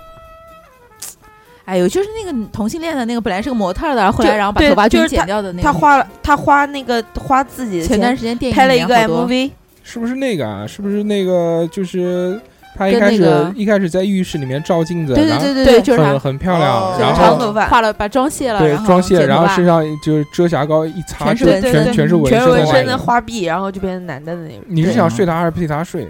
哎呦，就是那个同性恋的那个，本来是个模特儿的，后来就然后把对头发就全是剪掉的那个。她花了，她花那个花自己的前段钱时间电影拍了里一面个好多 MV，是不是那个啊？是不是那个？就是他一跟开那始、个一开始在浴室里面照镜子，对然对后对对对对，就是很他很漂亮，哦然长后头发，画了把妆卸了，对然后妆卸，剪然头后发身上就是遮瑕膏一擦，全是全纹身全全是纹全是纹身身的嗯的外花臂，然后就变成男的的那种，你是对想睡他还是陪他睡？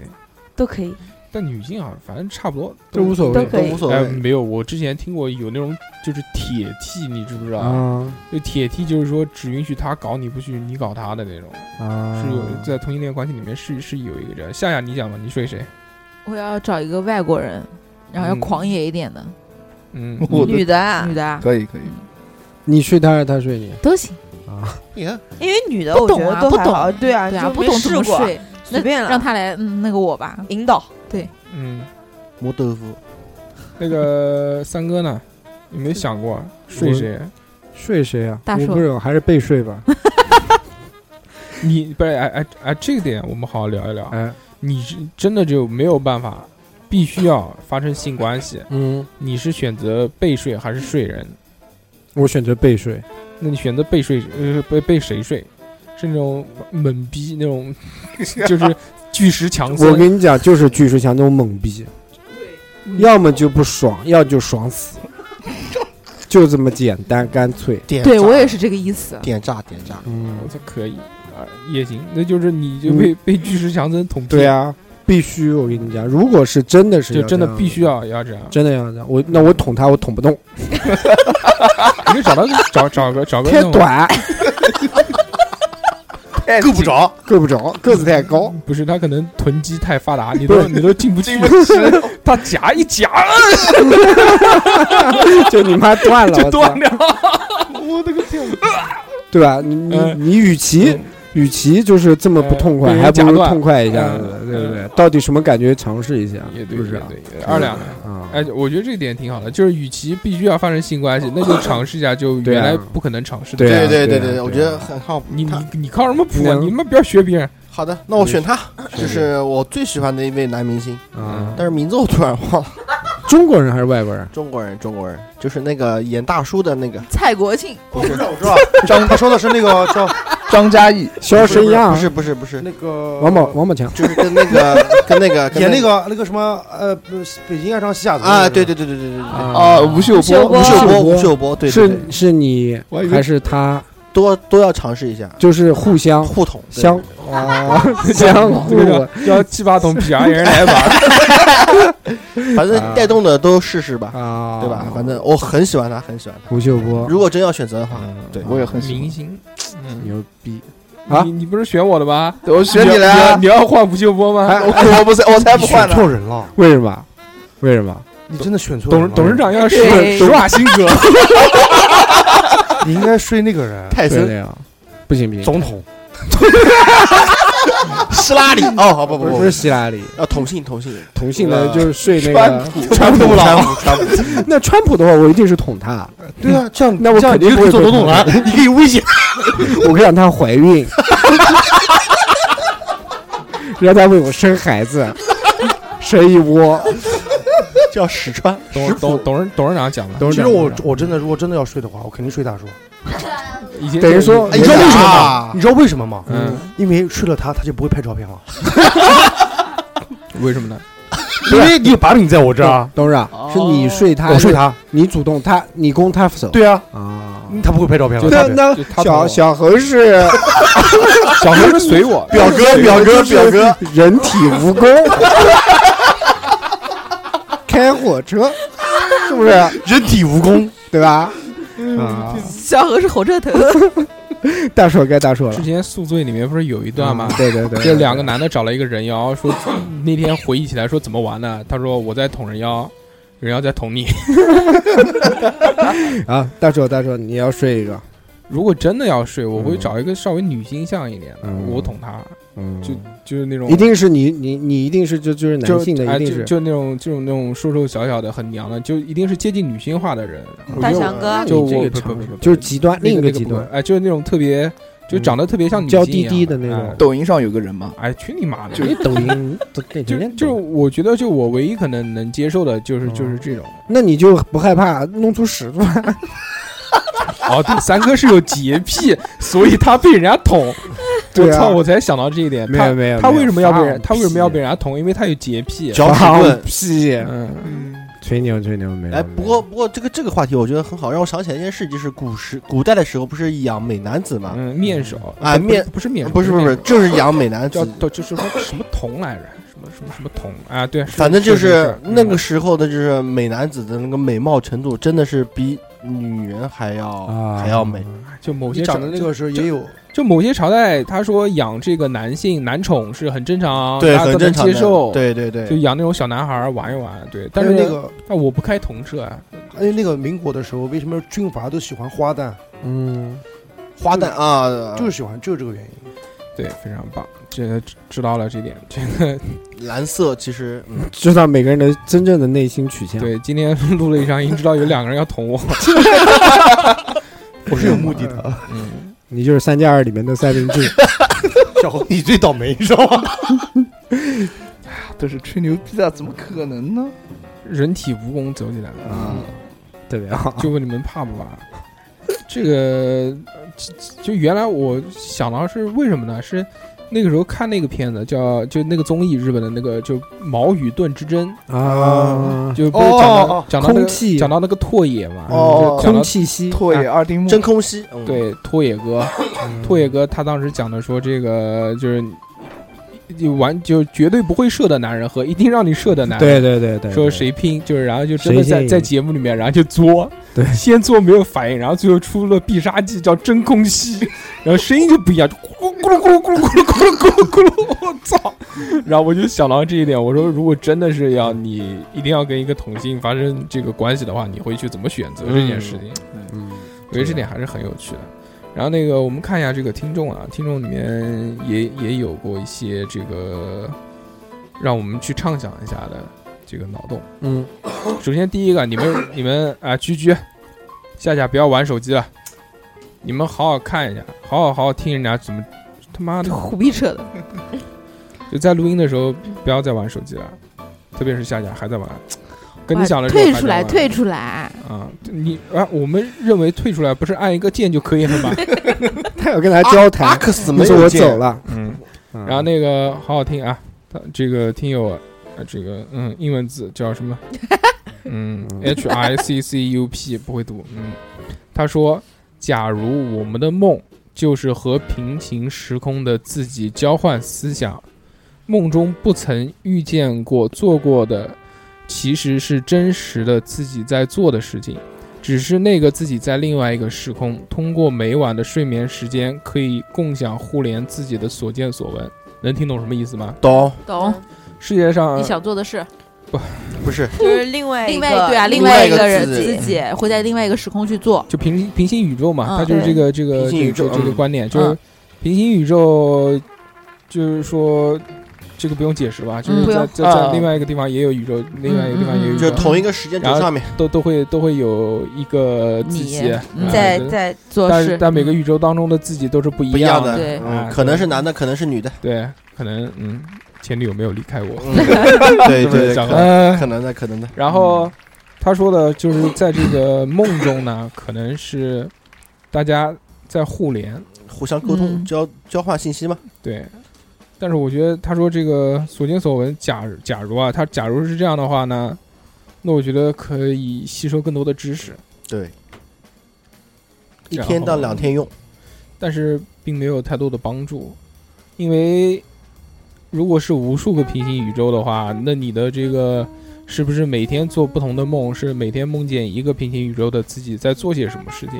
都可以，但女性啊，反正差不多这无所都谓嗯可都以无，所哎，谓，没有，我之前听过有那种就是铁 T，你知不知道？啊就铁 T 就是说只允许他搞你，不许你搞他的那种，啊，是有在同性恋关系里面是是有一个这样。夏夏，你讲吧，你睡谁？我要找一个外国人，然后要嗯狂野一点的嗯，我的女的啊女，的啊，可以可以，你睡他还是他睡你？都行，你看因为女的不我觉懂得啊，都不还好，懂，对啊，对就啊，不没懂怎试么过，睡，随便了，让他来嗯那个我吧，引 导。嗯，磨豆腐，那个三哥呢？有没有想过啊睡谁？睡谁啊？大我硕不是，我还是被睡 吧。你不是哎哎哎，这个点我们好好聊一聊。哎，你是真的就没有办法，必须要发生性关系，嗯，你是选择被睡还是睡人？我选择被睡。那你选择被睡，呃，被被谁睡？是那种猛逼那 种，就是巨石强我森。跟你讲，就是巨石强那种懵逼，要么就不爽，要就爽 死，就这么简单干脆。点对炸我也是这个意思。点炸点炸，我嗯，操，可以啊，也行，那就是你就被、被巨石强森捅。对，啊，必须我跟你讲，如果是真的是啊就要真的这样必须要要这样。真的要这样，我那我捅他，我捅不动，啊你就找到个找找个找个太那种短，太够不着，够不着，个子太高。 不是他可能臀肌太发达，你都你都进不去， 他夹一夹就你妈断 了，就我操断，掉。我的个天！对吧？你你嗯你，与其与其就是这么不痛快，嗯还不被人夹如断痛快一下子，嗯对不对嗯？到底什么感觉？尝试一下，也是对，不是也啊？对，二两的。啊，哎，我觉得这一点挺好的，就是与其必须要发生性关系，那就尝试一下就对原啊来不可能尝试的。对啊对对啊对对，啊我觉得很靠谱。你他你你靠什么谱啊？嗯你他妈不要学别人。好的，那我选他，就是我最喜欢的一位男明星，嗯啊，但是名字我突然忘了。中国人还是外国人？中国人，中国人，就是那个演大叔的那个，蔡国庆，不是我知道，张他说的是那个叫张嘉译，肖申亚不，是 不是不是，那个王宝王宝强，就是跟那个跟那个跟演那个那个什么呃不是北京爱上西雅图啊，对对对对对对对，嗯啊，吴秀波，吴秀波，吴吴秀秀波，对，对对是是你我还以为还是他？多多要尝试一下就是互相互捅对相啊， 相这互个叫叫七八桶 皮啊，也是来吧。反正带动的都试试吧，啊，对吧？反正我很喜欢他，很喜欢他。吴秀波如果真要选择的话，对我也很喜明欢。星，嗯，牛逼啊你！你不是选我的吗？对 我选你了要啊你！要你要换吴秀波吗？我我不是，我才不你选换呢！错人了，为什么？为什么？你真的选错人董了。董事，长要施 对施瓦辛格，你应该睡那个 人，泰对森、的呀，不行不行，总统。希拉里哦，好不不不是不不是，希拉里，啊，同性同性，同性的呃就是睡那川个川普川普川普，那川普的话，我一定是捅他。对啊，这样那我这样肯定你就可会以做被总统了，你可以威胁我可以让她怀孕， 让她为我生孩子，生一窝。叫史川，董董董事董事长讲的，董 其事实长我我真的如果真的要睡的话，我肯定睡大叔。以前等于说哎你呀知道为什么啊吗？你知道为什么吗？嗯，因为睡了他，他就不会拍照片了。为什么呢？因为你有把柄在我这儿啊，董事长是你哦睡她，我睡，他。你主动，她你攻她手。对啊，啊，他不会拍照片了。那对就那他捅啊小我小猴是小何是随我，表哥表哥表哥，人体蜈蚣，开火车，是不是？人体蜈蚣，对吧？啊，小何是火车头， 大硕该大硕了之。前《宿醉》里面不是有一段吗嗯？对对对，就啊两个男的找了一个人妖，说 那天回忆起来说怎么玩呢？他说我在捅人妖，人妖在捅你。啊，大硕大硕，你要睡一个，如果真的要睡，我会嗯找一个稍微女性向一点的，嗯我捅他，嗯，就就是那种一定是你你你一定是就就是男就性的，哎一定就是就那种这种那种瘦瘦小小的很娘的，就一定是接近女性化的人。我大觉得翔哥我就啊你这我个不尝不试不不就是极端那另一个个那极不会端，哎，就是那种特别就嗯长得特别像女娇性一滴滴样的那种哎抖音上有个人嘛，哎，去你妈的！你抖音都给就人家就是抖我觉得，就我唯一可能能接受的，就是嗯就是这种。那你就不害怕弄出屎出来？哦，对，三哥是有洁癖，所以他被人家 捅。对我啊操，我才想到这一点。没有没有，他他为什么要被放人他为什么要被屁人家捅？因为他有洁癖。脚趾放棍。屁？嗯，吹牛吹牛没有？哎，没有不过不过这个这个话题我觉得很好，让我想起来一件事，就是古时古代的时候不是养美男子嘛？嗯，面首啊不是面嗯不是面首，不是不是不是，面就是养美男首子，叫就是说什么铜来着？什么什么什么铜啊？对，反正就是是那个嗯时候的，就是美男子的那个美貌程度，真的是比女人还要哦啊还要美。就某你些长得那就个时候也有，就某些朝代，他说养这个男性男宠是很正常，对，大家很都正能常接的。受。，对对就对，养那种小男孩儿玩一玩。对，但但是是那个但我不开童社啊。还有那个民国的时候，为什么军阀都喜欢花旦？嗯，花旦啊，就是喜欢，就是这个原因。对，非常棒，这个知知道了这点，这 个蓝色，其实嗯知道每个人的真正的内心啊取向。对，今天录了一张音，知道有两个人要捅我， 我是有目的的。嗯，你就是三加二里面的三 明治。小红，你最倒霉，你知道 吗？都是吹牛逼的，啊怎么可能呢？人体蜈蚣走起来了，啊，特别 好。就问你们怕不怕？这个就就原来我想到是为什么呢？是那个时候看那个片子叫就那个综艺日本的那个就矛与盾之争，啊，就不是讲到、哦哦哦讲到那空个气讲到那个拓野嘛，哦就讲嗯空到气息，拓野二丁目，真空吸，嗯，啊嗯对拓野哥，拓野哥他当时讲的说，这个就是就完就绝对不会射的男人和一定让你射的男人，对对对对，说对谁拼，就是然后就真的谁先在赢在节目里面，然后就作， 对先作没有反应，然后最后出了必杀技叫真空吸，然后声音就不一样，就咕噜咕噜咕噜咕噜咕噜咕噜咕噜咕噜咕噜，我操！然后我就想到这一点，我说如果真的是要你一定要跟一个同性发生这个关系的话，你会去怎么选择这件事情？嗯，我觉得这点还是很有趣的。然后那个，我们看一下这个听众啊，听众里面也也有过一些这个让我们去畅想一下的这个脑洞。嗯，首先第一个，你们你们啊，居居，夏夏不要玩手机了，你们好好看一下，好好好好听人家怎么他妈的虎逼扯的，就在录音的时候不要再玩手机了，特别是夏夏还在玩，跟你哇讲了之后退还出在来，玩退出来，啊！你啊，我们认为退出来不是按一个键就可以了吗？他有跟他交谈，克斯他没说有我见走，了，嗯，然然后那个好好听啊，他这个听友啊，这个嗯，英文字叫什么？嗯，H I C C U P 不会读。嗯，他说，假如我们的梦就是和平行时空的自己交换思想，梦中不曾遇见过、做过的，其实是真实的自己在做的事情。只是那个自己在另外一个时空，通过每晚的睡眠时间，可以共享互联自己的所见所闻。能听懂什么意思吗？懂懂世界上你想做的事，不是？ 就是另外另外外对啊，另另外外嗯一一个个人自己自己会在另外一个时空去做，就平行平行宇宙嘛，嗯它就是这个这个平行这个宇宙这个嗯观点，就是平行宇宙，就是说这个不用解释吧，就是嗯不在用在在啊另外一个地方也有宇宙，另外一个地方也有宇嗯就宙是，同一个时间轴上面，都都会都会有一个自己你啊嗯在对在做但事，但每个宇宙当中的自己都是不一不一样的，对啊嗯，可能对是男的，可能是女的， 对，可能嗯，前女友没有离开我，嗯，对是不是对，可小能何？可能的，可能的，哎嗯然后他说的就是在这个梦中呢，可能是大家在互联，互相沟通嗯交交换信息嘛，对。但是我觉得他说这个所见所闻，假假如啊，他假如是这样的话呢，那我觉得可以吸收更多的知识，对，一然后天到两天用，但是并没有太多的帮助，因为如果是无数个平行宇宙的话，那你的这个是不是每天做不同的梦，是每天梦见一个平行宇宙的自己在做些什么事情？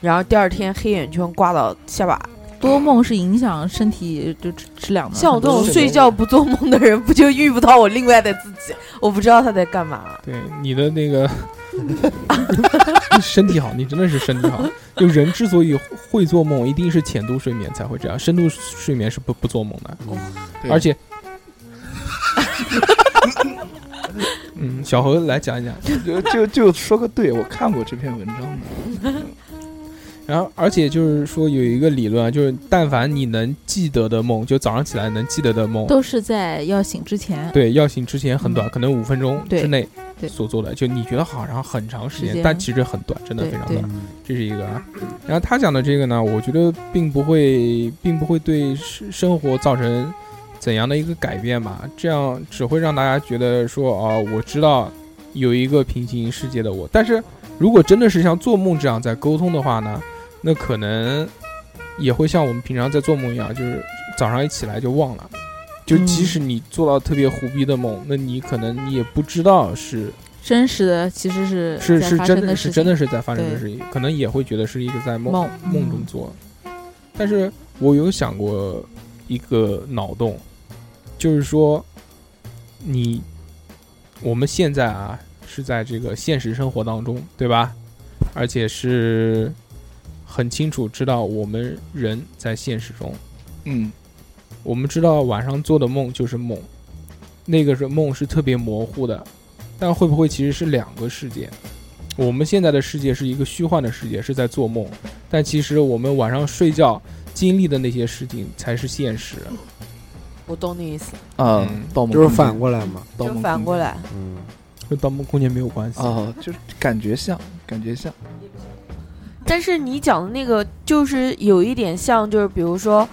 然后第二天黑眼圈刮到下巴。多梦是影响身体就质质量的。像我这种是的睡觉不做梦的人，不就遇不到我另外的自己？我不知道他在干嘛。对你的那个你身体好，你真的是身体好。就人之所以会做梦，一定是浅度睡眠才会这样，深度睡眠是不不做梦的。对而且，嗯，小何来讲一讲。就就就说个对，我看过这篇文章的。然后，而且就是说有一个理论啊，就是但凡你能记得的梦，就早上起来能记得的梦，都是在要醒之前，嗯对，要醒之前很短，可能五分钟对之内对所做的，就你觉得好像很长时时间，间但其实很短，真的对非常对短。这是一个啊。然后他讲的这个呢，我觉得并不会，并不会对生生活造成怎样的一个改变吧。这样只会让大家觉得说，哦，我知道有一个平行世界的我。但是如果真的是像做梦这样在沟通的话呢，那可能也会像我们平常在做梦一样，就是早上一起来就忘了。就嗯即使你做到特别胡逼的梦，那你可能你也不知道是真实的其实是是在是发真生的的是事真的情是在发生的对事情，可能也会觉得是一个在梦梦梦中嗯做。但是我有想过一个脑洞，就是说你我们现在啊是在这个现实生活当中，对吧？而且是很清楚知道我们人在现实中，嗯，我们知道晚上做的梦就是梦，那个是梦是特别模糊的，但会不会其实是两个世界？我们现在的世界是一个虚幻的世界，是在做梦，但其实我们晚上睡觉经历的那些事情才是现实。我懂你意思，啊嗯，盗梦就是空反间过来嘛，盗就梦反空过间来，嗯，跟《盗梦空间》没有关系。哦，就是感觉像，感觉像，但是你讲的那个就是有一点像，就是比如说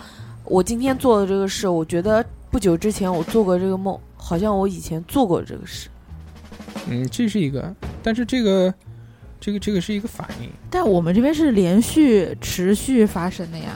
我今天做的这个事，我觉得不久之前我做过这个梦，好像我以前做过这个事。嗯，这是一个，但是这个，这个，这个是一个反应。但我们这边是连续持续发生的呀，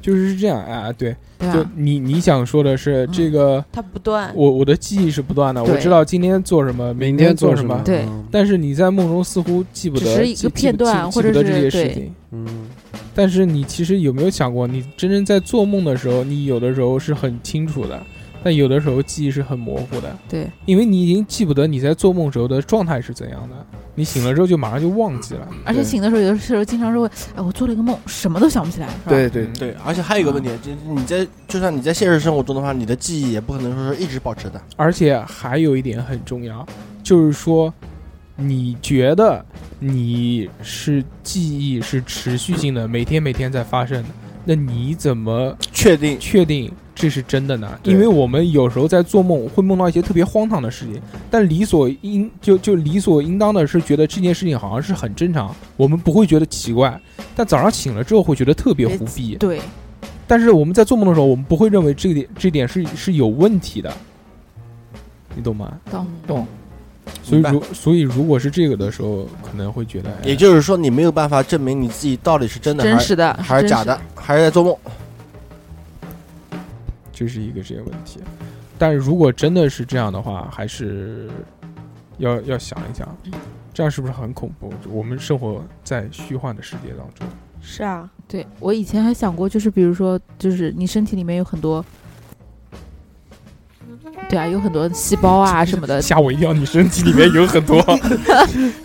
就是是这样啊，对，对就吧？你你想说的是嗯这个，它不断。我我的记忆是不断的，我对知道今天做什么，明天做什么，对嗯但是你在梦中似乎记不得，只是一个记片段记不记或者不得这些是事对情。嗯，但是你其实有没有想过，你真正在做梦的时候，你有的时候是很清楚的，但有的时候记忆是很模糊的，对，因为你已经记不得你在做梦时候的状态是怎样的，你醒了之后就马上就忘记了。而且对醒的时候，有的时候经常是会，哎，我做了一个梦，什么都想不起来。是吧对对，对，而且还有一个问题，就是你在就算你在现实生活中的话，你的记忆也不可能说是一直保持的。而且还有一点很重要，就是说，你觉得你是记忆是持续性的，每天每天在发生的，那你怎么确定确定这是真的呢？对因为我们有时候在做梦会梦到一些特别荒唐的事情，但理所应就就理所应当的是觉得这件事情好像是很正常，我们不会觉得奇怪，但早上醒了之后会觉得特别别胡逼。对，但是我们在做梦的时候，我们不会认为这点这点是是有问题的，你懂吗？懂懂。所以明白如所以如果是这个的时候，可能会觉得，哎也就是说，你没有办法证明你自己到底是真的真还是实的还是假的，还是在做梦。这是一个这个问题。但如果真的是这样的话，还是要要想一想，这样是不是很恐怖？就我们生活在虚幻的世界当中，是啊，对我以前还想过，就是比如说，就是你身体里面有很多，对啊，有很多细胞啊什么的，吓我一跳！你身体里面有很多，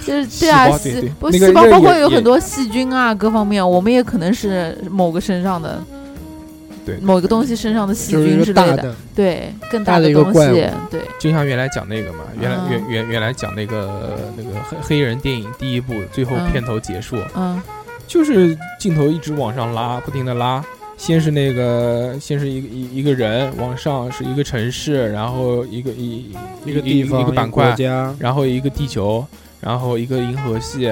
就是对啊，细胞对细对不那个细胞热包也括有也很多细菌啊，各方面，我们也可能是某个身上的，对某个东西身上的细就是一菌个之大类的，的，对，更大的的一个东怪物西，对，就像原来讲那个嘛，原来啊原原原来讲那个那个黑黑人电影第一部，最后嗯片头结束，嗯，就是镜头一直往上拉，不停的拉。先是那个，先是一个一一个人往上是一个城市，然后一个一一个地方一个板国块，家，然后一个地球，然后一个银河系，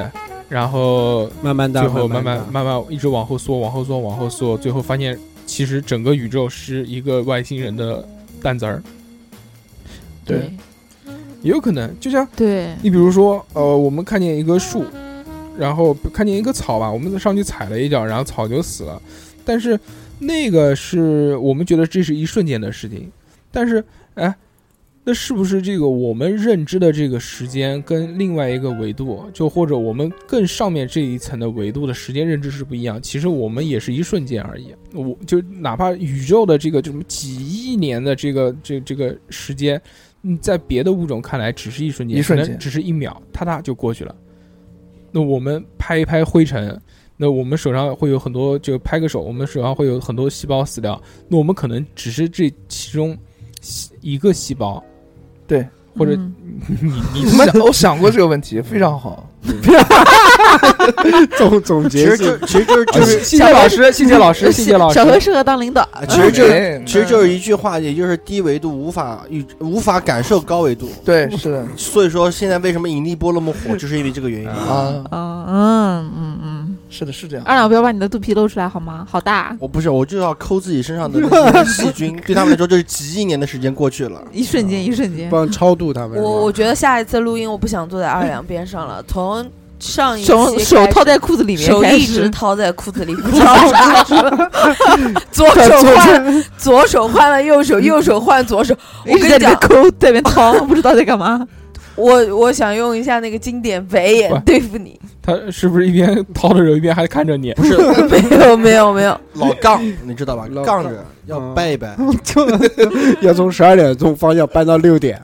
然后慢慢的，最后慢慢慢地慢慢一直往后缩，往后缩，往后缩，最后发现其实整个宇宙是一个外星人的蛋子儿，对也有可能就像对嗯你比如说，呃，我们看见一棵树，然后看见一棵草吧，我们上去踩了一脚，然后草就死了。但是那个是我们觉得这是一瞬间的事情，但是哎，那是不是这个我们认知的这个时间跟另外一个维度，就或者我们更上面这一层的维度的时间认知是不一样？其实我们也是一瞬间而已。我就哪怕宇宙的这个就什么几亿年的这个这这个时间。嗯，在别的物种看来，只是一瞬间，一瞬可能间只是一秒，嗒嗒就过去了。那我们拍一拍灰尘，那我们手上会有很多，就拍个手，我们手上会有很多细胞死掉。那我们可能只是这其中一个细胞，对，或者嗯你你你 们想，我想过这个问题，非常好。总总其结实性就其实就是就就是是谢谢老师，谢谢老 师，谢谢老师呃小。何适合当领导，啊其实就是哎其实就是一句话，也就是低维度无法与无法感受高维度。对，是的所以说，现在为什么引力波那么火，就是因为这个原因。啊，啊，嗯嗯嗯，是的，是这样。二两不要把你的肚皮露出来好吗？好大，我不是，我就要抠自己身上的那些细菌，对他们来说，就是几亿年的时间过去了。一瞬间一瞬间，帮超度他们，我我我觉得下一次录音我不想坐在二两边上了，从上一期手手开始套在裤子里面手开一直始，掏在裤子里，不知道啥时候 左手换左手换了右手，右手换左手。我一跟直在你里面讲，抠，在 里面掏，不知道在干嘛。我我想用一下那个经典白不眼对付你。他是不是一边掏的时候一边还看着你？不是 没有没有没有，老杠，你知道吧老？杠杠着要嗯掰一掰。就要从十二点钟方向搬到六点，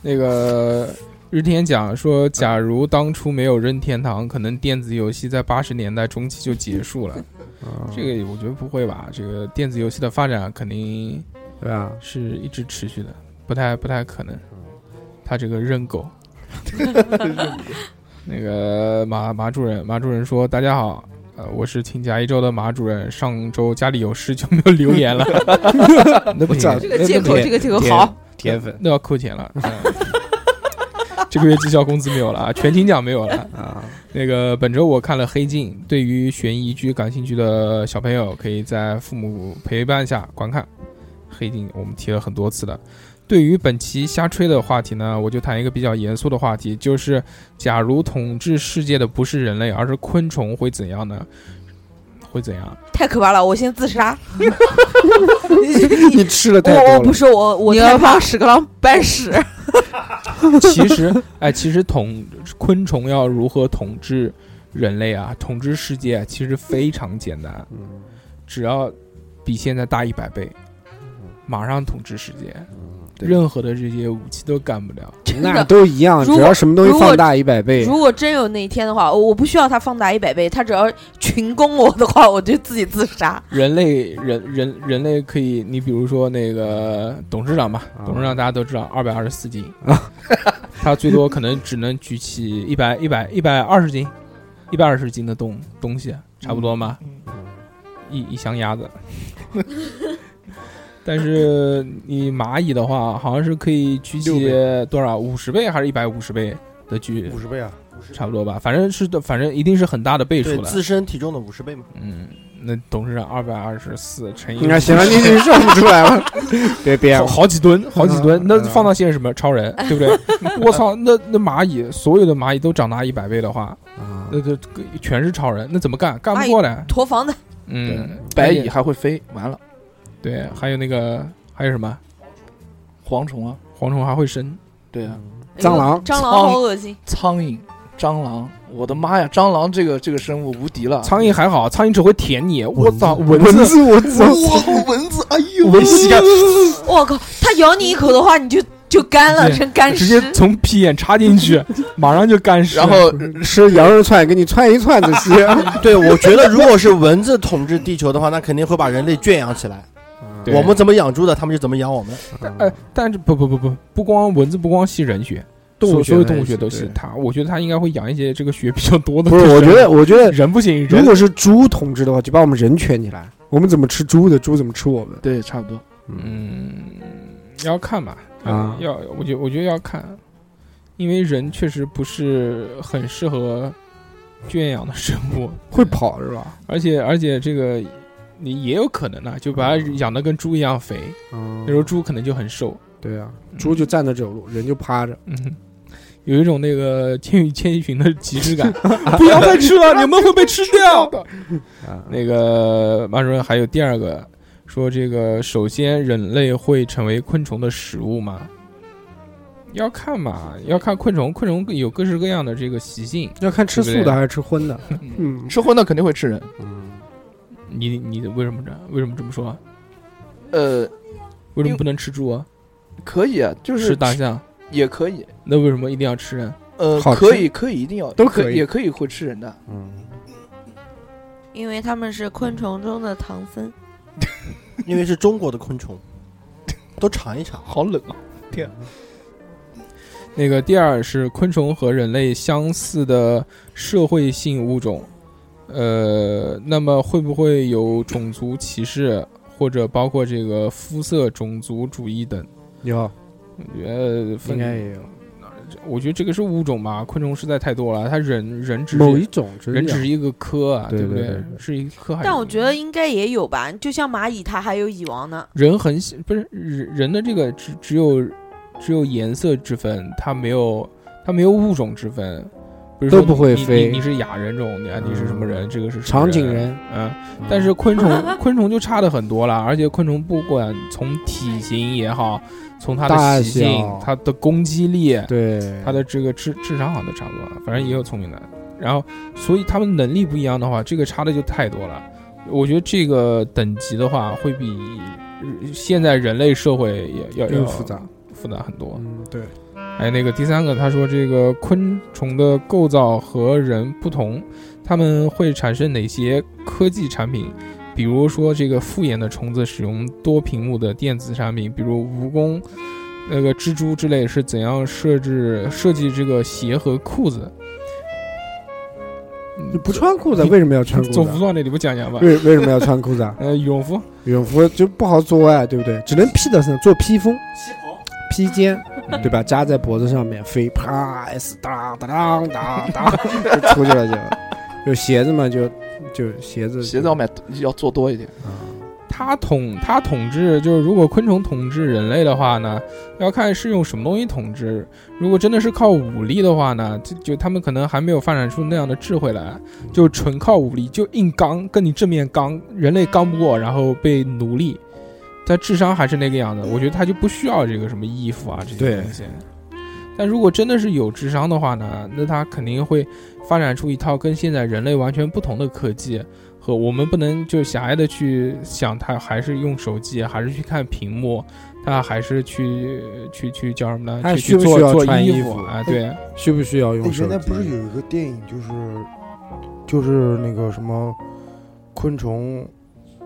那个日天讲说，假如当初没有任天堂，可能电子游戏在八十年代中期就结束了。这个我觉得不会吧？这个电子游戏的发展肯定对吧？是一直持续的，不太不太可能。他这个认狗。那个马马主任，马主任说：“大家好，呃，我是请假一周的马主任，上周家里有事就没有留言了。 那不行这个借口，这个借口天好，铁粉那要扣钱了。嗯这个月绩效工资没有了啊，全勤奖没有了。啊，那个本周我看了《黑镜》，对于悬疑剧感兴趣的小朋友，可以在父母陪伴下观看《黑镜》。我们提了很多次的。对于本期瞎吹的话题呢，我就谈一个比较严肃的话题，就是假如统治世界的不是人类，而是昆虫，会怎样呢？会怎样？太可怕了，我先自杀。 你吃了太我我多不了，是我我你太要怕帮屎壳郎搬 屎，其实，哎，其实统昆虫要如何统治人类啊，统治世界、啊、其实非常简单，只要比现在大一百倍，马上统治世界，对任何的这些武器都干不了。真那的。都一样，如果只要什么东西如果放大一百倍，如果真有那一天的话，我我不需要他放大一百倍，他只要群攻我的话，我就自己 自杀。人类人人人类可以，你比如说那个董事长吧，啊董事长大家都知道，二百二十四斤 啊，他最多可能只能举起一百一百一百二十斤，一百二十斤的东东西，差不多嘛，一一箱鸭子。 但是你蚂蚁的话，好像是可以举起多少五十倍还是一百五十倍的举五，十倍啊，差不多吧，反正是反正一定是很大的倍对数了。自身体重的五十倍嘛。嗯，那董事长二百二十四乘以应该行了，你你说不出来了，别编好了，好几吨，好几吨嗯，那嗯放到现在什么超人，对不对？我操，那那蚂蚁，所有的蚂蚁都长大一百倍的话，啊那这全是超人，那怎么干？干不过来。驼房子，嗯，白蚁还会飞，完了，对，还有那个还有什么蝗虫啊，蝗虫还会生，对啊，蟑螂蟑螂苍好恶心，苍蝇、蟑螂，我的妈呀，蟑螂这个这个生物无敌了，苍蝇还好，苍蝇只会舔你，我操，蚊蚊子子，我操，蚊子，哎呦，蚊膝盖我靠，它咬你一口的话，你就就干了，嗯对成干直尸接。从屁眼插进去，马上就干尸。然后吃羊肉串给你串一串子吃，对，我觉得如果是蚊子统治地球的话，那肯定会把人类圈养起来。对我们怎么养猪的，他们就怎么养我们。哎，但是不不不不，不光蚊子，不光吸人血，动物所所有学动物也学是都吸对它。我觉得它应该会养一些这个血比较多的不生物。是，我觉得我觉得人不行，如人果是猪统治的话，就把我们人圈起来，我们怎么吃猪的，猪怎么吃我们，对，差不多。嗯，要看吧，啊要我觉我觉得要看，因为人确实不是很适合圈养的生物，会跑是吧？而且而且这个你也有可能啊，就把它养的跟猪一样肥，嗯那时候猪可能就很瘦，对啊，猪就站着走路，人就趴着，嗯。有一种那个《千与千寻》的即视 感，不要再吃了，你们会被吃掉的。啊那个马主任还有第二个说，这个首先人类会成为昆虫的食物吗？要看嘛，要看昆虫，昆虫有各式各样的这个习性。要看吃素对不的对还是吃 荤的，嗯吃荤的肯定会吃人，嗯，你你为什么这为什么这么说啊？呃，为什么不能吃猪啊？可以啊，就吃是大象，也可以，那为什么一定要吃人？呃，好吃可以可以，一定要都可可以也可以会吃人的，嗯因为他们是昆虫中的唐僧。因为是中国的昆虫，都尝 一尝。好冷啊！那个第二是昆虫和人类相似的社会性物种，呃，那么会不会有种族歧视，或者包括这个肤色、种族主义等？有我觉得分应该也有我觉得这个是物种吧，昆虫实在太多了，它人人只某是一啊种只人只是是一个科啊，对不对对对是一个科哎还是？但我觉得应该也有吧，就像蚂蚁，它还有蚁王呢。人很喜不是人人的这个只只有只有颜色之分，它没有它没有物种之分，比如说都不会你飞你你你是亚人种，你啊你是什么人？这个是什么长颈人，人，嗯。但是昆虫昆虫就差的很多了，而且昆虫不管从体型也好，从它大的习性小、它的攻击力，对他的这个智智商好像都差不多了，反正也有聪明的。然后，所以他们能力不一样的话，这个差的就太多了。我觉得这个等级的话，会比呃现在人类社会也要要更复杂，复杂很多。嗯对，还哎有那个第三个，他说这个昆虫的构造和人不同，它们会产生哪些科技产品？比如说这个复眼的虫子使用多屏幕的电子产品，比如蜈蚣、那个蜘蛛之类是怎样设置设计这个鞋和裤子？你不穿裤 子为什么要穿裤总服子？装那里不讲讲吧？为为什么要穿裤子啊？呃，羽绒服，羽绒服就不好做哎，对不对？只能披到身上，做披风、披肩，嗯对吧？夹在脖子上面飞，啪，S 哒哒当哒哒，就出 去了就。有鞋子嘛，就就鞋子，鞋子要买要做多一点，啊它统它统治就是，如果昆虫统治人类的话呢，要看是用什么东西统治。如果真的是靠武力的话呢，就就他们可能还没有发展出那样的智慧来，就纯靠武力，就硬刚，跟你正面刚，人类刚不过，然后被奴隶。他智商还是那个样子，我觉得他就不需要这个什么衣服啊这些东西。但如果真的是有智商的话呢，那他肯定会发展出一套跟现在人类完全不同的科技，和我们不能就狭隘的去想他还是用手机，还是去看屏幕，他还是去去去叫什么呢？他去需不去需要做做穿衣衣服啊？对，需不需要用哎手原机来？不是有一个电影，就是就是那个什么昆虫，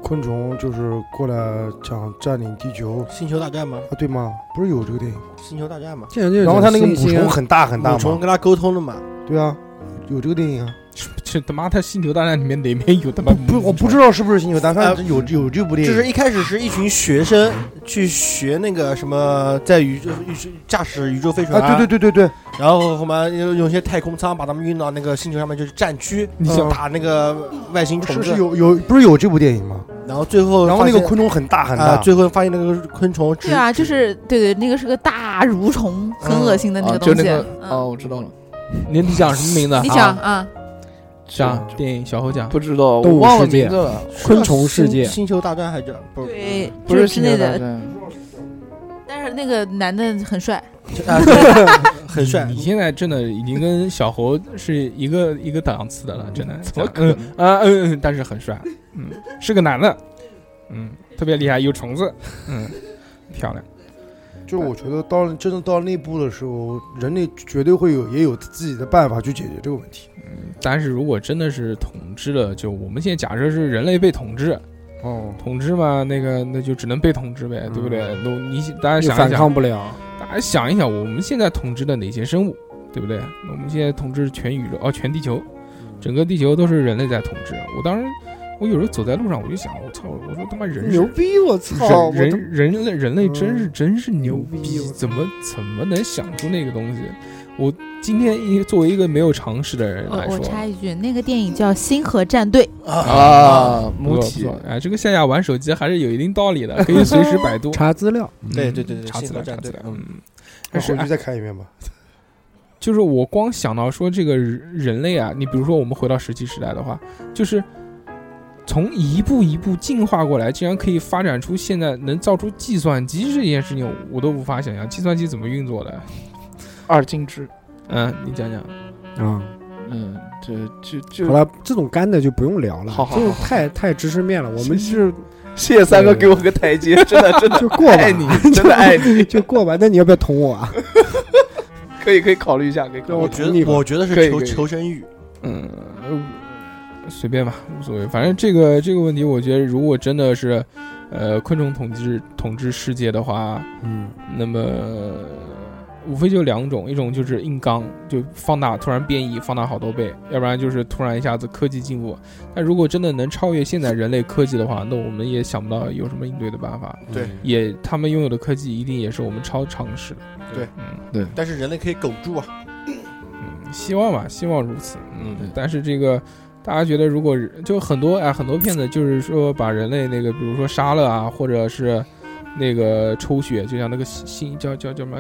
昆虫就是过来想占领地球星球大战吗？啊，对吗？不是有这个电影？星球大战吗？现在就是然后他那个母新虫很大很大母虫嘛，跟他沟通了嘛？对啊，有这个电影啊。这他妈他《星球大战》里面哪面有他妈不，我不知道是不是星球大战，呃反正有有这部电就影。是一开始是一群学生去学那个什么，在宇宙宇宙驾驶宇宙飞船，啊，对对，对对对对，然后后面用用一些太空舱把他们运到那个星球上面，就是战区，你想打那个外星虫是子是，有有不是有这部电影吗？然后最后然后那个发现昆虫很大很大，啊，最后发现那个昆虫只对啊，就是对对，那个是个大蠕虫，很恶心的那啊，个就东那西。个嗯哦，我知道了， 你你讲什么名字？你啊讲啊，讲电影，小侯讲。不知道，动我物忘了世界名字了，昆虫世界星星球大战还是不是对，不是之星球类大的。战，但是那个男的很帅，啊，对很帅你。现在真的已经跟小侯是一个一个档次的了，真的。怎么可能嗯啊嗯嗯，但是很帅，嗯，是个男的，嗯，特别厉害，有虫子，嗯，漂亮。就是我觉得到了真的到那步的时候，人类绝对会有也有自己的办法去解决这个问题。但是如果真的是统治了，就我们现在假设是人类被统治，哦，统治嘛，那个那就只能被统治呗，对不对？那你大家你想反一想，抗不了，大家想一想，我们现在统治的哪些生物，对不对？那我们现在统治全宇宙，哦，全地球，整个地球都是人类在统治。啊我当时，我有时候走在路上，我就想，我操，我说他妈人是牛逼！我操，我人都人人类人类真是真是牛逼牛逼，怎么怎么能想出那个东西？我今天一作为一个没有常识的人我来哦我说，插一句，那个电影叫《星河战队》，啊，不母错体不错哎，这个夏夏玩手机还是有一定道理的，可以随时百 度查资料。嗯对对对对查资料查信号战资料，对嗯，那但是回去再看一遍吧。就是我光想到说这个人人类啊，你比如说我们回到石器时代的话，就是从一步一步进化过来，竟然可以发展出现在能造出计算机这件事情，我都无法想象计算机怎么运作的。二进制，嗯，你讲讲。啊、嗯，这就就好了，这种干的就不用聊了，好好好这种太太知识面了，我们是谢谢三哥给我个台阶，真的 真的就过吧爱你，真的爱你，就过吧。那你要不要捅我啊？可以可以考虑一下，可以考虑我一下。觉同意得吧我觉得可以是求可以求生欲，嗯，随便吧，无所谓。反正这个这个问题，我觉得如果真的是，呃，昆虫统治统治世界的话，嗯，那么呃无非就两种，一种就是硬刚，就放大突然变异，放大好多倍；要不然就是突然一下子科技进步。但如果真的能超越现在人类科技的话，那我们也想不到有什么应对的办法。嗯对也他们拥有的科技一定也是我们超常识的。对，嗯。但是人类可以苟住啊。嗯，希望吧，希望如此。嗯对，但是这个大家觉得，如果就很多哎，很多片子就是说把人类那个，比如说杀了啊，或者是那个抽血，就像那个新新叫叫叫什么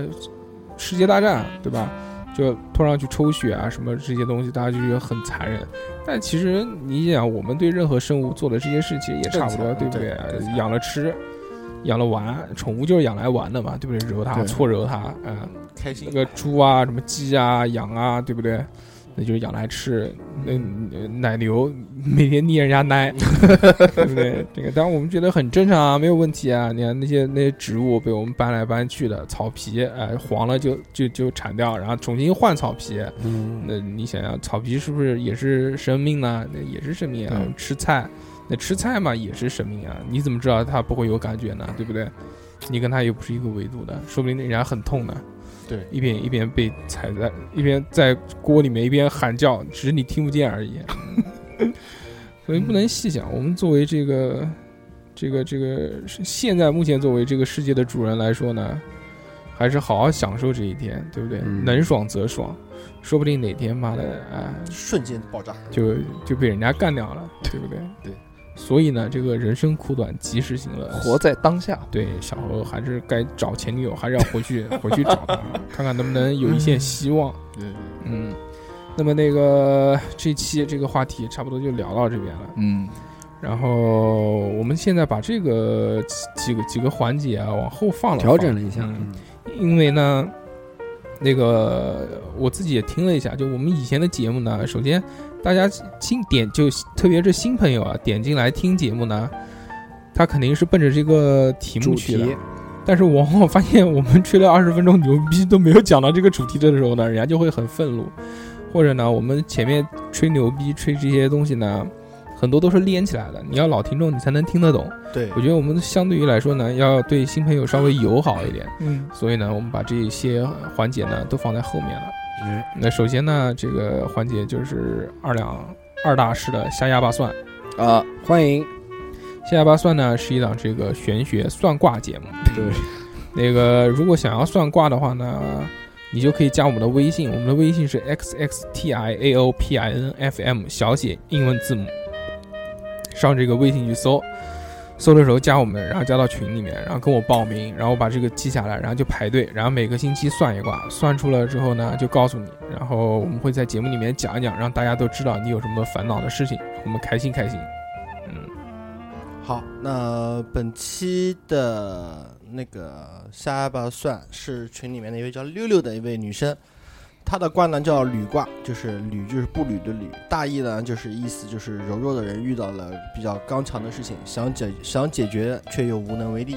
世界大战，对吧？就拖上去抽血啊，什么这些东西，大家就觉得很残忍。但其实你想，我们对任何生物做的这些事情也差不多，对正常不对对对？养了吃，养了玩，宠物就是养来玩的嘛，对不对？揉它，对搓揉它，啊、开那心个猪啊、什么鸡啊、羊啊，对不对？那就是养来吃，那呃奶牛每天捏人家奶， 对不对？这个当然我们觉得很正常啊，没有问题啊。你看那些那些植物被我们搬来搬去的，草皮哎、黄了就就就铲掉，然后重新换草皮。嗯，那你想想，草皮是不是也是生命呢？那也是生命啊对。吃菜，那吃菜嘛也是生命啊。你怎么知道它不会有感觉呢？对不对？你跟它又不是一个维度的，说不定人家很痛呢。对一边一边被踩在，一边在锅里面一边喊叫，只是你听不见而已。 所以不能细想。我们作为这个这个这个是现在目前作为这个世界的主人来说呢，还是好好享受这一天，对不对？嗯能爽则爽，说不定哪天妈的啊、瞬间爆炸，就就被人家干掉了，对不对？对，所以呢，这个人生苦短，及时行乐。活在当下。对小何还是该找前女友，还是要回去回去找她，看看能不能有一线希望。对，嗯，那么那个这期这个话题差不多就聊到这边了。嗯，然后我们现在把这个几几个几个环节啊往后放了放，调整了一下，嗯嗯因为呢，那个我自己也听了一下，就我们以前的节目呢，首先大家新点就特别是新朋友啊，点进来听节目呢，他肯定是奔着这个题目主去的题。但是我往往发现，我们吹了二十分钟牛逼都没有讲到这个主题的时候呢，人家就会很愤怒，或者呢，我们前面吹牛逼吹这些东西呢，很多都是连起来的，你要老听众你才能听得懂。对我觉得我们相对于来说呢，要对新朋友稍微友好一点。嗯，所以呢，我们把这些环节呢都放在后面了。哎那首先呢，这个环节就是二两二大师的瞎哑巴算。啊，欢迎瞎哑巴算呢是一档这个玄学算卦节目。对，那个如果想要算卦的话呢，你就可以加我们的微信，我们的微信是 x x t i a o p i n f m 小写英文字母，上这个微信去搜。搜的时候加我们，然后加到群里面，然后跟我报名，然后把这个记下来，然后就排队，然后每个星期算一卦，算出了之后呢，就告诉你，然后我们会在节目里面讲一讲，让大家都知道你有什么烦恼的事情，我们开心开心。嗯，好，那本期的那个下巴算是群里面的一位叫六六的一位女生，她的卦呢叫履卦，就是履就是步履的履，大意呢就是意思就是柔弱的人遇到了比较刚强的事情，想解想解决却又无能为力，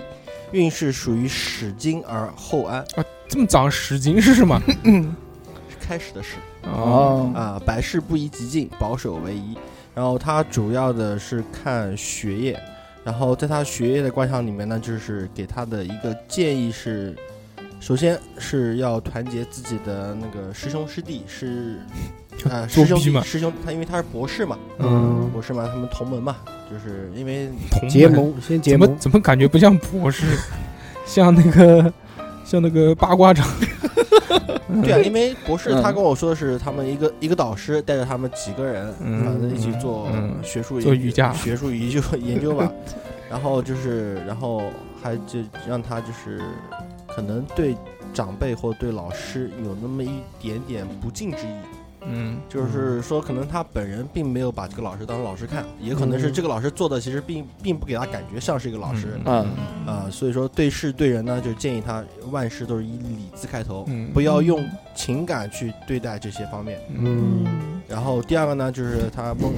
运势属于始精而后安，这么长十斤是什 么？是开始的始。哦，哦，啊，百事不宜极进，保守为宜。然后他主要的是看学业，然后在他学业的卦象里面呢，就是给他的一个建议是，首先是要团结自己的那个师兄师弟， 是啊、作师兄弊弟嘛师兄他因为他是博士嘛，嗯博士嘛，他们同门嘛，就是因为同结门盟，先结怎么盟，怎么感觉不像博士， 像那个像那个八卦掌。对啊，因为博士嗯他跟我说的是他们一个一个导师带着他们几个人，嗯反正一起做嗯嗯学术做研瑜伽学术研究研 究吧。然后就是，然后还就让他就是，可能对长辈或对老师有那么一点点不敬之意，嗯就是说可能他本人并没有把这个老师当老师看，也可能是嗯这个老师做的其实并并不给他感觉像是一个老师嗯啊、所以说对事对人呢，就建议他万事都是以礼字开头，嗯不要用情感去对待这些方面。嗯，然后第二个呢，就是他问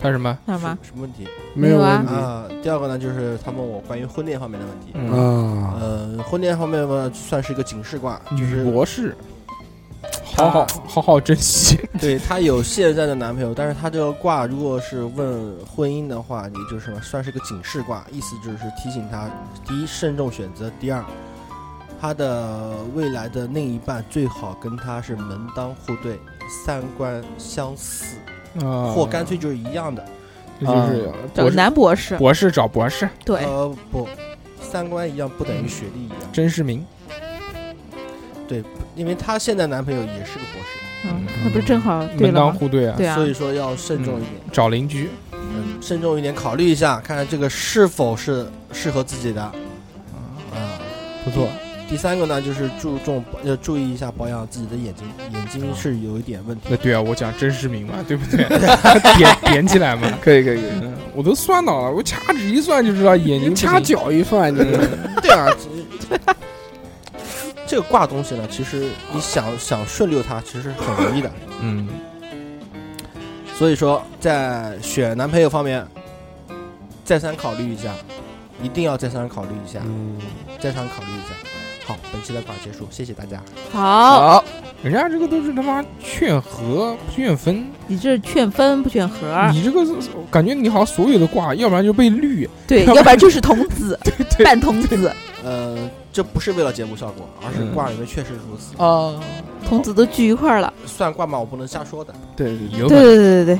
干什么？干嘛？什么问题没有没有问啊题啊、第二个呢，就是他问我关于婚恋方面的问题。嗯，啊，呃，婚恋方面嘛，算是一个警示卦，就女是博士，好好好好珍 惜。对她有现在的男朋友，但是她这个卦如果是问婚姻的话，你就是算是个警示卦，意思就是提醒她，第一慎重选择，第二，她的未来的另一半最好跟她是门当户对，三观相似，啊，或干脆就是一样的。这啊就嗯是找博个士男博士，博士找博士，对，呃，不，三观一样不等于学历一样，甄世明。因为她现在男朋友也是个博士，嗯，那不是正好对门了当吗？户对啊，对啊所，以说要慎重一点，找邻居。嗯，慎重一点，考虑一下，看看这个是否是适合自己的。啊，不错，嗯第三个呢，就是注重要注意一下保养自己的眼睛，眼睛是有一点问题。那对啊，我讲甄世明 嘛，对不对？ 点点起来嘛。可以可以可以，嗯，我都算到了，我掐指一算就知道眼睛你不行掐。脚一算，你对啊， 这个挂东西呢，其实你想想顺溜它，其实很容易的。嗯，所以说，在选男朋友方面，再三考虑一下，一定要再三考虑一下，嗯再三考虑一下。好，本期的挂结束，谢谢大家。好，好，人家这个都是他妈劝和劝分，你这是劝分不劝啊和，你这个是感觉你好像所有的卦，要不然就被绿， 对，要不然就是童子，半童子，呃，这不是为了节目效果，而是嗯挂里面确实如此。啊，童子都聚一块儿了。哦算挂嘛，我不能瞎说的，对对有对可能。对对对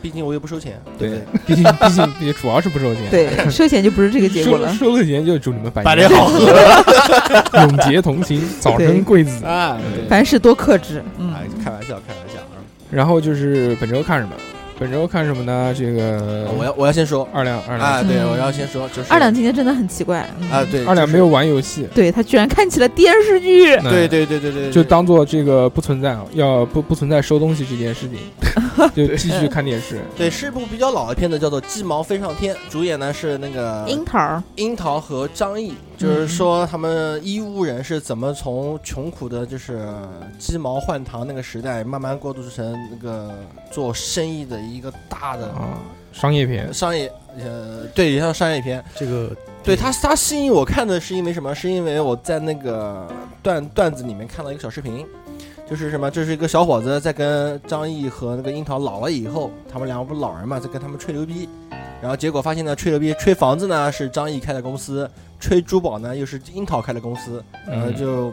毕竟我又不收钱，对对不对？毕竟 毕竟毕竟主要是不收钱。对 对，收钱就不是这个结果收了。收了钱就祝你们百百年好合， 永结同心，早生贵子。啊对凡事多克制，嗯，哎，开玩笑，开玩笑啊！然后就是本周看什么？本周看什么呢？这个我要我要先说二两二啊，两对嗯我要先说就是二两今天真的很奇怪嗯啊，，对二两就是没有玩游戏，对他居然看起了电视剧，那对对对对对，对就当做这个不存在，啊要不不存在收东西这件 事情，就继续看电视。对是一部比较老的片子，叫做《鸡毛飞上天》，主演呢是那个樱桃，樱桃和张译，就是说他们医乌人是怎么从穷苦的，就是鸡毛换糖那个时代，慢慢过渡成那个做生意的一个大的啊，商业片，商业，呃，对，也像商业片。这个对他，他吸引我看的是因为什么？是因为我在那个段段子里面看到一个小视频，就是什么？这是一个小伙子在跟张译和那个樱桃老了以后，他们两个不是老人嘛，在跟他们吹牛逼，然后结果发现呢，吹牛逼吹房子呢是张译开的公司，吹珠宝呢又是樱桃开的公司，然后嗯就。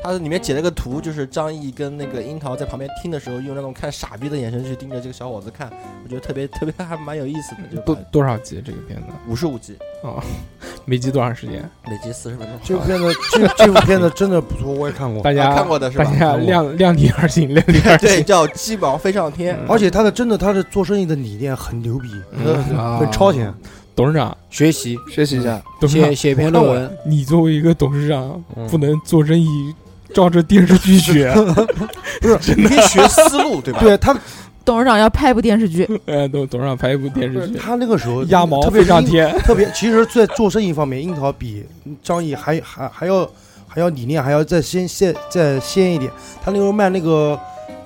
他里面截了个图，就是张译跟那个樱桃在旁边听的时候，用那种看傻逼的眼神去盯着这个小伙子看，我觉得特别特别还蛮有意思的，就多多少集这个片子？五十五集，每集多长时间？每集四十分钟。这部 片子，这这部片子真的不错，我也看过，大啊家看过的是大吧？ 家量量力而行，量力而对，行。叫《鸡毛飞上天》嗯而且他呃的真的他的做生意的理念很牛逼，啊很超前。董事长，学习学习一下，董事写长，写篇论文，你作为一个董事长，嗯不能做生意照着电视剧 学。嗯你可以学思路，对吧？对他，董事长要拍一部电视剧，呃，董董事长拍一部电视剧，他那个 时候鸭毛特别飞上是樱， 天。特别其实，在做生意方面，樱桃比张译还还还要还要理念还要再先先再先一点。他那时候卖那个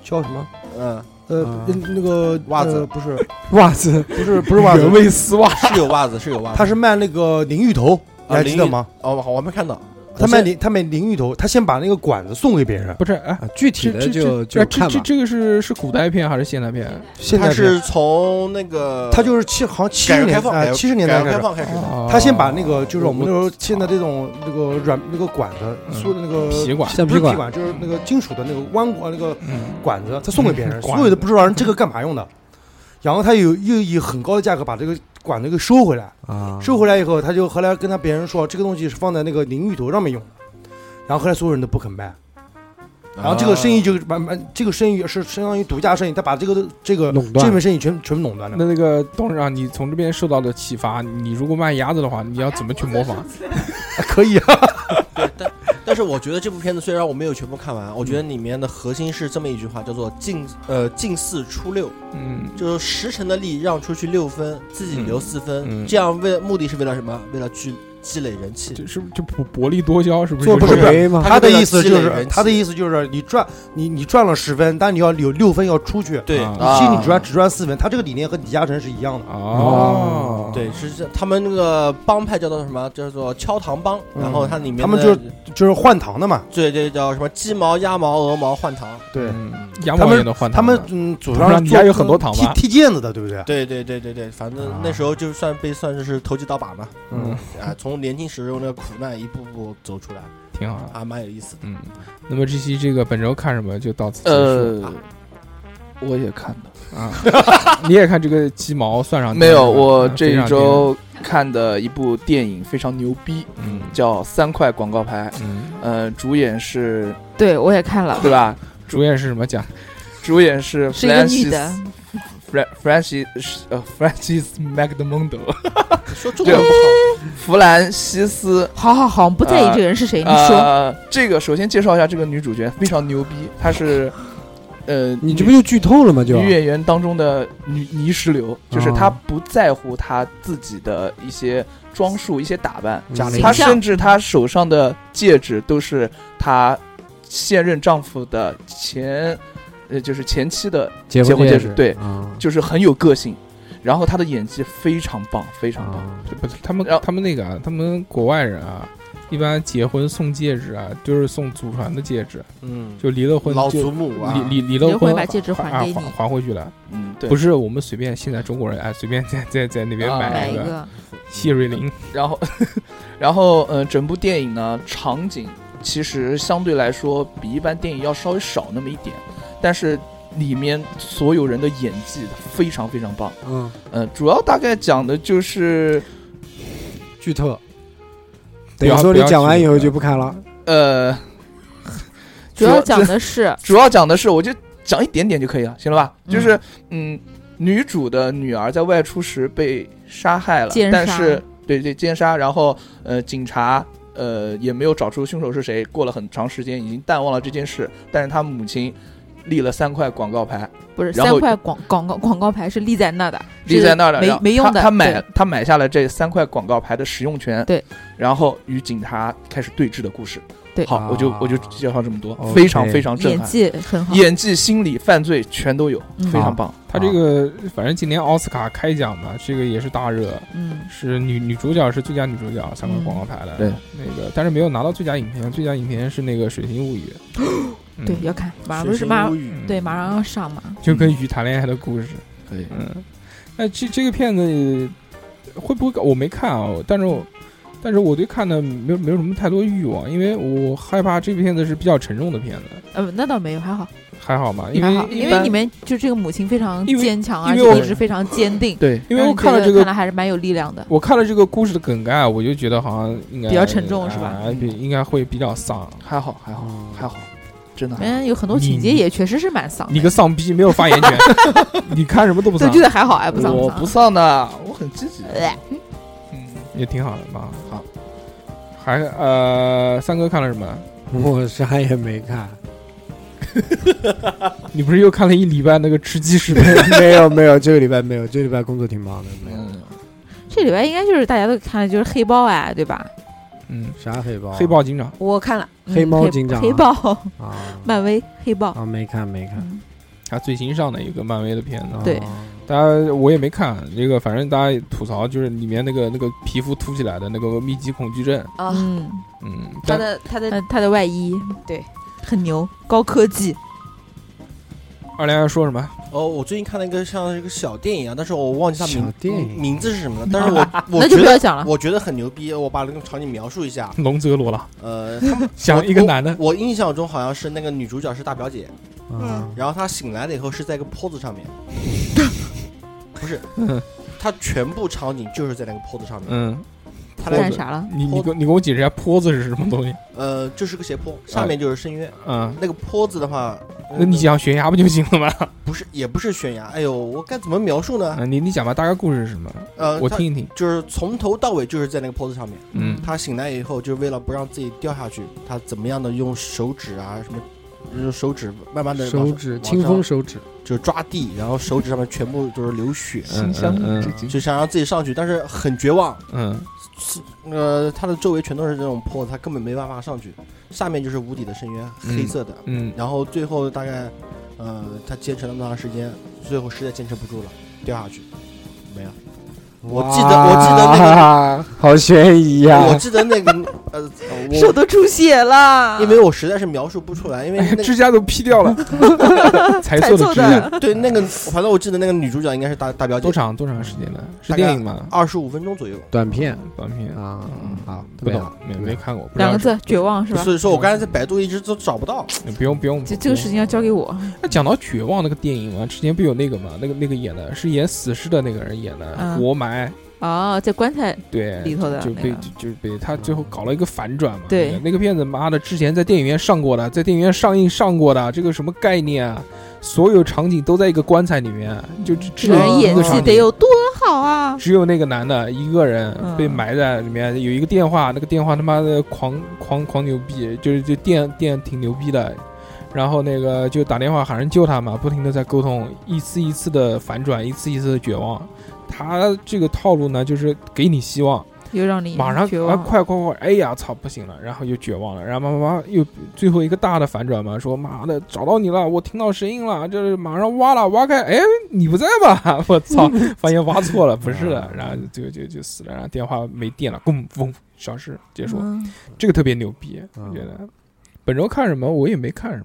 叫什么？嗯，呃啊，那个袜子呃不是袜子不是 不是袜子原，味丝袜，是有袜子，是有袜 子。他是卖那个淋浴头，你还记得吗？哦，我我没看到。他卖淋他卖淋浴头，他先把那个管子送给别人。不是 哎。啊具体这的这这就就这看这吧。这个是是古代片还是现代片？现在他是从那个他就是七好像七改十革开年放，代改七十年改代开革开始。放开始的。哦他先把那个就是我们那时候现在这种那个软那个管子，说的那个皮管，橡皮不是皮管，管，就是那个金属的那个弯管那个嗯，管子，他送给别人，嗯所有的不知道人这个干嘛用的。然后他有又以很高的价格把这个管子给收回来，啊，嗯收回来以后，他就后来跟他别人说，这个东西是放在那个淋浴头上面用的。然后后来所有人都不肯卖，然后这个生啊意就完完，这个生意是相当于独家生意，他把这个这个垄断这份生意全全部垄断了。 那那个董事长，你从这边受到的启发，你如果卖鸭子的话，你要怎么去模仿？可以啊，对，但但是我觉得这部片子虽然我没有全部看完，我觉得里面的核心是这么一句话，叫做“近呃近四出六嗯”，，就是十成的力让出去六分，自己留四嗯分，嗯这样为目的是为了什么？为了积积累人气。这是不是就薄薄利多销，是不是？做就不是是谁嘛？他的为了意思积就累是人他的气意思就是你赚你你赚了十分，但你要有六分要出去，对啊你心里只赚只赚四分，他这个理念和李嘉诚是一样的。哦，对，是这他们那个帮派叫做什么？叫做敲堂帮。然后它里面他们的就是就是换糖的嘛，对对，叫什么鸡毛、鸭毛、鹅毛换糖。对嗯，羊他毛们也能换啊他糖的们嗯，祖不然上你做还有很多糖踢吧踢毽子的，对不对？对对对对对，反正啊那时候就算被算是投机倒把嘛，嗯，啊，从年轻时候那个苦难一步步走出来，挺好的。还蛮有意思的。嗯，那么这期这个本周看什么就到此结束呃，我也看的啊。 你也看这个鸡毛算上呃没有，我嗯这非一常周看的一部电影非常牛逼，嗯叫《三块广告牌》，嗯，呃，主演是，对我也看了，对吧？主演是什么讲？主演 是是一个女的 Francis，Fra- Francis 呃 Francis McDormand，说中文不好，弗兰西斯。好好好，我们不在意呃这个人是谁，哎你说呃，这个首先介绍一下这个女主角，非常牛逼，她是呃，你这不就剧透了吗？就女演员当中的女泥石流，就是啊她不在乎她自己的一些装束、一些打扮，加了一她个形象甚至她手上的戒指都是她现任丈夫的前，呃，就是前妻的，结结婚戒戒指嗯指，对啊就是很有个性。然后她的演技非常棒，非常棒。啊，不是他们然后他们那个啊，他们国外人啊，一般结婚送戒指啊，就是送祖传的戒指，嗯，就离了婚老就祖母啊，离离离结了婚婚把戒指还啊给你还还回去了，嗯，对不。是我们随便现在中国人哎随便在在在那边啊买买一一个个，谢瑞麟，然后， 然后，呃，整部电影呢，场景其实相对来说比一般电影要稍微少那么一点，但是里面所有人的演技非常非常棒。嗯，呃，主要大概讲的就是，剧透。不等要于说不你要讲完剧以透后就不看了，呃， 主要讲的是主要讲的是，我就讲一点点就可以了，行了吧？就是，嗯，女主的女儿在外出时被杀害了奸，杀但是对对奸杀，然后呃警察呃也没有找出凶手是谁，过了很长时间已经淡忘了这件事，但是他母亲立了三块广告牌，不是然三后块广广告广告牌是立在那的，立在那儿是了，没然后没用的。他他买对他买下了这三块广告牌的使用权，对，然后与警察开始对峙的故事。对好，我就我就啊介绍这么多， OK 非常非常震演撼，技很好，演技、心理、犯罪全都有，嗯非常棒。他这个反正今年奥斯卡开奖嘛，这个也是大热，嗯，是女女主角是最佳女主角，三块广告牌的，对，那个但是没有拿到最佳影片，最佳影片是那个《水形物语》嗯，对，要看，马上水不是形马无语对马上要上嘛，就跟鱼谈恋爱的故事，可以嗯，那这这个片子会不会我没看啊？但是我但是我对看的没有没有什么太多欲望，因为我害怕这片子是比较沉重的片子，呃，那倒没有，还好，还好嘛，因还为好，因一为般你们就这个母亲非常因为坚强，而因为我且一直非常坚定，对，因为我让你觉看了得这个看来还是蛮有力量的。我看了这个故事的梗概，我就觉得好像应该比较沉重是吧哦啊比应该会比较丧。还好还好嗯还好，真的还好。嗯，有很多情节你也确实是蛮丧的，你个丧逼，没有发言权， 你看什么都不对，丧觉，得还好，哎，不丧我丧不丧的，我很积极。呃嗯，也挺好的嘛。好，还呃，三哥看了什啊么？哦我啥也没看，你不是又看了一礼拜那个吃鸡 视频？ 没有没有，这个礼拜没有，这个礼拜工作挺忙的，没有嗯，这里边应该就是大家都看的就是黑豹哎，对吧？嗯，啥黑豹啊，黑豹警长，我看了，嗯黑猫警长啊黑豹，啊漫威黑豹，啊，没看没看，嗯他最新上的一个漫威的片子啊，对大家我也没看。这个反正大家吐槽就是里面那个那个皮肤凸起来的那个密集恐惧症，啊，嗯，嗯，他但的他的呃他的外衣对很牛，高科技，二连要说什么？哦，我最近看了一个像一个小电影啊，但是我忘记它小名电影名字是什么了。 但是我我那就觉不得要讲了。啊我觉得很牛逼，我把那个场景描述一下。龙泽罗 了， 呃，想一个男的，我印象中好像是那个女主角是大表姐，啊然后她醒来了以后是在一个坡子上面，不是，她全部场景就是在那个坡子上面，嗯，她我俩干啥了？你你给我你给我解释一下坡子是什么东西？呃就是个斜坡，上面就是深渊，嗯，那个坡子的话，嗯那你讲悬崖不就行了吗？不是也不是悬崖，哎呦，我该怎么描述呢？嗯，你你讲吧，大概故事是什么？呃，我她听一听。就是从头到尾就是在那个坡子上面。嗯他醒来以后，就为了不让自己掉下去，他怎么样的用手指啊什么，用手指慢慢的手指清风手指，就抓地，然后手指上面全部都是流血，心相嗯印嗯之景。就想让自己上去，但是很绝望。嗯，呃，他的周围全都是这种坡，他根本没办法上去，下面就是无底的深渊，嗯黑色的。嗯，然后最后大概，呃，他坚持那么长时间，最后实在坚持不住了，掉下去，没了。我记得我记得那个好悬疑呀，我记得那个 呃，手我都出血了，因为我实在是描述不出来，因为那个指甲都劈掉了，才才做做的指甲。的，对，那个反正我记得那个女主角应该是大大表姐多，长多长时间的？是大概电影吗？二十五分钟左右。短片短片？啊嗯，好，不没懂了，没没没了看过，不知道两个字绝望是吧？所以说我刚才在百度一直都找不到。是。不用不用。这这个事情要交给我，那讲到绝望那个电影嘛，之前不有那个嘛，那个那个演的是演死士的那个人演的嗯活埋，哦，在棺材对，里头的哎就那被个就就是被他最后搞了一个反转嘛。那对个那个片子妈的，之前在电影院上过的，在电影院上映上过的，这个什么概念啊？所有场景都在一个棺材里面，就只只这个有人一演个技场得景。有多好啊！只有那个男的一个人嗯被埋在里面，有一个电话，那个电话他妈的狂狂狂牛逼，就是就电电挺牛逼的，然后那个就打电话喊人救他嘛，不停的在沟通，一次一次的反转，一次一次的绝望。他这个套路呢，就是给你希望，又让你马上绝啊，望，快快快！哎呀，操，不行了，然后又绝望了，然后妈妈妈又最后一个大的反转嘛，说妈的找到你了，我听到声音了，就是马上挖了挖开，哎，你不在吧？ 我 操，发现挖错了，不是的，嗯然后就就就死了，然后电话没电了，咣嗡消失，结束，嗯这个特别牛逼，我嗯觉得。本周看什么？我也没看什么，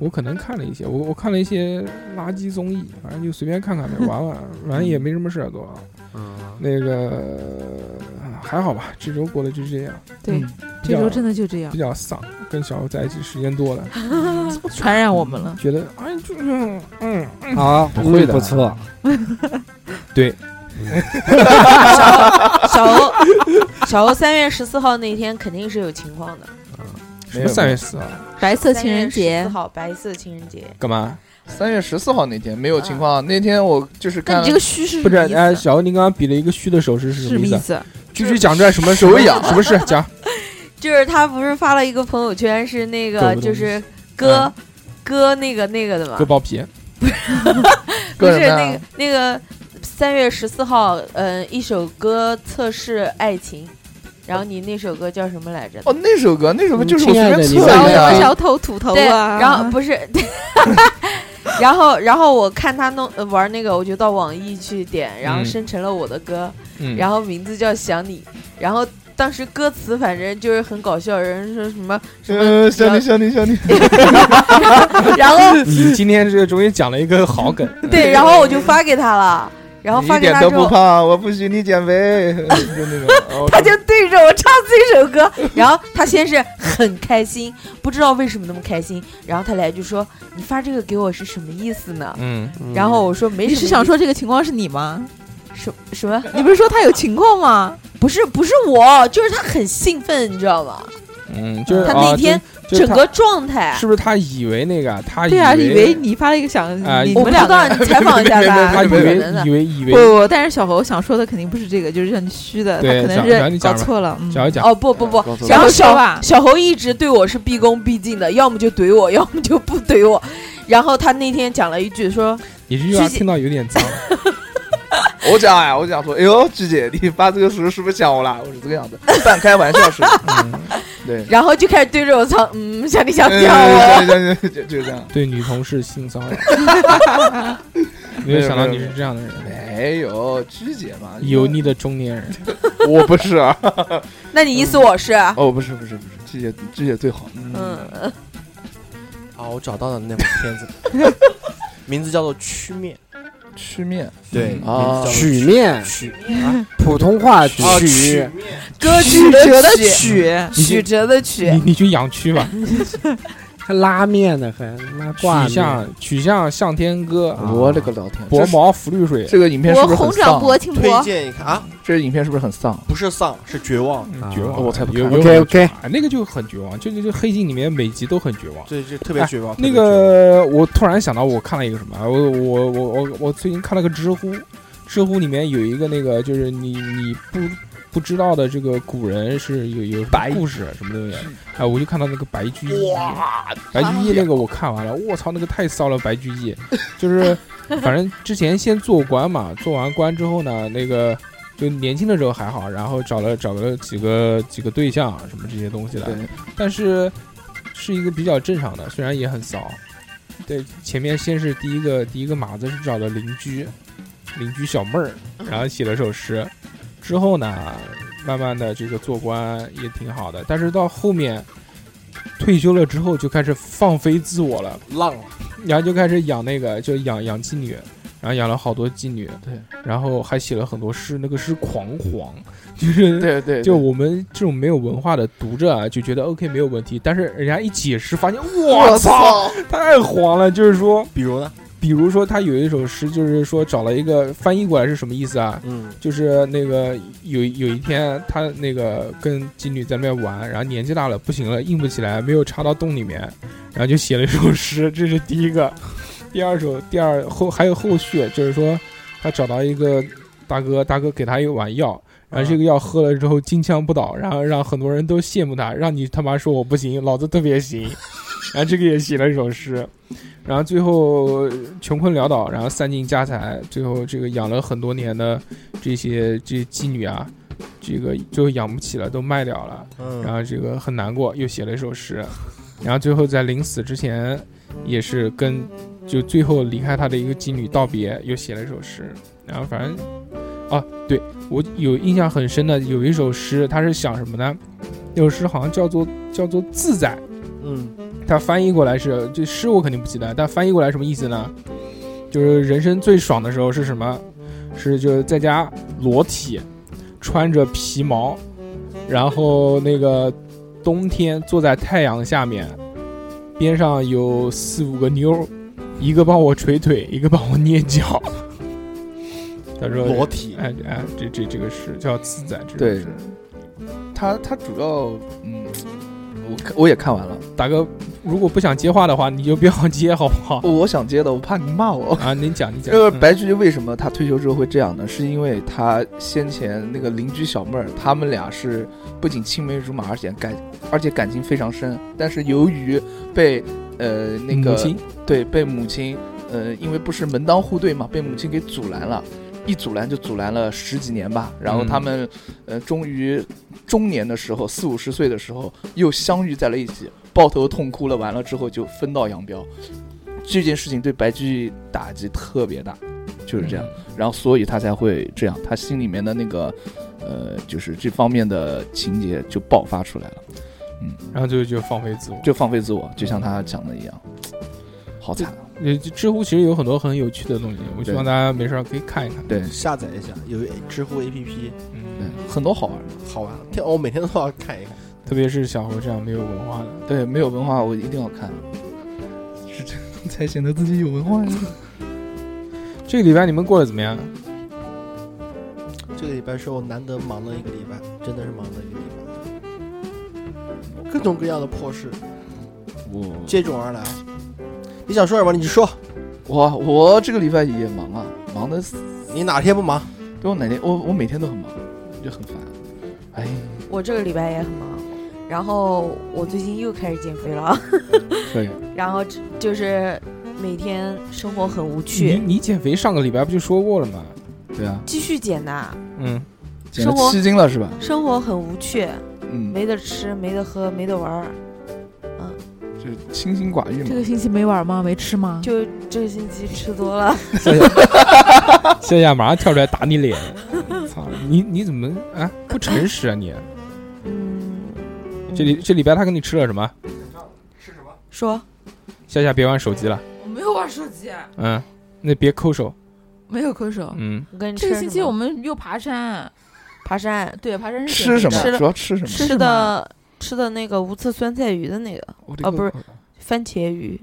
我可能看了一些，我我看了一些垃圾综艺，反正就随便看看呗，玩 玩，玩也没什么事儿做啊。嗯那个啊还好吧，这周过得就这样。对嗯，比这较周真的就这样比，较丧，跟小欧在一起时间多了，传染我们了。觉得哎，就嗯嗯，好，不会的嗯不错，对，小欧 小欧三月十四号那天肯定是有情况的，什么三月四号白色情人节四，号白色情人节，啊干嘛？三月十四号那天没有情况啊，那天我就是但看你这个虚是不是，什么哎，意思啊小欧，您刚刚比了一个虚的手势是什什么么意意思？啊思？继续讲出来什么啊手痒什么事？讲就是他不是发了一个朋友圈，是那各个种东西嗯就是割割那个那个的嘛割，啊包 皮，不个是人那呢个，那个三月十四号，嗯，一首歌测试爱情，然后你那首歌叫什么来着？哦，那首歌那首歌就是我嗯随亲爱便的你测对了一我下想啊，小偷土头对，啊，然后不 是，然后然后我看他弄呃玩那个，我就到网易去点，然后嗯生成了我的歌，嗯，然后名字叫想你，然后当时歌词反正就是很搞笑，有人说什么什么呃，，想你想你想你，然后你今天这终于讲了一个好梗，对，然后我就发给他了，然后你发一给点他都之不后，胖，我不许你减肥，就那种。哦他就对着我唱这首 歌，然后他先是很开心，不知道为什么那么开心，然后他来一句说：“你发这个给我是什么意思呢嗯，？”然后我说：“没你什么是意想说这个情况是你吗？什什么？你不是说他有情况吗？不是不是我，就是他很兴奋，你知道吗？嗯，就是他啊那天就就整他个状态，是不是他以为那个他对啊，以为你发了一个想啊你我们不两个知道，人。你采访一下他他，以不可为能的以。为以不为不，但是小侯想说的肯定不是这个，就是让你虚的，他对可能想想你是讲搞吧错了。嗯讲一讲，哦不 不不，告诉我然后小小侯吧小侯一直对我是毕恭毕敬的，要么就怼我，要么就不怼我。然后他那天讲了一句说，你这句话具体听到有点脏，我讲呀，我讲说，哎呦，菊姐，你发这个时候是不是想我啦？我是这个样子，半开玩笑是，嗯，对，然后就开始对着我唱，嗯，想你想嗯你想我，对对对就就这样。对女同事性 骚扰，没有想到你是这样的人，没有，菊姐嘛，油腻的中年人， 我不是啊，那你意思我是，啊哦，不是不是不是，菊姐菊姐最好，嗯，嗯，啊，我找到了那部片子， 名字叫做《曲面》，吃面对啊曲面，曲普通话啊哦曲，歌曲折的曲曲，曲折的曲你，你去养蛆吧，还拉面呢，还拉取挂面。向取向向天歌，啊我勒个老天，薄这是毛浮绿水，这个影片是我不是很红掌丧？啊拨清推波，荐一看啊，这个影片是不是很丧？啊不是丧，是绝望，嗯啊绝望，我才不有看有 OK OK，啊，那个就很绝望，就就就黑镜里面每集都很绝望。对，就特别绝望。特哎那别绝望个，我突然想到，我看了一个什么，我我我我我最近看了个知乎，知乎里面有一个那个，就是你你不不知道的这个古人是有有什么故事什么东西，哎，我就看到那个白居易，白居易那个我看完了，我操，那个太骚了，白居易，就是反正之前先做官嘛，做完官之后呢，那个就年轻的时候还好，然后找了找了几个几个对象什么这些东西的，对，但是是一个比较正常的，虽然也很骚。对，前面先是第一个第一个码子是找的邻居，邻居小妹儿，然后写了首诗，之后呢，慢慢的这个做官也挺好的，但是到后面退休了之后就开始放飞自我了，浪了，然后就开始养那个，就养养妓女，然后养了好多妓女，对，然后还写了很多诗，那个诗狂 黄，就是对对，就我们这种没有文化的读者啊，就觉得 OK 没有问题，但是人家一解释发现，我操，，太黄了！就是说，比如呢，比如说他有一首诗，就是说找了一个翻译过来是什么意思啊？嗯，就是那个有有一天他那个跟妓女在那边玩，然后年纪大了不行了，硬不起来，没有插到洞里面，然后就写了一首诗，这是第一个。 第二首，第二后还有后续，就是说他找到一个大哥，大哥给他一碗药，然后这个药喝了之后金枪不倒，然后让很多人都羡慕他，让你他妈说我不行，老子特别行。然后这个也写了一首诗， 然后最后穷困潦倒，然后散尽家财，最后这个养了很多年的这些这些妓女啊，这个最后养不起了，都卖掉了。然嗯，后这个很难过，又写了一首诗，然后最后在临死之前，也是跟就最后离开他的一个妓女道别，又写了一首诗，然后反正，啊，对我有印象很深的有一首诗，他是想什么呢？那首诗好像叫做叫做自在，嗯，它翻译过来是这诗我肯定不记得，但翻译过来什么意思呢？就是人生最爽的时候是什么？是就是在家裸体，穿着皮毛，然后那个冬天坐在太阳下面，边上有四五个妞儿，一个帮我捶腿，一个帮我捏脚。 他说裸体，哎哎，这这这个诗叫自在之对诗。他他主要嗯，我看我也看完了，大哥，如果不想接话的话，你就不要接，好不好？ 我想接的，我怕你骂我。啊，你讲，你讲。就是嗯白居易为什么他退休之后会这样呢？是因为他先前那个邻居小妹儿，他们俩是不仅青梅竹马，而且感而且感情非常深。但是由于被呃那嗯个母亲对被母亲呃因为不是门当户对嘛，被母亲给阻拦了，一阻拦就阻拦了十几年吧。然后他们、呃终于中年的时候，四五十岁的时候又相遇在了一起，抱头痛哭了。完了之后就分道扬镳。这件事情对白居易打击特别大，就是这样。嗯然后所以他才会这样，他心里面的那个，呃，就是这方面的情节就爆发出来了，然后就就放飞自我。就放飞自我，就像他讲的一样，好惨啊！呃，知乎其实有很多很有趣的东西，我希望对大家没事儿可以看一看。对，下载一下，有知乎 APP，嗯，对，很多好玩的。好玩。天，我每天都要看一看。特别是小猴这样没有文化的，对，没有文化我一定要看，是这样 才显得自己有文化呀。这个礼拜你们过得怎么样？这个礼拜是我难得忙了一个礼拜，真的是忙了一个礼拜，各种各样的破事我接踵而来。啊你想说什么？你就说，我我这个礼拜也忙啊，忙的死。你哪天不忙？对我哪天我我每天都很忙，就很烦。哎，我这个礼拜也很忙，然后我最近又开始减肥了，可以，然后这就是每天生活很无你趣，你减肥上个礼拜不就说过了吗？对啊，继续减的，嗯，减了生活七斤了是吧？生活很无趣，嗯，没得吃，没得喝，没得玩儿，就是清心寡欲这嘛个。星期没玩吗？没吃吗？就这个星期吃多 了，夏夏马上跳出来打你 脸，操你你怎么啊不诚实啊你？嗯，嗯这礼这礼拜他跟你吃了什么？说夏夏别玩手机了，我没有玩手机，啊嗯，那别抠手，哦没有抠手。嗯，我跟你这个吃星什期么我们又爬山，啊爬山对，爬山是吃什吃么？了主要吃什么？吃什吃么的吃的那个无刺酸菜鱼的那个我的个哦不是妈呀番茄鱼，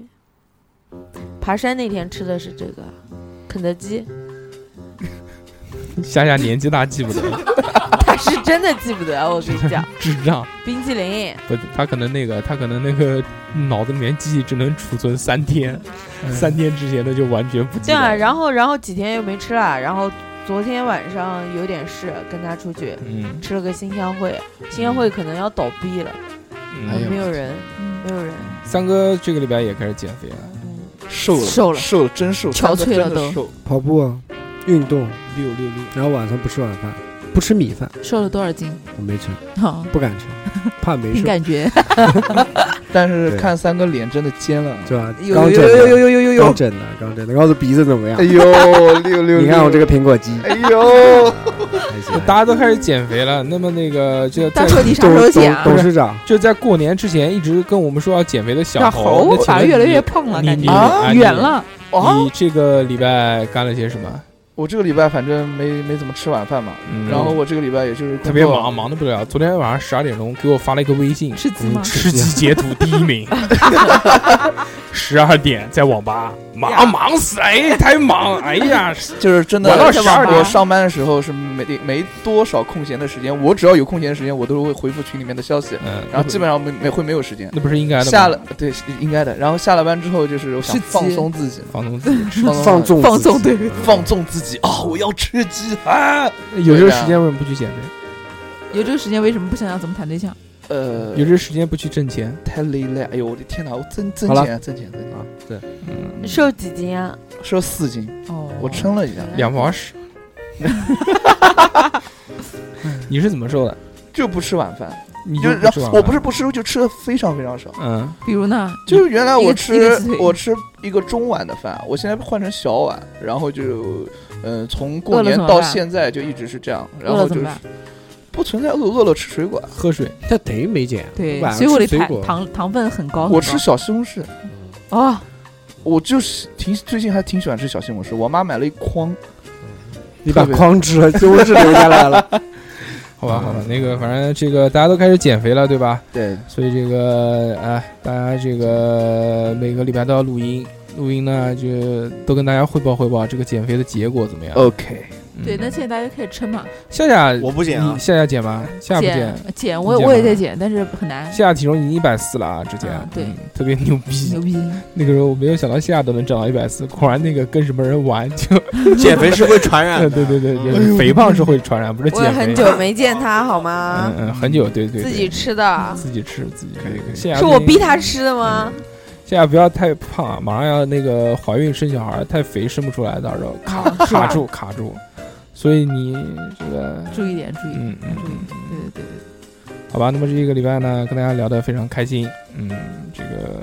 爬山那天吃的是这个肯德基，夏夏年纪大记不得，他啊是真的记不得，我跟你 讲，智障。冰淇淋不，他可能那个，他可能那个 脑子里面记忆只能储存三天，嗯三天之前的就完全不记对得。啊，然后然后几天又没吃了，然后昨天晚上有点事，跟他出去嗯，吃了个新乡会，新乡会可能要倒闭了，嗯哎呦没有人，没有人，三哥这个礼拜也开始减肥了，嗯，瘦了，瘦了瘦了，真瘦，憔悴了真的都瘦跑步、运动，六六六，然后晚上不吃晚饭，不吃米饭，瘦了多少斤？我没吃，好，不敢 吃，怕没凭瘦，感觉。但是对看三哥脸真的尖了，是吧？有刚有整有有的，有有有刚有，整的，刚整的，告诉鼻子怎么样哎？呦，六六，你看我这个，个苹果肌，哎呦，还行大家都开始减肥了。那么那个就在大臭，你啥时候董减啊董？董事长，就在过年之前一直跟我们说要减肥的小小猴，猴那请反而问越来你越胖了，你感你觉啊你远了。哦，你这个礼拜干了些什么？我这个礼拜反正没没怎么吃晚饭嘛，嗯然后我这个礼拜也就是特别工作忙，，忙的不得了。昨天晚上十二点钟给我发了一个微信，吃啊鸡吗？吃鸡截图第一 名，十二点在网吧，忙忙死，哎，太忙，哎呀，就是真的玩到12点我上班的时候是没没多少空闲的时间，我只要有空闲的时间，我都会回复群里面的消息，嗯，然后基本上没没会没有时间。那不是应该的吗？下了对是应该的，然后下了班之后就是我想吃鸡放松自己，放纵自己，放放纵纵放自纵己对，放纵自己啊！我要吃鸡啊！有这个时间为什么不去减肥？有这个时间为什么不想想怎么谈对象？呃，有这个时间不去挣钱？太累了，哎呦我的天哪！我增增好了减啊增减增减，啊，对，嗯，瘦几斤啊？瘦四斤，哦，我称了一下，嗯两毛 十。你是怎么瘦的？就不吃晚饭，你就是不吃晚我饭不是不吃，就吃的非常非常少。嗯，比如呢？就是原来一我个一吃个鸡腿我吃一个中碗的饭，啊我现在换成小碗，然后就，呃，从过饿了年怎么到办现在就一直是这样，然饿了后怎就么是办？不存在饿饿了吃水果，啊喝水。但等于没减，对晚，上所以我的吃水糖果糖糖分很高。我很吃高小西红柿，哦，我就是挺最近还挺喜欢吃小西红柿，我妈买了一筐，你把特别框吃了，西红柿留下来了，好吧，好吧，那个反正这个大家都开始减肥了，对吧？对，所以这个啊、大家这个每个礼拜都要录音，录音呢就都跟大家汇报汇报这个减肥的结果怎么样。 OK，嗯对，那现在大家可以撑嘛，夏夏，我不减啊你夏夏减吗？夏夏不减减，减，我你我也减在吧减，但是很难，夏夏体重已经一百四了啊，之前啊对嗯特别牛逼牛。逼，那个时候我没有想到夏夏都能长到一百四，果然那个跟什么人玩就，减肥是会传染的。对对对，就是肥胖是会传染，不是我减也肥。很久没见他，好嗯啊吗？嗯，很久，对对，对嗯自己吃的，自己吃自己吃，可以可以。夏夏是我最逼他吃的吗？夏夏不要太胖啊，马上要那个怀孕生小孩，太肥生不出来，到时候卡啊是卡吧住卡住。所以你这个，注意点，注意点，嗯嗯注意嗯，点，对对对对，好吧，那么这一个礼拜呢，跟大家聊得非常开心，嗯，这个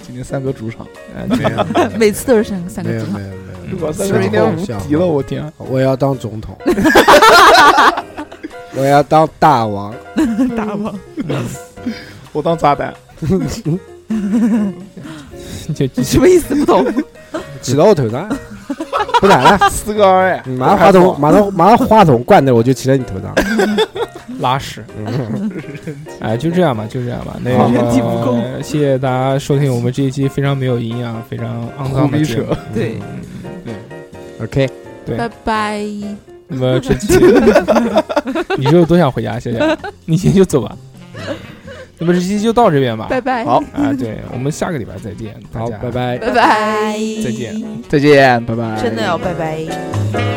今天三哥主场， 呃， 嗯没有对每次都是三三个没有字没有没有，我三三哥哥应应该该无无敌敌了，了我我天！ 我要当总 统，我要当大王。大王，我当炸弹，就就什么意思？不懂，挤到我头 上，不然了，四个二哎，马上话筒，马上马上话筒灌的我就骑在你头上。拉屎，嗯哎，就这样吧，就这样吧。那好个体不够呃谢谢大家收听我们这一期非常没有营养、非常肮脏的胡逼节目扯。对， ，OK，对拜拜，那么这 期，你是有多想回家？谢谢，你先就走吧。嗯那么这期就到这边吧。拜拜，好啊，对，我们下个礼拜再见，大好，家拜拜。拜拜。再见。再见，拜拜。真的要拜拜。拜拜。